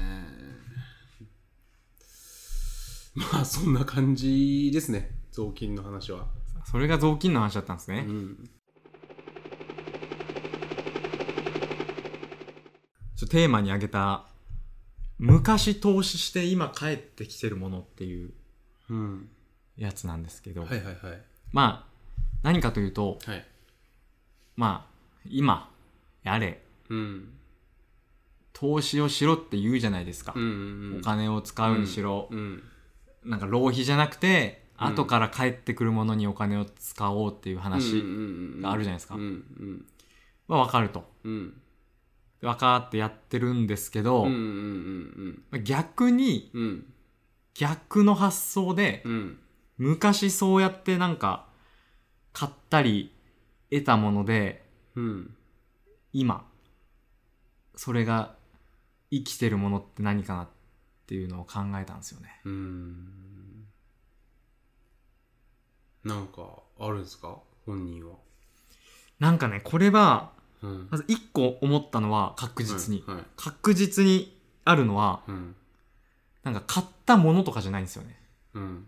[SPEAKER 2] まあそんな感じですね雑巾の話は
[SPEAKER 1] それが雑巾の話だったんです
[SPEAKER 2] う
[SPEAKER 1] ね、
[SPEAKER 2] ん
[SPEAKER 1] ちょテーマに挙げた昔投資して今帰ってきてるものっていう
[SPEAKER 2] うん
[SPEAKER 1] やつなんですけど、
[SPEAKER 2] はいはいはい
[SPEAKER 1] まあ何かというと
[SPEAKER 2] はい
[SPEAKER 1] まあ今やれ
[SPEAKER 2] うん
[SPEAKER 1] 投資をしろって言うじゃないですか、
[SPEAKER 2] うんうんうん
[SPEAKER 1] お金を使うにしろ
[SPEAKER 2] う、ん
[SPEAKER 1] なんか浪費じゃなくて
[SPEAKER 2] うん
[SPEAKER 1] 後から帰ってくるものにお金を使おうっていう話があるじゃないですか
[SPEAKER 2] うんうん
[SPEAKER 1] は分かると
[SPEAKER 2] うん
[SPEAKER 1] 分かってやってるんですけど、
[SPEAKER 2] うんうんうん
[SPEAKER 1] 逆に
[SPEAKER 2] うんうん
[SPEAKER 1] 逆の発想で
[SPEAKER 2] うん
[SPEAKER 1] 昔そうやってなんか買ったり得たもので
[SPEAKER 2] うん
[SPEAKER 1] 今それが生きてるものって何かなっていうのを考えたんですよね
[SPEAKER 2] うんなんかあるんですか本人は
[SPEAKER 1] なんかねこれは
[SPEAKER 2] うん
[SPEAKER 1] まず1個思ったのは確実に、
[SPEAKER 2] はいはい
[SPEAKER 1] 確実にあるのは
[SPEAKER 2] うん
[SPEAKER 1] なんか買ったものとかじゃないんですよね
[SPEAKER 2] うん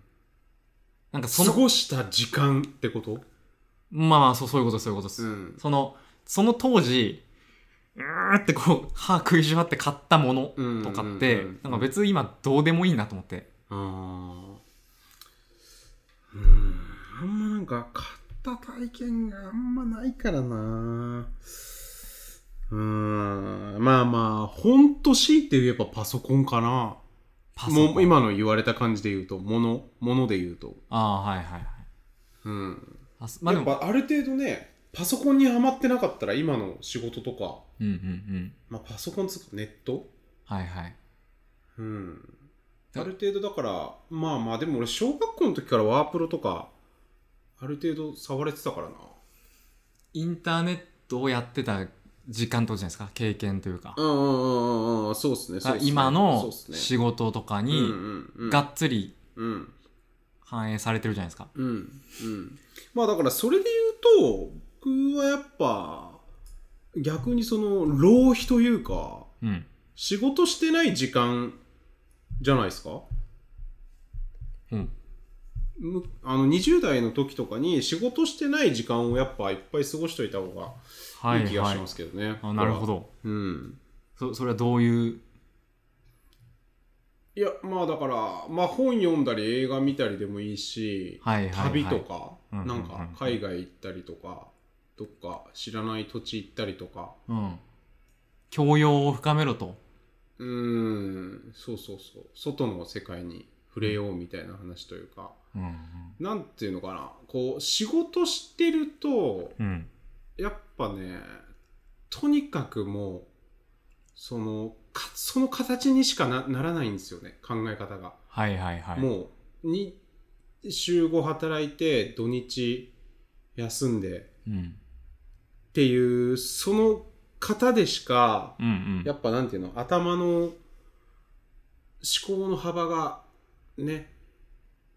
[SPEAKER 1] なんかそ
[SPEAKER 2] 過
[SPEAKER 1] の
[SPEAKER 2] ごした時間ってこと
[SPEAKER 1] まあまあそうそういうことそういうことです、
[SPEAKER 2] ん
[SPEAKER 1] そのその当時うーってこう歯食いしばって買ったものとかって、なんか別に今どうでもいいなと思って。
[SPEAKER 2] あーうんあんまなんか買った体験があんまないからなうーんまあまあほんと強いて言えばパソコンかな
[SPEAKER 1] パ
[SPEAKER 2] もう。今の言われた感じで言うとものもので言うと
[SPEAKER 1] ああー、はいはいはい。
[SPEAKER 2] うん
[SPEAKER 1] パソまあで
[SPEAKER 2] やっ
[SPEAKER 1] も、
[SPEAKER 2] ぱある程度ねパソコンにはまってなかったら今の仕事とか、
[SPEAKER 1] うんうんうん。
[SPEAKER 2] まあ、パソコンつうかネット
[SPEAKER 1] はいはい。
[SPEAKER 2] うんあ
[SPEAKER 1] だ
[SPEAKER 2] る程度だからまあまあでも俺小学校の時からワープロとかある程度触れてたからな
[SPEAKER 1] インターネットをやってた時間とじゃないですか、経験というか。
[SPEAKER 2] うんうんうんうんうんそうっすねそうっすね
[SPEAKER 1] 今
[SPEAKER 2] そう
[SPEAKER 1] の
[SPEAKER 2] っすね
[SPEAKER 1] 仕事とか
[SPEAKER 2] うん
[SPEAKER 1] に
[SPEAKER 2] うんうん
[SPEAKER 1] がっつり
[SPEAKER 2] うん
[SPEAKER 1] 反映されてるじゃないですか。
[SPEAKER 2] うんうんまあだからそれで言うと僕はやっぱ逆にその浪費というか
[SPEAKER 1] うん。
[SPEAKER 2] 仕事してない時間じゃないですか
[SPEAKER 1] うん。
[SPEAKER 2] むあの20代の時とかに仕事してない時間をやっぱいっぱい過ごしといた方が
[SPEAKER 1] はい
[SPEAKER 2] いい気が
[SPEAKER 1] は
[SPEAKER 2] し
[SPEAKER 1] い
[SPEAKER 2] ま。すけどね。
[SPEAKER 1] あなるほど。
[SPEAKER 2] うん。
[SPEAKER 1] そそれはどういう。
[SPEAKER 2] いや、まあだから、まあ本読んだり映画見たりでもいいし、
[SPEAKER 1] はいはい、はい。
[SPEAKER 2] 旅とか、
[SPEAKER 1] うんうんうん
[SPEAKER 2] なんか海外行ったりとかどっか知らない土地行ったりとか
[SPEAKER 1] うん教養を深めろと
[SPEAKER 2] うーんそうそうそう外の世界に触れようみたいな話というか、
[SPEAKER 1] うん
[SPEAKER 2] なんていうのかなこう仕事してると
[SPEAKER 1] うん
[SPEAKER 2] やっぱねとにかくもうそのかその形にしかなならないんですよね考え方が。
[SPEAKER 1] はいはいはい
[SPEAKER 2] もうに週5働いて土日休んで
[SPEAKER 1] うん
[SPEAKER 2] っていうその方でしか
[SPEAKER 1] うんうん
[SPEAKER 2] やっぱなんていうの頭の思考の幅がね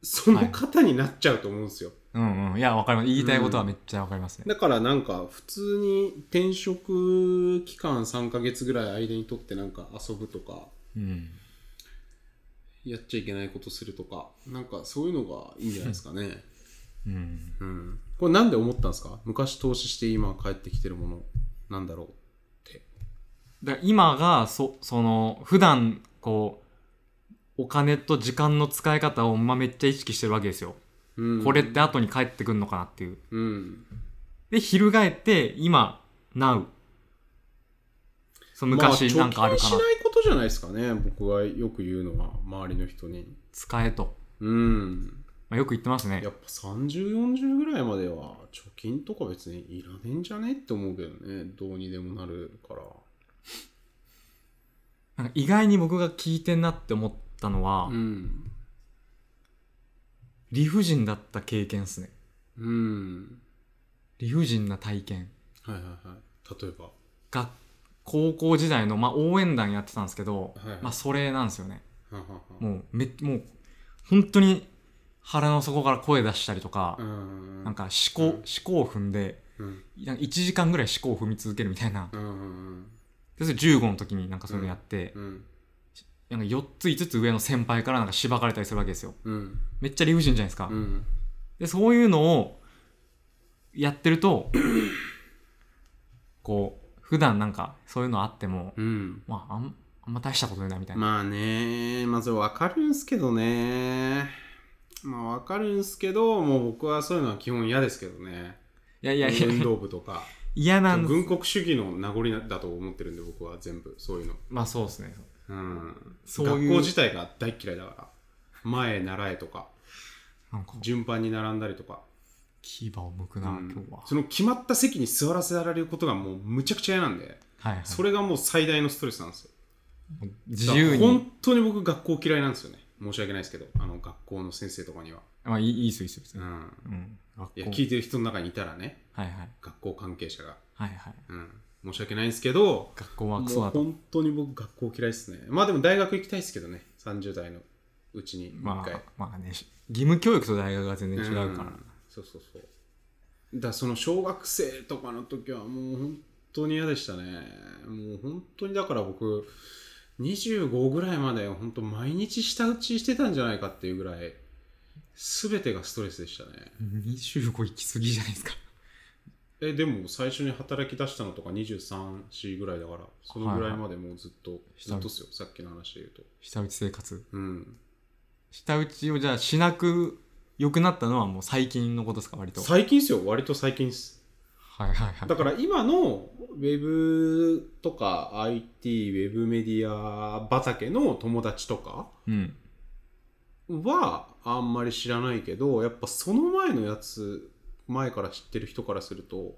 [SPEAKER 2] そ
[SPEAKER 1] は
[SPEAKER 2] の
[SPEAKER 1] い
[SPEAKER 2] 方になっちゃうと思うんです
[SPEAKER 1] う
[SPEAKER 2] よ、
[SPEAKER 1] んうんいやわかります言いたいことはめっちゃわかりますね
[SPEAKER 2] だからなんか普通に転職期間3ヶ月ぐらい間にとってなんか遊ぶとか
[SPEAKER 1] うん
[SPEAKER 2] やっちゃいけないことするとかなんかそういうのがいいんじゃないですか ね
[SPEAKER 1] うん
[SPEAKER 2] うんこれなんで思ったんですか昔投資して今帰ってきてるものなんだろうって
[SPEAKER 1] だから今がそその普段こうお金と時間の使い方を、まあ、めっちゃ意識してるわけですよ、
[SPEAKER 2] うん
[SPEAKER 1] これって後に返ってくるのかなっていう
[SPEAKER 2] うん
[SPEAKER 1] で翻って今 Now その昔
[SPEAKER 2] ま
[SPEAKER 1] なんかあるかな、
[SPEAKER 2] 貯金しないことじゃないですかね僕がよく言うのは周りの人に
[SPEAKER 1] 使えと、
[SPEAKER 2] うん
[SPEAKER 1] まあ、よく言ってますね
[SPEAKER 2] やっぱ3040ぐらいまでは貯金とか別にいらねえんじゃねって思うけどねどうにでもなるから
[SPEAKER 1] なんか意外に僕が聞いてんなって思ったのは、
[SPEAKER 2] うん
[SPEAKER 1] 理不尽だった経験ですね
[SPEAKER 2] うん
[SPEAKER 1] 理不尽な体験
[SPEAKER 2] はいはいはい例えば
[SPEAKER 1] が高校時代の、まあ、応援団やってたんですけど、
[SPEAKER 2] はいはい
[SPEAKER 1] まあ、それなんですよね
[SPEAKER 2] はんはんはん
[SPEAKER 1] もうめもう本当に腹の底から声出したりとか、
[SPEAKER 2] うん
[SPEAKER 1] なんか思考,、
[SPEAKER 2] うん
[SPEAKER 1] 思考を踏んで
[SPEAKER 2] うん
[SPEAKER 1] なんか1時間ぐらい思考を踏み続けるみたいな、
[SPEAKER 2] うんうん
[SPEAKER 1] でそれ15の時になんかそれやって、
[SPEAKER 2] うん
[SPEAKER 1] なんか4つ5つ上の先輩からなんかしばかれたりするわけですよ
[SPEAKER 2] うん
[SPEAKER 1] めっちゃ理不尽じゃないですか、
[SPEAKER 2] うん
[SPEAKER 1] でそういうのをやってる とこう普段なんかそういうのあっても、
[SPEAKER 2] うん
[SPEAKER 1] まああんあんま大したことないなみたいな、
[SPEAKER 2] まあね、まずわかるんすけどね。まあわかるんすけど、もう僕はそういうのは基本嫌ですけどね。
[SPEAKER 1] いやいやいや
[SPEAKER 2] 運動部とか。
[SPEAKER 1] 嫌なんです
[SPEAKER 2] 軍国主義の名残だと思ってるんで僕は全部、そういうの。
[SPEAKER 1] まあそうですね
[SPEAKER 2] うん。
[SPEAKER 1] そういう
[SPEAKER 2] 学校自体が大っ嫌いだから。前へ習えとか、
[SPEAKER 1] なんか
[SPEAKER 2] 順番に並んだりとか。
[SPEAKER 1] 牙を剥く
[SPEAKER 2] う
[SPEAKER 1] な、
[SPEAKER 2] ん
[SPEAKER 1] 今日は
[SPEAKER 2] その決まった席に座らせられることがもうむちゃくちゃ嫌なんで、
[SPEAKER 1] はいはい
[SPEAKER 2] それがもう最大のストレスなんですよ。
[SPEAKER 1] もう自由
[SPEAKER 2] だから
[SPEAKER 1] に
[SPEAKER 2] 本当に僕学校嫌いなんですよね。申し訳ないですけど、あの学校の先生とかには。
[SPEAKER 1] まあいいいいっすよいいっすよ別
[SPEAKER 2] う
[SPEAKER 1] に
[SPEAKER 2] ん。
[SPEAKER 1] うん学
[SPEAKER 2] いや
[SPEAKER 1] 校
[SPEAKER 2] 聞いてる人の中にいたらね
[SPEAKER 1] はいはい
[SPEAKER 2] 学校関係者が、
[SPEAKER 1] はいはい
[SPEAKER 2] うん、申し訳ないんですけど
[SPEAKER 1] 学校は
[SPEAKER 2] も
[SPEAKER 1] ク
[SPEAKER 2] う
[SPEAKER 1] ソだと
[SPEAKER 2] 本当に僕学校嫌いですねまあでも大学行きたいですけどね30代のうちに一回、
[SPEAKER 1] まあまあねし義務教育と大学が全然違うから、
[SPEAKER 2] んそうそうそうだからその小学生とかの時はもう本当に嫌でしたねもう本当にだから僕25ぐらいまで本当毎日舌打ちしてたんじゃないかっていうぐらい全てがストレスでしたね
[SPEAKER 1] 25行き過ぎじゃないですか
[SPEAKER 2] えでも最初に働き出したのとか234ぐらいだからそのぐらいまでもうずっと、ずっとっすよさっきの話で言うと
[SPEAKER 1] 下打ち生活
[SPEAKER 2] うん
[SPEAKER 1] 下打ちをじゃあしなく良くなったのはもう最近のことですか割と
[SPEAKER 2] 最近っすよ割と最近っす
[SPEAKER 1] はいはいはい
[SPEAKER 2] だから今のウェブとか IT ウェブメディア畑の友達とか
[SPEAKER 1] うん
[SPEAKER 2] はあんまり知らないけどやっぱその前のやつ前から知ってる人からすると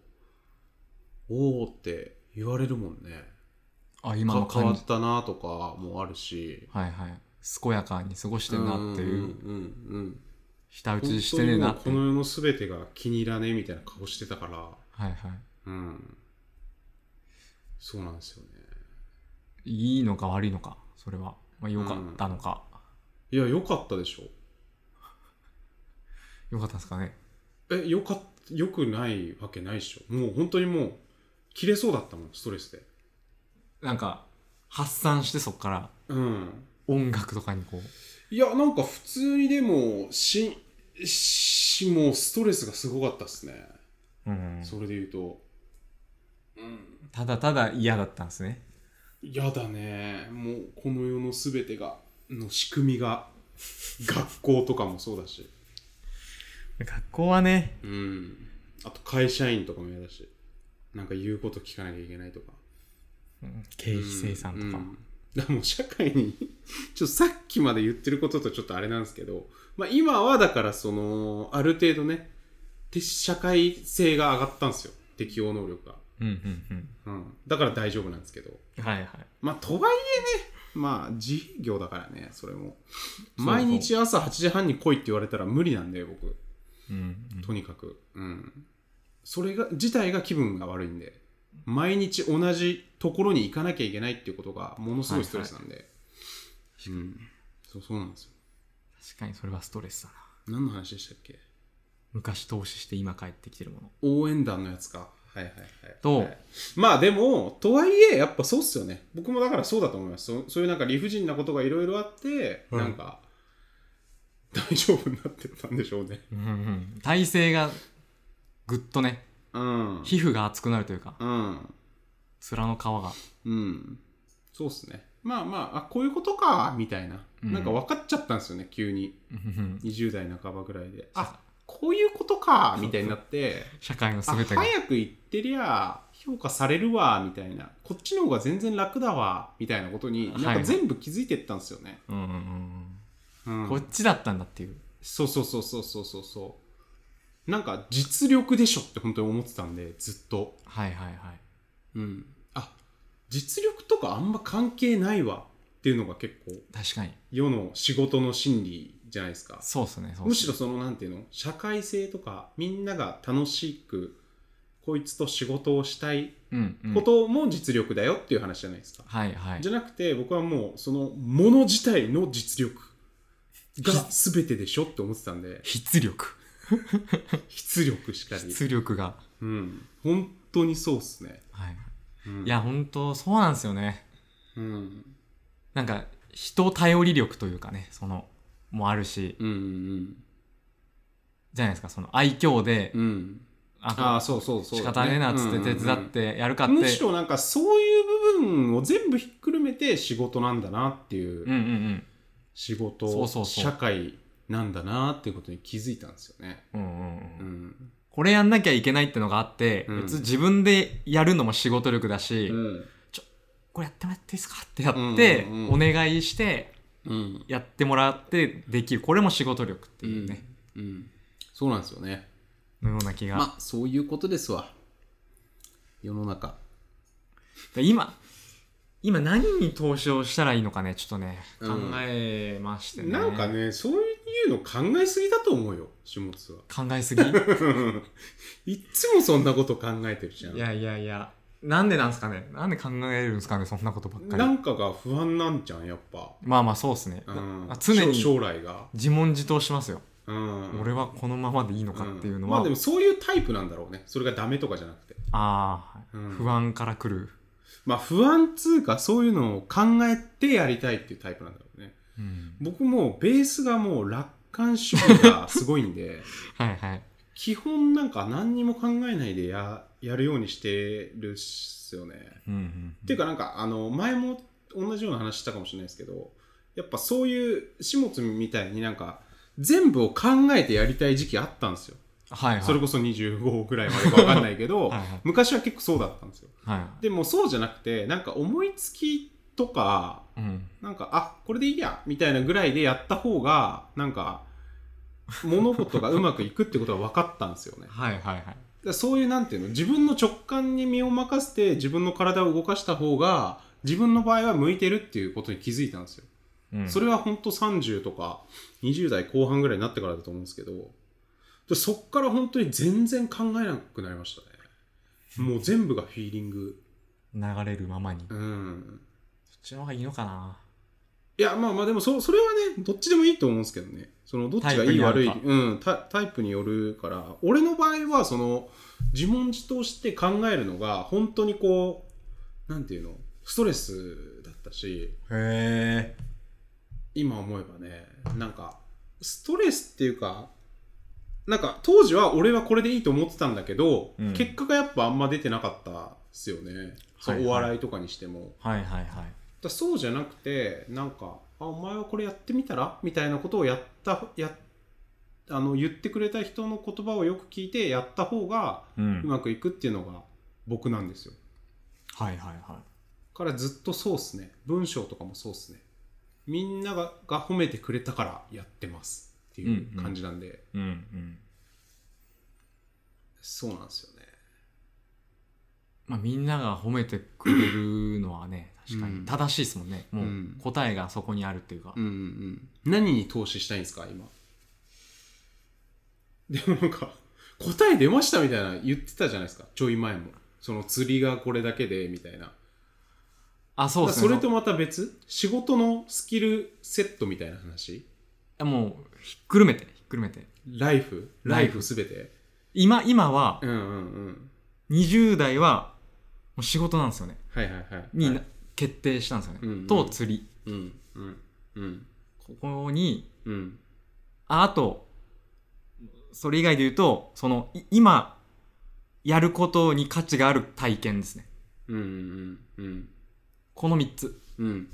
[SPEAKER 2] おおって言われるもんね
[SPEAKER 1] あ今の
[SPEAKER 2] か変わ
[SPEAKER 1] 感じ
[SPEAKER 2] ったなとかもあるし
[SPEAKER 1] はいはい健やかに過ごしてんなっていう、
[SPEAKER 2] んうんうん
[SPEAKER 1] 下打
[SPEAKER 2] 本
[SPEAKER 1] ちし
[SPEAKER 2] 当
[SPEAKER 1] てねえ
[SPEAKER 2] にも
[SPEAKER 1] な
[SPEAKER 2] う
[SPEAKER 1] って
[SPEAKER 2] こ
[SPEAKER 1] いう
[SPEAKER 2] の世の全てが気に入らねえみたいな顔してたから
[SPEAKER 1] はいは
[SPEAKER 2] うんそうなんですよね
[SPEAKER 1] いいいのか悪いのかそれは、まあ、良かったのか、
[SPEAKER 2] いや良かったでしょ
[SPEAKER 1] 良かったんですかね
[SPEAKER 2] え良かっ良くないわけないでしょもう本当にもう切れそうだったもんストレスで
[SPEAKER 1] なんか発散してそっから
[SPEAKER 2] うん
[SPEAKER 1] 音楽とかにこう
[SPEAKER 2] いやなんか普通にでもししもうストレスがすごかったっすね、
[SPEAKER 1] うん
[SPEAKER 2] それで言うと
[SPEAKER 1] ただただ嫌だったんですね
[SPEAKER 2] やだねもうこの世の全 てがの仕組みが学校とかもそうだし
[SPEAKER 1] 学校はね、
[SPEAKER 2] うん。あと会社員とかも嫌だし、なんか言うこと聞かなきゃいけないとか。
[SPEAKER 1] うん経費生産とか、
[SPEAKER 2] うんだからもう社会に ちょっとさっきまで言ってることとちょっとあれなんですけど、まあ、今はだからそのある程度ねて社会性が上がったんですよ適応能力が、
[SPEAKER 1] うんうんうん
[SPEAKER 2] うん、だから大丈夫なんですけど
[SPEAKER 1] はいはい
[SPEAKER 2] まあとはいえねまあ自営業だからねそれも
[SPEAKER 1] そう
[SPEAKER 2] 毎日朝8時半に来いって言われたら無理なんで僕
[SPEAKER 1] うん
[SPEAKER 2] とにかくうんそれが自体が気分が悪いんで毎日同じところに行かなきゃいけないっていうことがものすごいストレスなんで、うんそうそうなんですよ
[SPEAKER 1] 確かにそれはストレスだな
[SPEAKER 2] 何の話でしたっけ
[SPEAKER 1] 昔投資して今帰ってきてるもの
[SPEAKER 2] 応援団のやつかはいはいはい
[SPEAKER 1] と
[SPEAKER 2] はいまあでもとはいえやっぱそうっすよね僕もだからそうだと思いますそそういうなんか理不尽なことがいろいろあって、
[SPEAKER 1] うん
[SPEAKER 2] なんか大丈夫になってたんでしょうね
[SPEAKER 1] うんうん体勢がぐっとね
[SPEAKER 2] うん
[SPEAKER 1] 皮膚が厚くなるというか
[SPEAKER 2] うん
[SPEAKER 1] 面の皮が
[SPEAKER 2] うん。そうっすね。まあまあ、あ、こういうことか、みたいな。
[SPEAKER 1] うん
[SPEAKER 2] なんか分かっちゃったんですよね、急に。
[SPEAKER 1] うんうん
[SPEAKER 2] 20代半ばぐらいで。
[SPEAKER 1] そう
[SPEAKER 2] あ、こういうことか、みたいになって、
[SPEAKER 1] 社会の
[SPEAKER 2] あ、
[SPEAKER 1] 全てが
[SPEAKER 2] 早く行ってりゃ、評価されるわ、みたいな。こっちの方が全然楽だわ、みたいなことに、なん
[SPEAKER 1] は
[SPEAKER 2] か
[SPEAKER 1] い
[SPEAKER 2] 全部気づいてったんですよね。
[SPEAKER 1] うんうんうん
[SPEAKER 2] うん
[SPEAKER 1] こっちだったんだっていう
[SPEAKER 2] そうそうそうそうそうそうそう。なんか、実力でしょって本当に思ってたんで、ずっと。
[SPEAKER 1] はいはいはい
[SPEAKER 2] うん。あ、実力とかあんま関係ないわ、っていうのが結構。
[SPEAKER 1] 確かに
[SPEAKER 2] 世の仕事の心理じゃないですか
[SPEAKER 1] そうっすねそうっすね
[SPEAKER 2] むしろそのなんていうの社会性とかみんなが楽しくこいつと仕事をしたい
[SPEAKER 1] うんうん
[SPEAKER 2] ことも実力だよっていう話じゃないですか、
[SPEAKER 1] はいはい
[SPEAKER 2] じゃなくて僕はもうそのもの自体の実力が全てでしょって思ってたんで
[SPEAKER 1] 筆力
[SPEAKER 2] 出力しかり、
[SPEAKER 1] 出力が
[SPEAKER 2] うん、本当にそうっすね、
[SPEAKER 1] はい
[SPEAKER 2] うん、
[SPEAKER 1] いや本当そうなんですよね
[SPEAKER 2] うん
[SPEAKER 1] なんか人頼り力というかねそのもあるし
[SPEAKER 2] うんうん
[SPEAKER 1] じゃないですかその愛嬌で
[SPEAKER 2] うんああ
[SPEAKER 1] あ
[SPEAKER 2] そうそうそう
[SPEAKER 1] 仕方ねえなっつって手伝ってやるかって
[SPEAKER 2] むしろなんかそういう部分を全部ひっくるめて仕事なんだなっていう、
[SPEAKER 1] うんうんうん
[SPEAKER 2] 仕事
[SPEAKER 1] そうそうそう
[SPEAKER 2] 社会なんだなっていうことに気づいたんですよね。
[SPEAKER 1] うんうん
[SPEAKER 2] う
[SPEAKER 1] うん
[SPEAKER 2] ん
[SPEAKER 1] これやんなきゃいけないってのがあって、
[SPEAKER 2] うん
[SPEAKER 1] 別に自分でやるのも仕事力だし、
[SPEAKER 2] うん
[SPEAKER 1] これやってもらっていいですかってやって、
[SPEAKER 2] うんうんうん
[SPEAKER 1] お願いして
[SPEAKER 2] うん
[SPEAKER 1] やってもらってできるこれも仕事力っていうね、
[SPEAKER 2] うんそうなんですよね。
[SPEAKER 1] のような気が、
[SPEAKER 2] まあそういうことですわ世の中。
[SPEAKER 1] で今今何に投資をしたらいいのかねちょっとね考
[SPEAKER 2] うん
[SPEAKER 1] えましてね、
[SPEAKER 2] なんかねそういうの考えすぎだと思うよ下津は。
[SPEAKER 1] 考えすぎい
[SPEAKER 2] いっつもそんなこと考えてるじゃん。
[SPEAKER 1] やいやいやなんでなんですかねなんで考えるんですかねそんなことばっか
[SPEAKER 2] な
[SPEAKER 1] り
[SPEAKER 2] んかが不安なんじゃんやっぱ。
[SPEAKER 1] まあまあそうですね、
[SPEAKER 2] うん
[SPEAKER 1] あ常に
[SPEAKER 2] 将将来が。
[SPEAKER 1] 自問自答しますよ、
[SPEAKER 2] うん、
[SPEAKER 1] 俺はこのままでいいのかっていうの
[SPEAKER 2] んま
[SPEAKER 1] は、
[SPEAKER 2] あでもそういうタイプなんだろうねそれがダメとかじゃなくて
[SPEAKER 1] ああ、
[SPEAKER 2] うん
[SPEAKER 1] 不安から来る、
[SPEAKER 2] まあ不安つうかそういうのを考えてやりたいっていうタイプなんだろうね僕もうベースがもう楽観主義がすごい んで
[SPEAKER 1] はいはい
[SPEAKER 2] 基本なんか何にも考えないでややるようにしてるっすよね、
[SPEAKER 1] うんうん
[SPEAKER 2] っていうかなんかあの前も同じような話したかもしれないですけどやっぱそういう始末みたいになんか全部を考えてやりたい時期あったんですよ
[SPEAKER 1] はいはい
[SPEAKER 2] それこそ25ぐらいまでか分かんないけ ど
[SPEAKER 1] はいはい
[SPEAKER 2] 昔は結構そうだったんですよ
[SPEAKER 1] はい
[SPEAKER 2] でもそうじゃなくてなんか思いつきとか
[SPEAKER 1] うん
[SPEAKER 2] なんかあこれでいいやみたいなぐらいでやった方がなんか物事がうまくいくってことは分かったんですよねだか
[SPEAKER 1] はいはいはい
[SPEAKER 2] らそういうなんていうの自分の直感に身を任せて自分の体を動かした方が自分の場合は向いてるっていうことに気づいたんですよ、
[SPEAKER 1] うん
[SPEAKER 2] それは本当30とか20代後半ぐらいになってからだと思うんですけどでそっから本当に全然考えなくなりましたねもう全部がフィーリング
[SPEAKER 1] 流れるままにそっ
[SPEAKER 2] うん
[SPEAKER 1] ちの方がいいのかない
[SPEAKER 2] や、まあまあ、でもそ、それはね、どっちでもいいと思うんですけどね。その、どっちがいい
[SPEAKER 1] タイプ
[SPEAKER 2] 悪
[SPEAKER 1] に
[SPEAKER 2] い、
[SPEAKER 1] よるか
[SPEAKER 2] うんタ、タイプによるから、俺の場合は、その、自問自答して考えるのが、本当にこう、なんていうの、ストレスだったし、
[SPEAKER 1] へえ
[SPEAKER 2] 今思えばね、なんか、ストレスっていうか、なんか、当時は俺はこれでいいと思ってたんだけど、
[SPEAKER 1] うん
[SPEAKER 2] 結果がやっぱあんま出てなかったっすよね。そう
[SPEAKER 1] はいはい
[SPEAKER 2] お笑いとかにしても。
[SPEAKER 1] はいはいはい
[SPEAKER 2] だそうじゃなくてなんかあ「お前はこれやってみたら?」みたいなことをやったやあの言ってくれた人の言葉をよく聞いてやった方が
[SPEAKER 1] う
[SPEAKER 2] うんまくいくっていうのが僕なんですよ。
[SPEAKER 1] はいはいは
[SPEAKER 2] からずっとそうっすね。文章とかもそうっすね。みんながが褒めてくれたからやってますっていう感じなんで、
[SPEAKER 1] いうんうん
[SPEAKER 2] そうなんですよね。
[SPEAKER 1] まあみんなが褒めてくれるのはね確か
[SPEAKER 2] うん
[SPEAKER 1] に正しいですもんね、
[SPEAKER 2] う
[SPEAKER 1] も
[SPEAKER 2] ん
[SPEAKER 1] う答えがそこにあるっていうか、
[SPEAKER 2] うんうん。何に投資したいんですか、今。でもなんか、答え出ましたみたいな言ってたじゃないですか、ちょい前も。その釣りがこれだけで、みたいな。
[SPEAKER 1] あそうですね
[SPEAKER 2] それとまた別仕事のスキルセットみたいな話
[SPEAKER 1] あもうひっくるめてひっくるめて
[SPEAKER 2] ライフラ
[SPEAKER 1] ラ
[SPEAKER 2] イ
[SPEAKER 1] イ
[SPEAKER 2] フ
[SPEAKER 1] フ
[SPEAKER 2] すべて
[SPEAKER 1] 今今は
[SPEAKER 2] うんうんうん。
[SPEAKER 1] 20代はもう仕事なんですよね
[SPEAKER 2] はいはいはい。
[SPEAKER 1] に
[SPEAKER 2] は、
[SPEAKER 1] ない決定したんですよね、
[SPEAKER 2] うんうん
[SPEAKER 1] と釣り
[SPEAKER 2] うんうんうん
[SPEAKER 1] ここに
[SPEAKER 2] うん
[SPEAKER 1] ああとそれ以外で言うとそのい今やることに価値がある体験ですね
[SPEAKER 2] うんうんうん
[SPEAKER 1] この3つ
[SPEAKER 2] うん。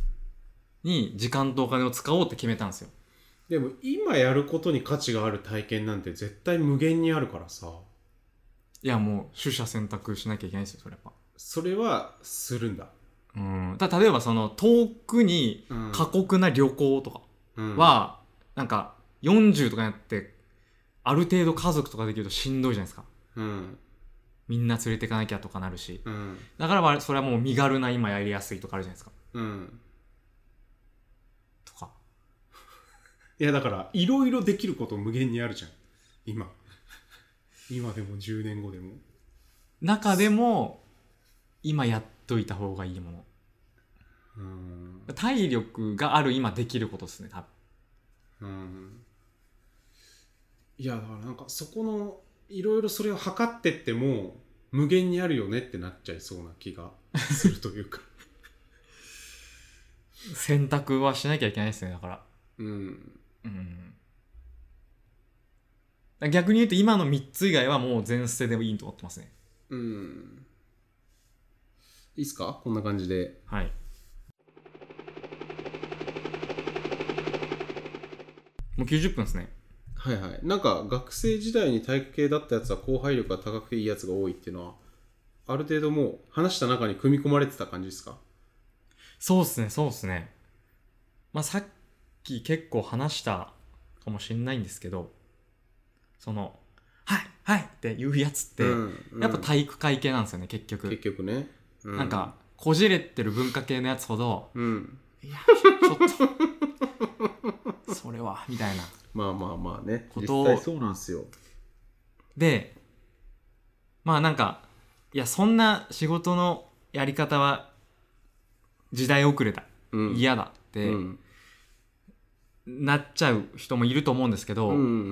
[SPEAKER 1] に時間とお金を使おうって決めたんですよ
[SPEAKER 2] でも今やることに価値がある体験なんて絶対無限にあるからさ。
[SPEAKER 1] いやもう取捨選択しなきゃいけないんですよそれやっ
[SPEAKER 2] それはするんだ。
[SPEAKER 1] ぱうんただ例えばその遠くに
[SPEAKER 2] うん
[SPEAKER 1] 過酷な旅行とか
[SPEAKER 2] うん
[SPEAKER 1] は、なんか40とかになってある程度家族とかできるとしんどいじゃないですか
[SPEAKER 2] うん
[SPEAKER 1] みんな連れてかなきゃとかなるし
[SPEAKER 2] うん
[SPEAKER 1] だからまあそれはもう身軽な今やりやすいとかあるじゃないですか
[SPEAKER 2] うん。
[SPEAKER 1] とか
[SPEAKER 2] いやだからいろいろできること無限にあるじゃん。今。今でも10年後でも。
[SPEAKER 1] 中でも今やっといた方がいいも
[SPEAKER 2] うん
[SPEAKER 1] の体力がある今できることですね多分
[SPEAKER 2] うんいやだからなんかそこのいろいろそれを測ってっても無限にあるよねってなっちゃいそうな気がするというか
[SPEAKER 1] 選択はしなきゃいけないですねだから
[SPEAKER 2] うん
[SPEAKER 1] うん逆に言うと今の3つ以外はもう全捨てでもいいと思ってますね
[SPEAKER 2] うんいいっすかこんな感じで
[SPEAKER 1] はいもう90分ですね
[SPEAKER 2] はいはいなんか学生時代に体育系だったやつは後輩力が高くていいやつが多いっていうのはある程度もう話した中に組み込まれてた感じですか
[SPEAKER 1] そうっすね、そうっすね。まあ、さっき結構話したかもしれないんですけど、その、はい、はいって言うやつって、
[SPEAKER 2] うんうん
[SPEAKER 1] やっぱ体育会系なんですよね、結局。
[SPEAKER 2] 結局ね、う
[SPEAKER 1] なんか、こじれてる文化系のやつほど、
[SPEAKER 2] うん
[SPEAKER 1] いや、ちょっ と、それは、みたいな。
[SPEAKER 2] まあまあまあね
[SPEAKER 1] ことを
[SPEAKER 2] 実際そうなんですよ
[SPEAKER 1] で、まあなんか、いや、そんな仕事のやり方は、時代遅れだ、
[SPEAKER 2] うん
[SPEAKER 1] 嫌だって、
[SPEAKER 2] うん
[SPEAKER 1] なっちゃう人もいると思うんですけど、
[SPEAKER 2] うん
[SPEAKER 1] やっ
[SPEAKER 2] う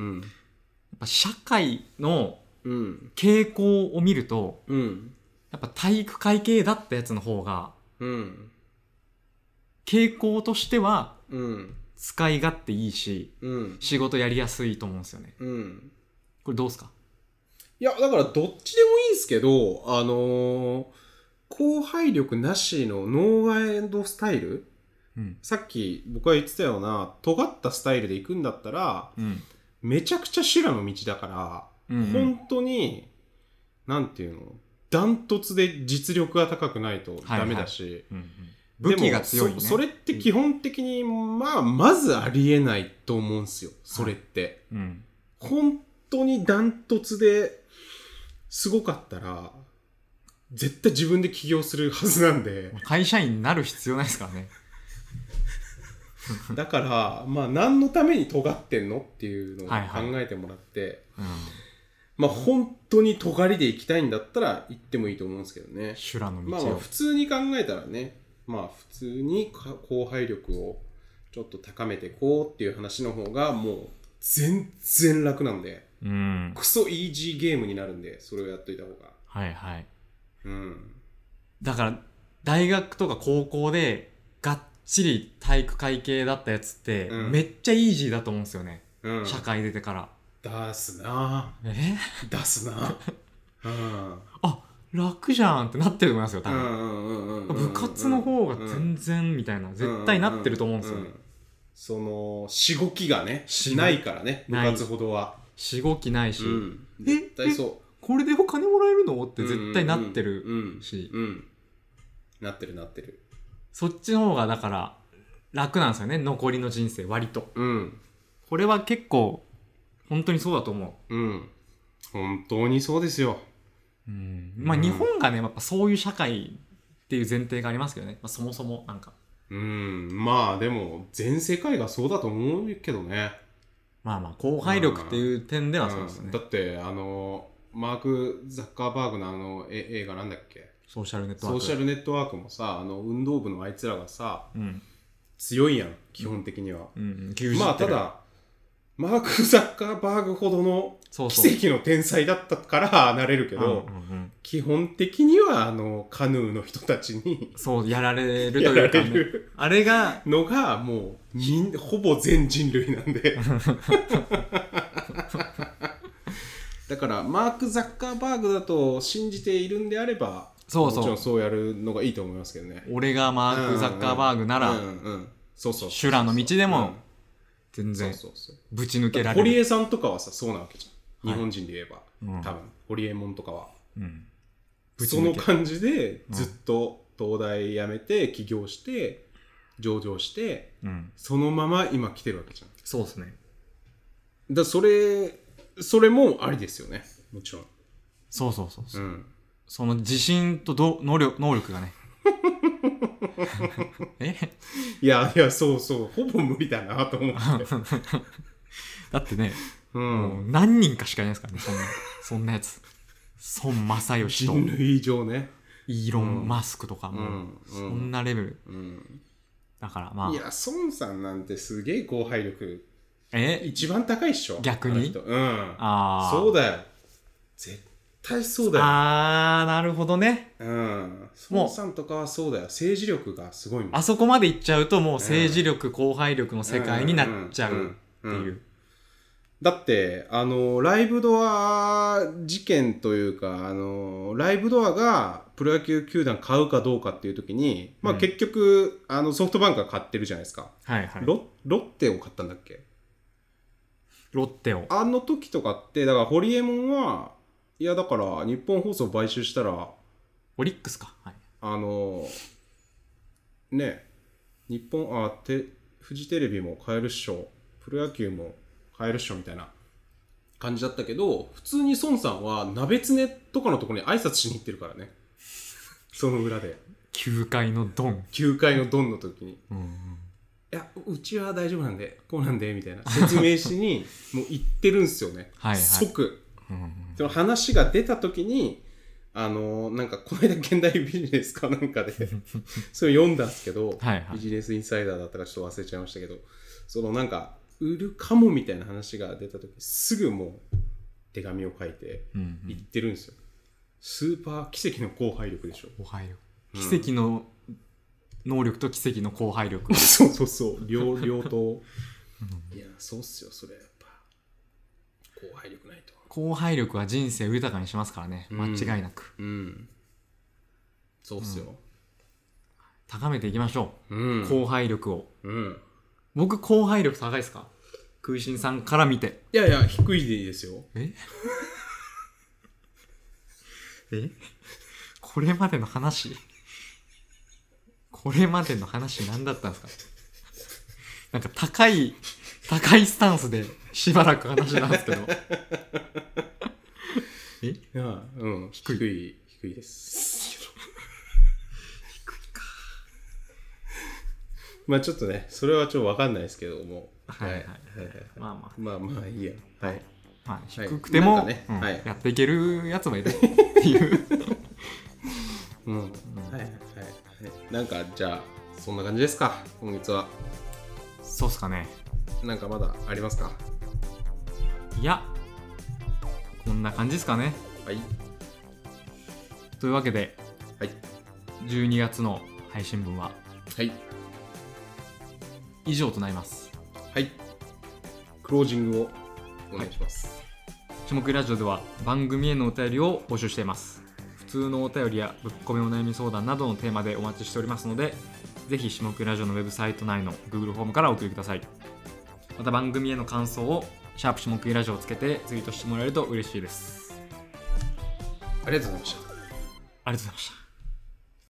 [SPEAKER 2] ん
[SPEAKER 1] ぱ社会の
[SPEAKER 2] うん
[SPEAKER 1] 傾向を見ると
[SPEAKER 2] うん
[SPEAKER 1] やっぱ体育会系だったやつの方が
[SPEAKER 2] うん
[SPEAKER 1] 傾向としては
[SPEAKER 2] うん
[SPEAKER 1] 使い勝手いいし
[SPEAKER 2] うん
[SPEAKER 1] 仕事やりやすいと思うんですよね
[SPEAKER 2] うん
[SPEAKER 1] これどうですか
[SPEAKER 2] いやだからどっちでもいいんですけどあのー後輩力なしのノーガイドスタイル
[SPEAKER 1] うん
[SPEAKER 2] さっき僕が言ってたような尖ったスタイルで行くんだったら
[SPEAKER 1] うん
[SPEAKER 2] めちゃくちゃ修羅の道だから、
[SPEAKER 1] うんうん
[SPEAKER 2] 本当になんていうのダントツで実力が高くないとダメだし、
[SPEAKER 1] うんうん武器が強い
[SPEAKER 2] で
[SPEAKER 1] ね
[SPEAKER 2] もそそれって基本的に、まあまずありえないと思うんですよそれって、
[SPEAKER 1] うん
[SPEAKER 2] 本当にダントツですごかったら絶対自分で起業するはずなんで
[SPEAKER 1] 会社員になる必要ないですからね
[SPEAKER 2] だからまあ何のために尖ってんのっていうのを
[SPEAKER 1] はいはい
[SPEAKER 2] 考えてもらって、
[SPEAKER 1] うん
[SPEAKER 2] まあ本当に尖りで行きたいんだったら行ってもいいと思うんですけどね
[SPEAKER 1] 修羅の道
[SPEAKER 2] まあ
[SPEAKER 1] を、
[SPEAKER 2] まあ普通に考えたらねまあ普通にか後輩力をちょっと高めてこうっていう話の方がもう全然楽なんで
[SPEAKER 1] うん
[SPEAKER 2] クソイージーゲームになるんでそれをやっといた方が
[SPEAKER 1] はいはい
[SPEAKER 2] うん
[SPEAKER 1] だから大学とか高校でがっちり体育会系だったやつって、
[SPEAKER 2] うん
[SPEAKER 1] めっちゃイージーだと思うんですよね、
[SPEAKER 2] うん
[SPEAKER 1] 社会出てから
[SPEAKER 2] 出すな
[SPEAKER 1] え
[SPEAKER 2] ぁ出すなぁ うん
[SPEAKER 1] あ楽じゃんってなってると思いますよ多
[SPEAKER 2] う
[SPEAKER 1] 分、
[SPEAKER 2] んうんうんうんうん
[SPEAKER 1] 部活の方が全然みたいな、絶対なってると思うんですよね、
[SPEAKER 2] ううそのしごきがねしないからね部
[SPEAKER 1] ない
[SPEAKER 2] 活ほどは、
[SPEAKER 1] しごきないし、
[SPEAKER 2] うん、
[SPEAKER 1] え
[SPEAKER 2] 絶対そ
[SPEAKER 1] これでお金もらえるのっ
[SPEAKER 2] う
[SPEAKER 1] て絶対なってる、
[SPEAKER 2] うん
[SPEAKER 1] し
[SPEAKER 2] うんうんなってるなってる
[SPEAKER 1] そっちの方がだから楽なんですよね残りの人生割と
[SPEAKER 2] うん
[SPEAKER 1] これは結構本当にそうだと思
[SPEAKER 2] うん本当にそうですよ
[SPEAKER 1] う、うん、まあ
[SPEAKER 2] うん
[SPEAKER 1] 日本がねやっぱそういう社会っていう前提がありますけどね、まあ、そもそもなんか
[SPEAKER 2] うんまあでも全世界がそうだと思うけどね
[SPEAKER 1] まあまあ後輩力っていう点ではそうですね、
[SPEAKER 2] んだってあのマーク・ザッカーバーグのあのえ映画なんだっけ
[SPEAKER 1] ソーシャルネットワ
[SPEAKER 2] ソ
[SPEAKER 1] ー
[SPEAKER 2] ー
[SPEAKER 1] ク
[SPEAKER 2] シャルネットワークもさあの運動部のあいつらがさ
[SPEAKER 1] うん
[SPEAKER 2] 強いやん基本的には、
[SPEAKER 1] うん、牛耳
[SPEAKER 2] まあ
[SPEAKER 1] って
[SPEAKER 2] た
[SPEAKER 1] る
[SPEAKER 2] だマーク・ザッカーバーグほどの
[SPEAKER 1] そうそう
[SPEAKER 2] 奇跡の天才だったからなれるけど、
[SPEAKER 1] うんうんうん
[SPEAKER 2] 基本的にはあのカヌーの人たちに
[SPEAKER 1] そうやられると
[SPEAKER 2] や
[SPEAKER 1] い
[SPEAKER 2] ら
[SPEAKER 1] うか、
[SPEAKER 2] れ
[SPEAKER 1] ね、
[SPEAKER 2] る
[SPEAKER 1] あれが
[SPEAKER 2] のがもうみんほぼ全人類なんでだからマーク・ザッカーバーグだと信じているんであれば
[SPEAKER 1] そうそう
[SPEAKER 2] もちろんそうやるのがいいと思いますけどね
[SPEAKER 1] 俺がマーク・ザッカーバーグなら
[SPEAKER 2] うんうんそうそうそう
[SPEAKER 1] 修羅の道でも全
[SPEAKER 2] うんそう
[SPEAKER 1] 然
[SPEAKER 2] そうそう
[SPEAKER 1] ぶち抜けられる
[SPEAKER 2] 堀江さんとかはさそうなわけじゃん、
[SPEAKER 1] はい
[SPEAKER 2] 日本人で言えば、
[SPEAKER 1] うん
[SPEAKER 2] 多分堀江門とかは
[SPEAKER 1] うんぶち
[SPEAKER 2] そ
[SPEAKER 1] 抜
[SPEAKER 2] の
[SPEAKER 1] け
[SPEAKER 2] 感じでずっと東大辞めて起業して上場して
[SPEAKER 1] うん、
[SPEAKER 2] そのまま今来てるわけじゃん
[SPEAKER 1] そうですね
[SPEAKER 2] だそれそれもありですよねもちろん、
[SPEAKER 1] そうそうそうそう、
[SPEAKER 2] ん、
[SPEAKER 1] その自信とど能力能力が ねえ
[SPEAKER 2] いやいやそうそうほぼ無理だなと思って、
[SPEAKER 1] だってね、
[SPEAKER 2] う、
[SPEAKER 1] もうん何人かしかいないですからねそんなそんなやつ孫正義と
[SPEAKER 2] 人類以上ね
[SPEAKER 1] イーロン・マスクとか
[SPEAKER 2] う
[SPEAKER 1] も、
[SPEAKER 2] ん
[SPEAKER 1] そんなレベル
[SPEAKER 2] うん
[SPEAKER 1] だからまあ
[SPEAKER 2] いや孫さんなんてすげえ後輩力
[SPEAKER 1] え
[SPEAKER 2] 一番高いっしょ
[SPEAKER 1] 逆に
[SPEAKER 2] あの人うん
[SPEAKER 1] ああ
[SPEAKER 2] そう
[SPEAKER 1] だ
[SPEAKER 2] だよ絶対そうだよ
[SPEAKER 1] あーなるほどね
[SPEAKER 2] うん。
[SPEAKER 1] もう
[SPEAKER 2] 孫さんとかはそうだよ。政治力がすごいもん
[SPEAKER 1] あそこまで行っちゃうともう政治力、後輩力の世界になっちゃうって
[SPEAKER 2] んんん
[SPEAKER 1] い
[SPEAKER 2] ん
[SPEAKER 1] う
[SPEAKER 2] だって、あの、ライブドア事件というか、あの、ライブドアがプロ野球球団買うかどうかっていう時に、まあ
[SPEAKER 1] うん
[SPEAKER 2] 結局、あの、ソフトバンクが買ってるじゃないですか。
[SPEAKER 1] はいはい
[SPEAKER 2] ロロッテを買ったんだっけ
[SPEAKER 1] ロッテを
[SPEAKER 2] あの時とかって、だから堀エモ門は、いやだから日本放送買収したら、
[SPEAKER 1] オリックスか、はい、
[SPEAKER 2] あのね日本あてフジテレビも変えるっしょプロ野球も変えるっしょみたいな感じだったけど普通に孫さんは鍋つねとかのところに挨拶しに行ってるからね その裏で
[SPEAKER 1] 球界のドン、
[SPEAKER 2] 9階のドンの時に
[SPEAKER 1] うん
[SPEAKER 2] 「いやうちは大丈夫なんでこうなんで」みたいな説明しにもう行ってるんすよね
[SPEAKER 1] はいはい
[SPEAKER 2] 即
[SPEAKER 1] うんうん
[SPEAKER 2] その話が出た時にあのなんかこの間現代ビジネスかなんかでそれ読んだんですけど、
[SPEAKER 1] はいはい
[SPEAKER 2] ビジネスインサイダーだったかちょっと忘れちゃいましたけどそのなんか売るかもみたいな話が出た時すぐもう手紙を書いて
[SPEAKER 1] うんう
[SPEAKER 2] 言っ
[SPEAKER 1] ん、
[SPEAKER 2] てるんですよ、スーパー奇跡の後輩力でしょ
[SPEAKER 1] 後輩力
[SPEAKER 2] うん
[SPEAKER 1] 奇跡の能力と奇跡の後輩 力
[SPEAKER 2] そうそうそう両両党いやそうっすよそれやっぱ後輩力ないと
[SPEAKER 1] 後輩力は人生を豊かにしますからね
[SPEAKER 2] うん
[SPEAKER 1] 間違いなく、
[SPEAKER 2] うんそうっすよ、
[SPEAKER 1] 高めていきましょ
[SPEAKER 2] う
[SPEAKER 1] う、
[SPEAKER 2] ん
[SPEAKER 1] 後輩力を
[SPEAKER 2] うん
[SPEAKER 1] 僕後輩力高いですか空心さんから見て
[SPEAKER 2] いやいや、低いでいいですよ。
[SPEAKER 1] ええこれまでの話これまでの話何だったんですかなんか高い高いスタンスでしばらく話なんですけ どえ
[SPEAKER 2] いや、うん、低い。低い、です。まあちょっとね、それはちょっとわかんないですけども。
[SPEAKER 1] はいはい
[SPEAKER 2] はいはい
[SPEAKER 1] まあま
[SPEAKER 2] まあまあいいや。はい。
[SPEAKER 1] あ、まあ、低くても、
[SPEAKER 2] なんかね
[SPEAKER 1] うん
[SPEAKER 2] はい
[SPEAKER 1] やっていけるやつもいるって いう
[SPEAKER 2] うん。はいはいはい。なんか、じゃあ、そんな感じですか、今月は。
[SPEAKER 1] そうっすかね
[SPEAKER 2] なんかまだありますか
[SPEAKER 1] いやこんな感じですかね
[SPEAKER 2] はい。
[SPEAKER 1] というわけで
[SPEAKER 2] はい。
[SPEAKER 1] 12月の配信分は
[SPEAKER 2] はい。
[SPEAKER 1] 以上となります
[SPEAKER 2] はい。クロージングをお願いします。
[SPEAKER 1] 下食いラジオでは番組へのお便りを募集しています普通のお便りやぶっこみお悩み相談などのテーマでお待ちしておりますのでぜひ下倉ラジオのウェブサイト内の Google フォームからお送りくださいまた番組への感想を「シャープ下倉ラジオ」をつけてツイートしてもらえると嬉しいです
[SPEAKER 2] ありがとうございました
[SPEAKER 1] ありがとうございました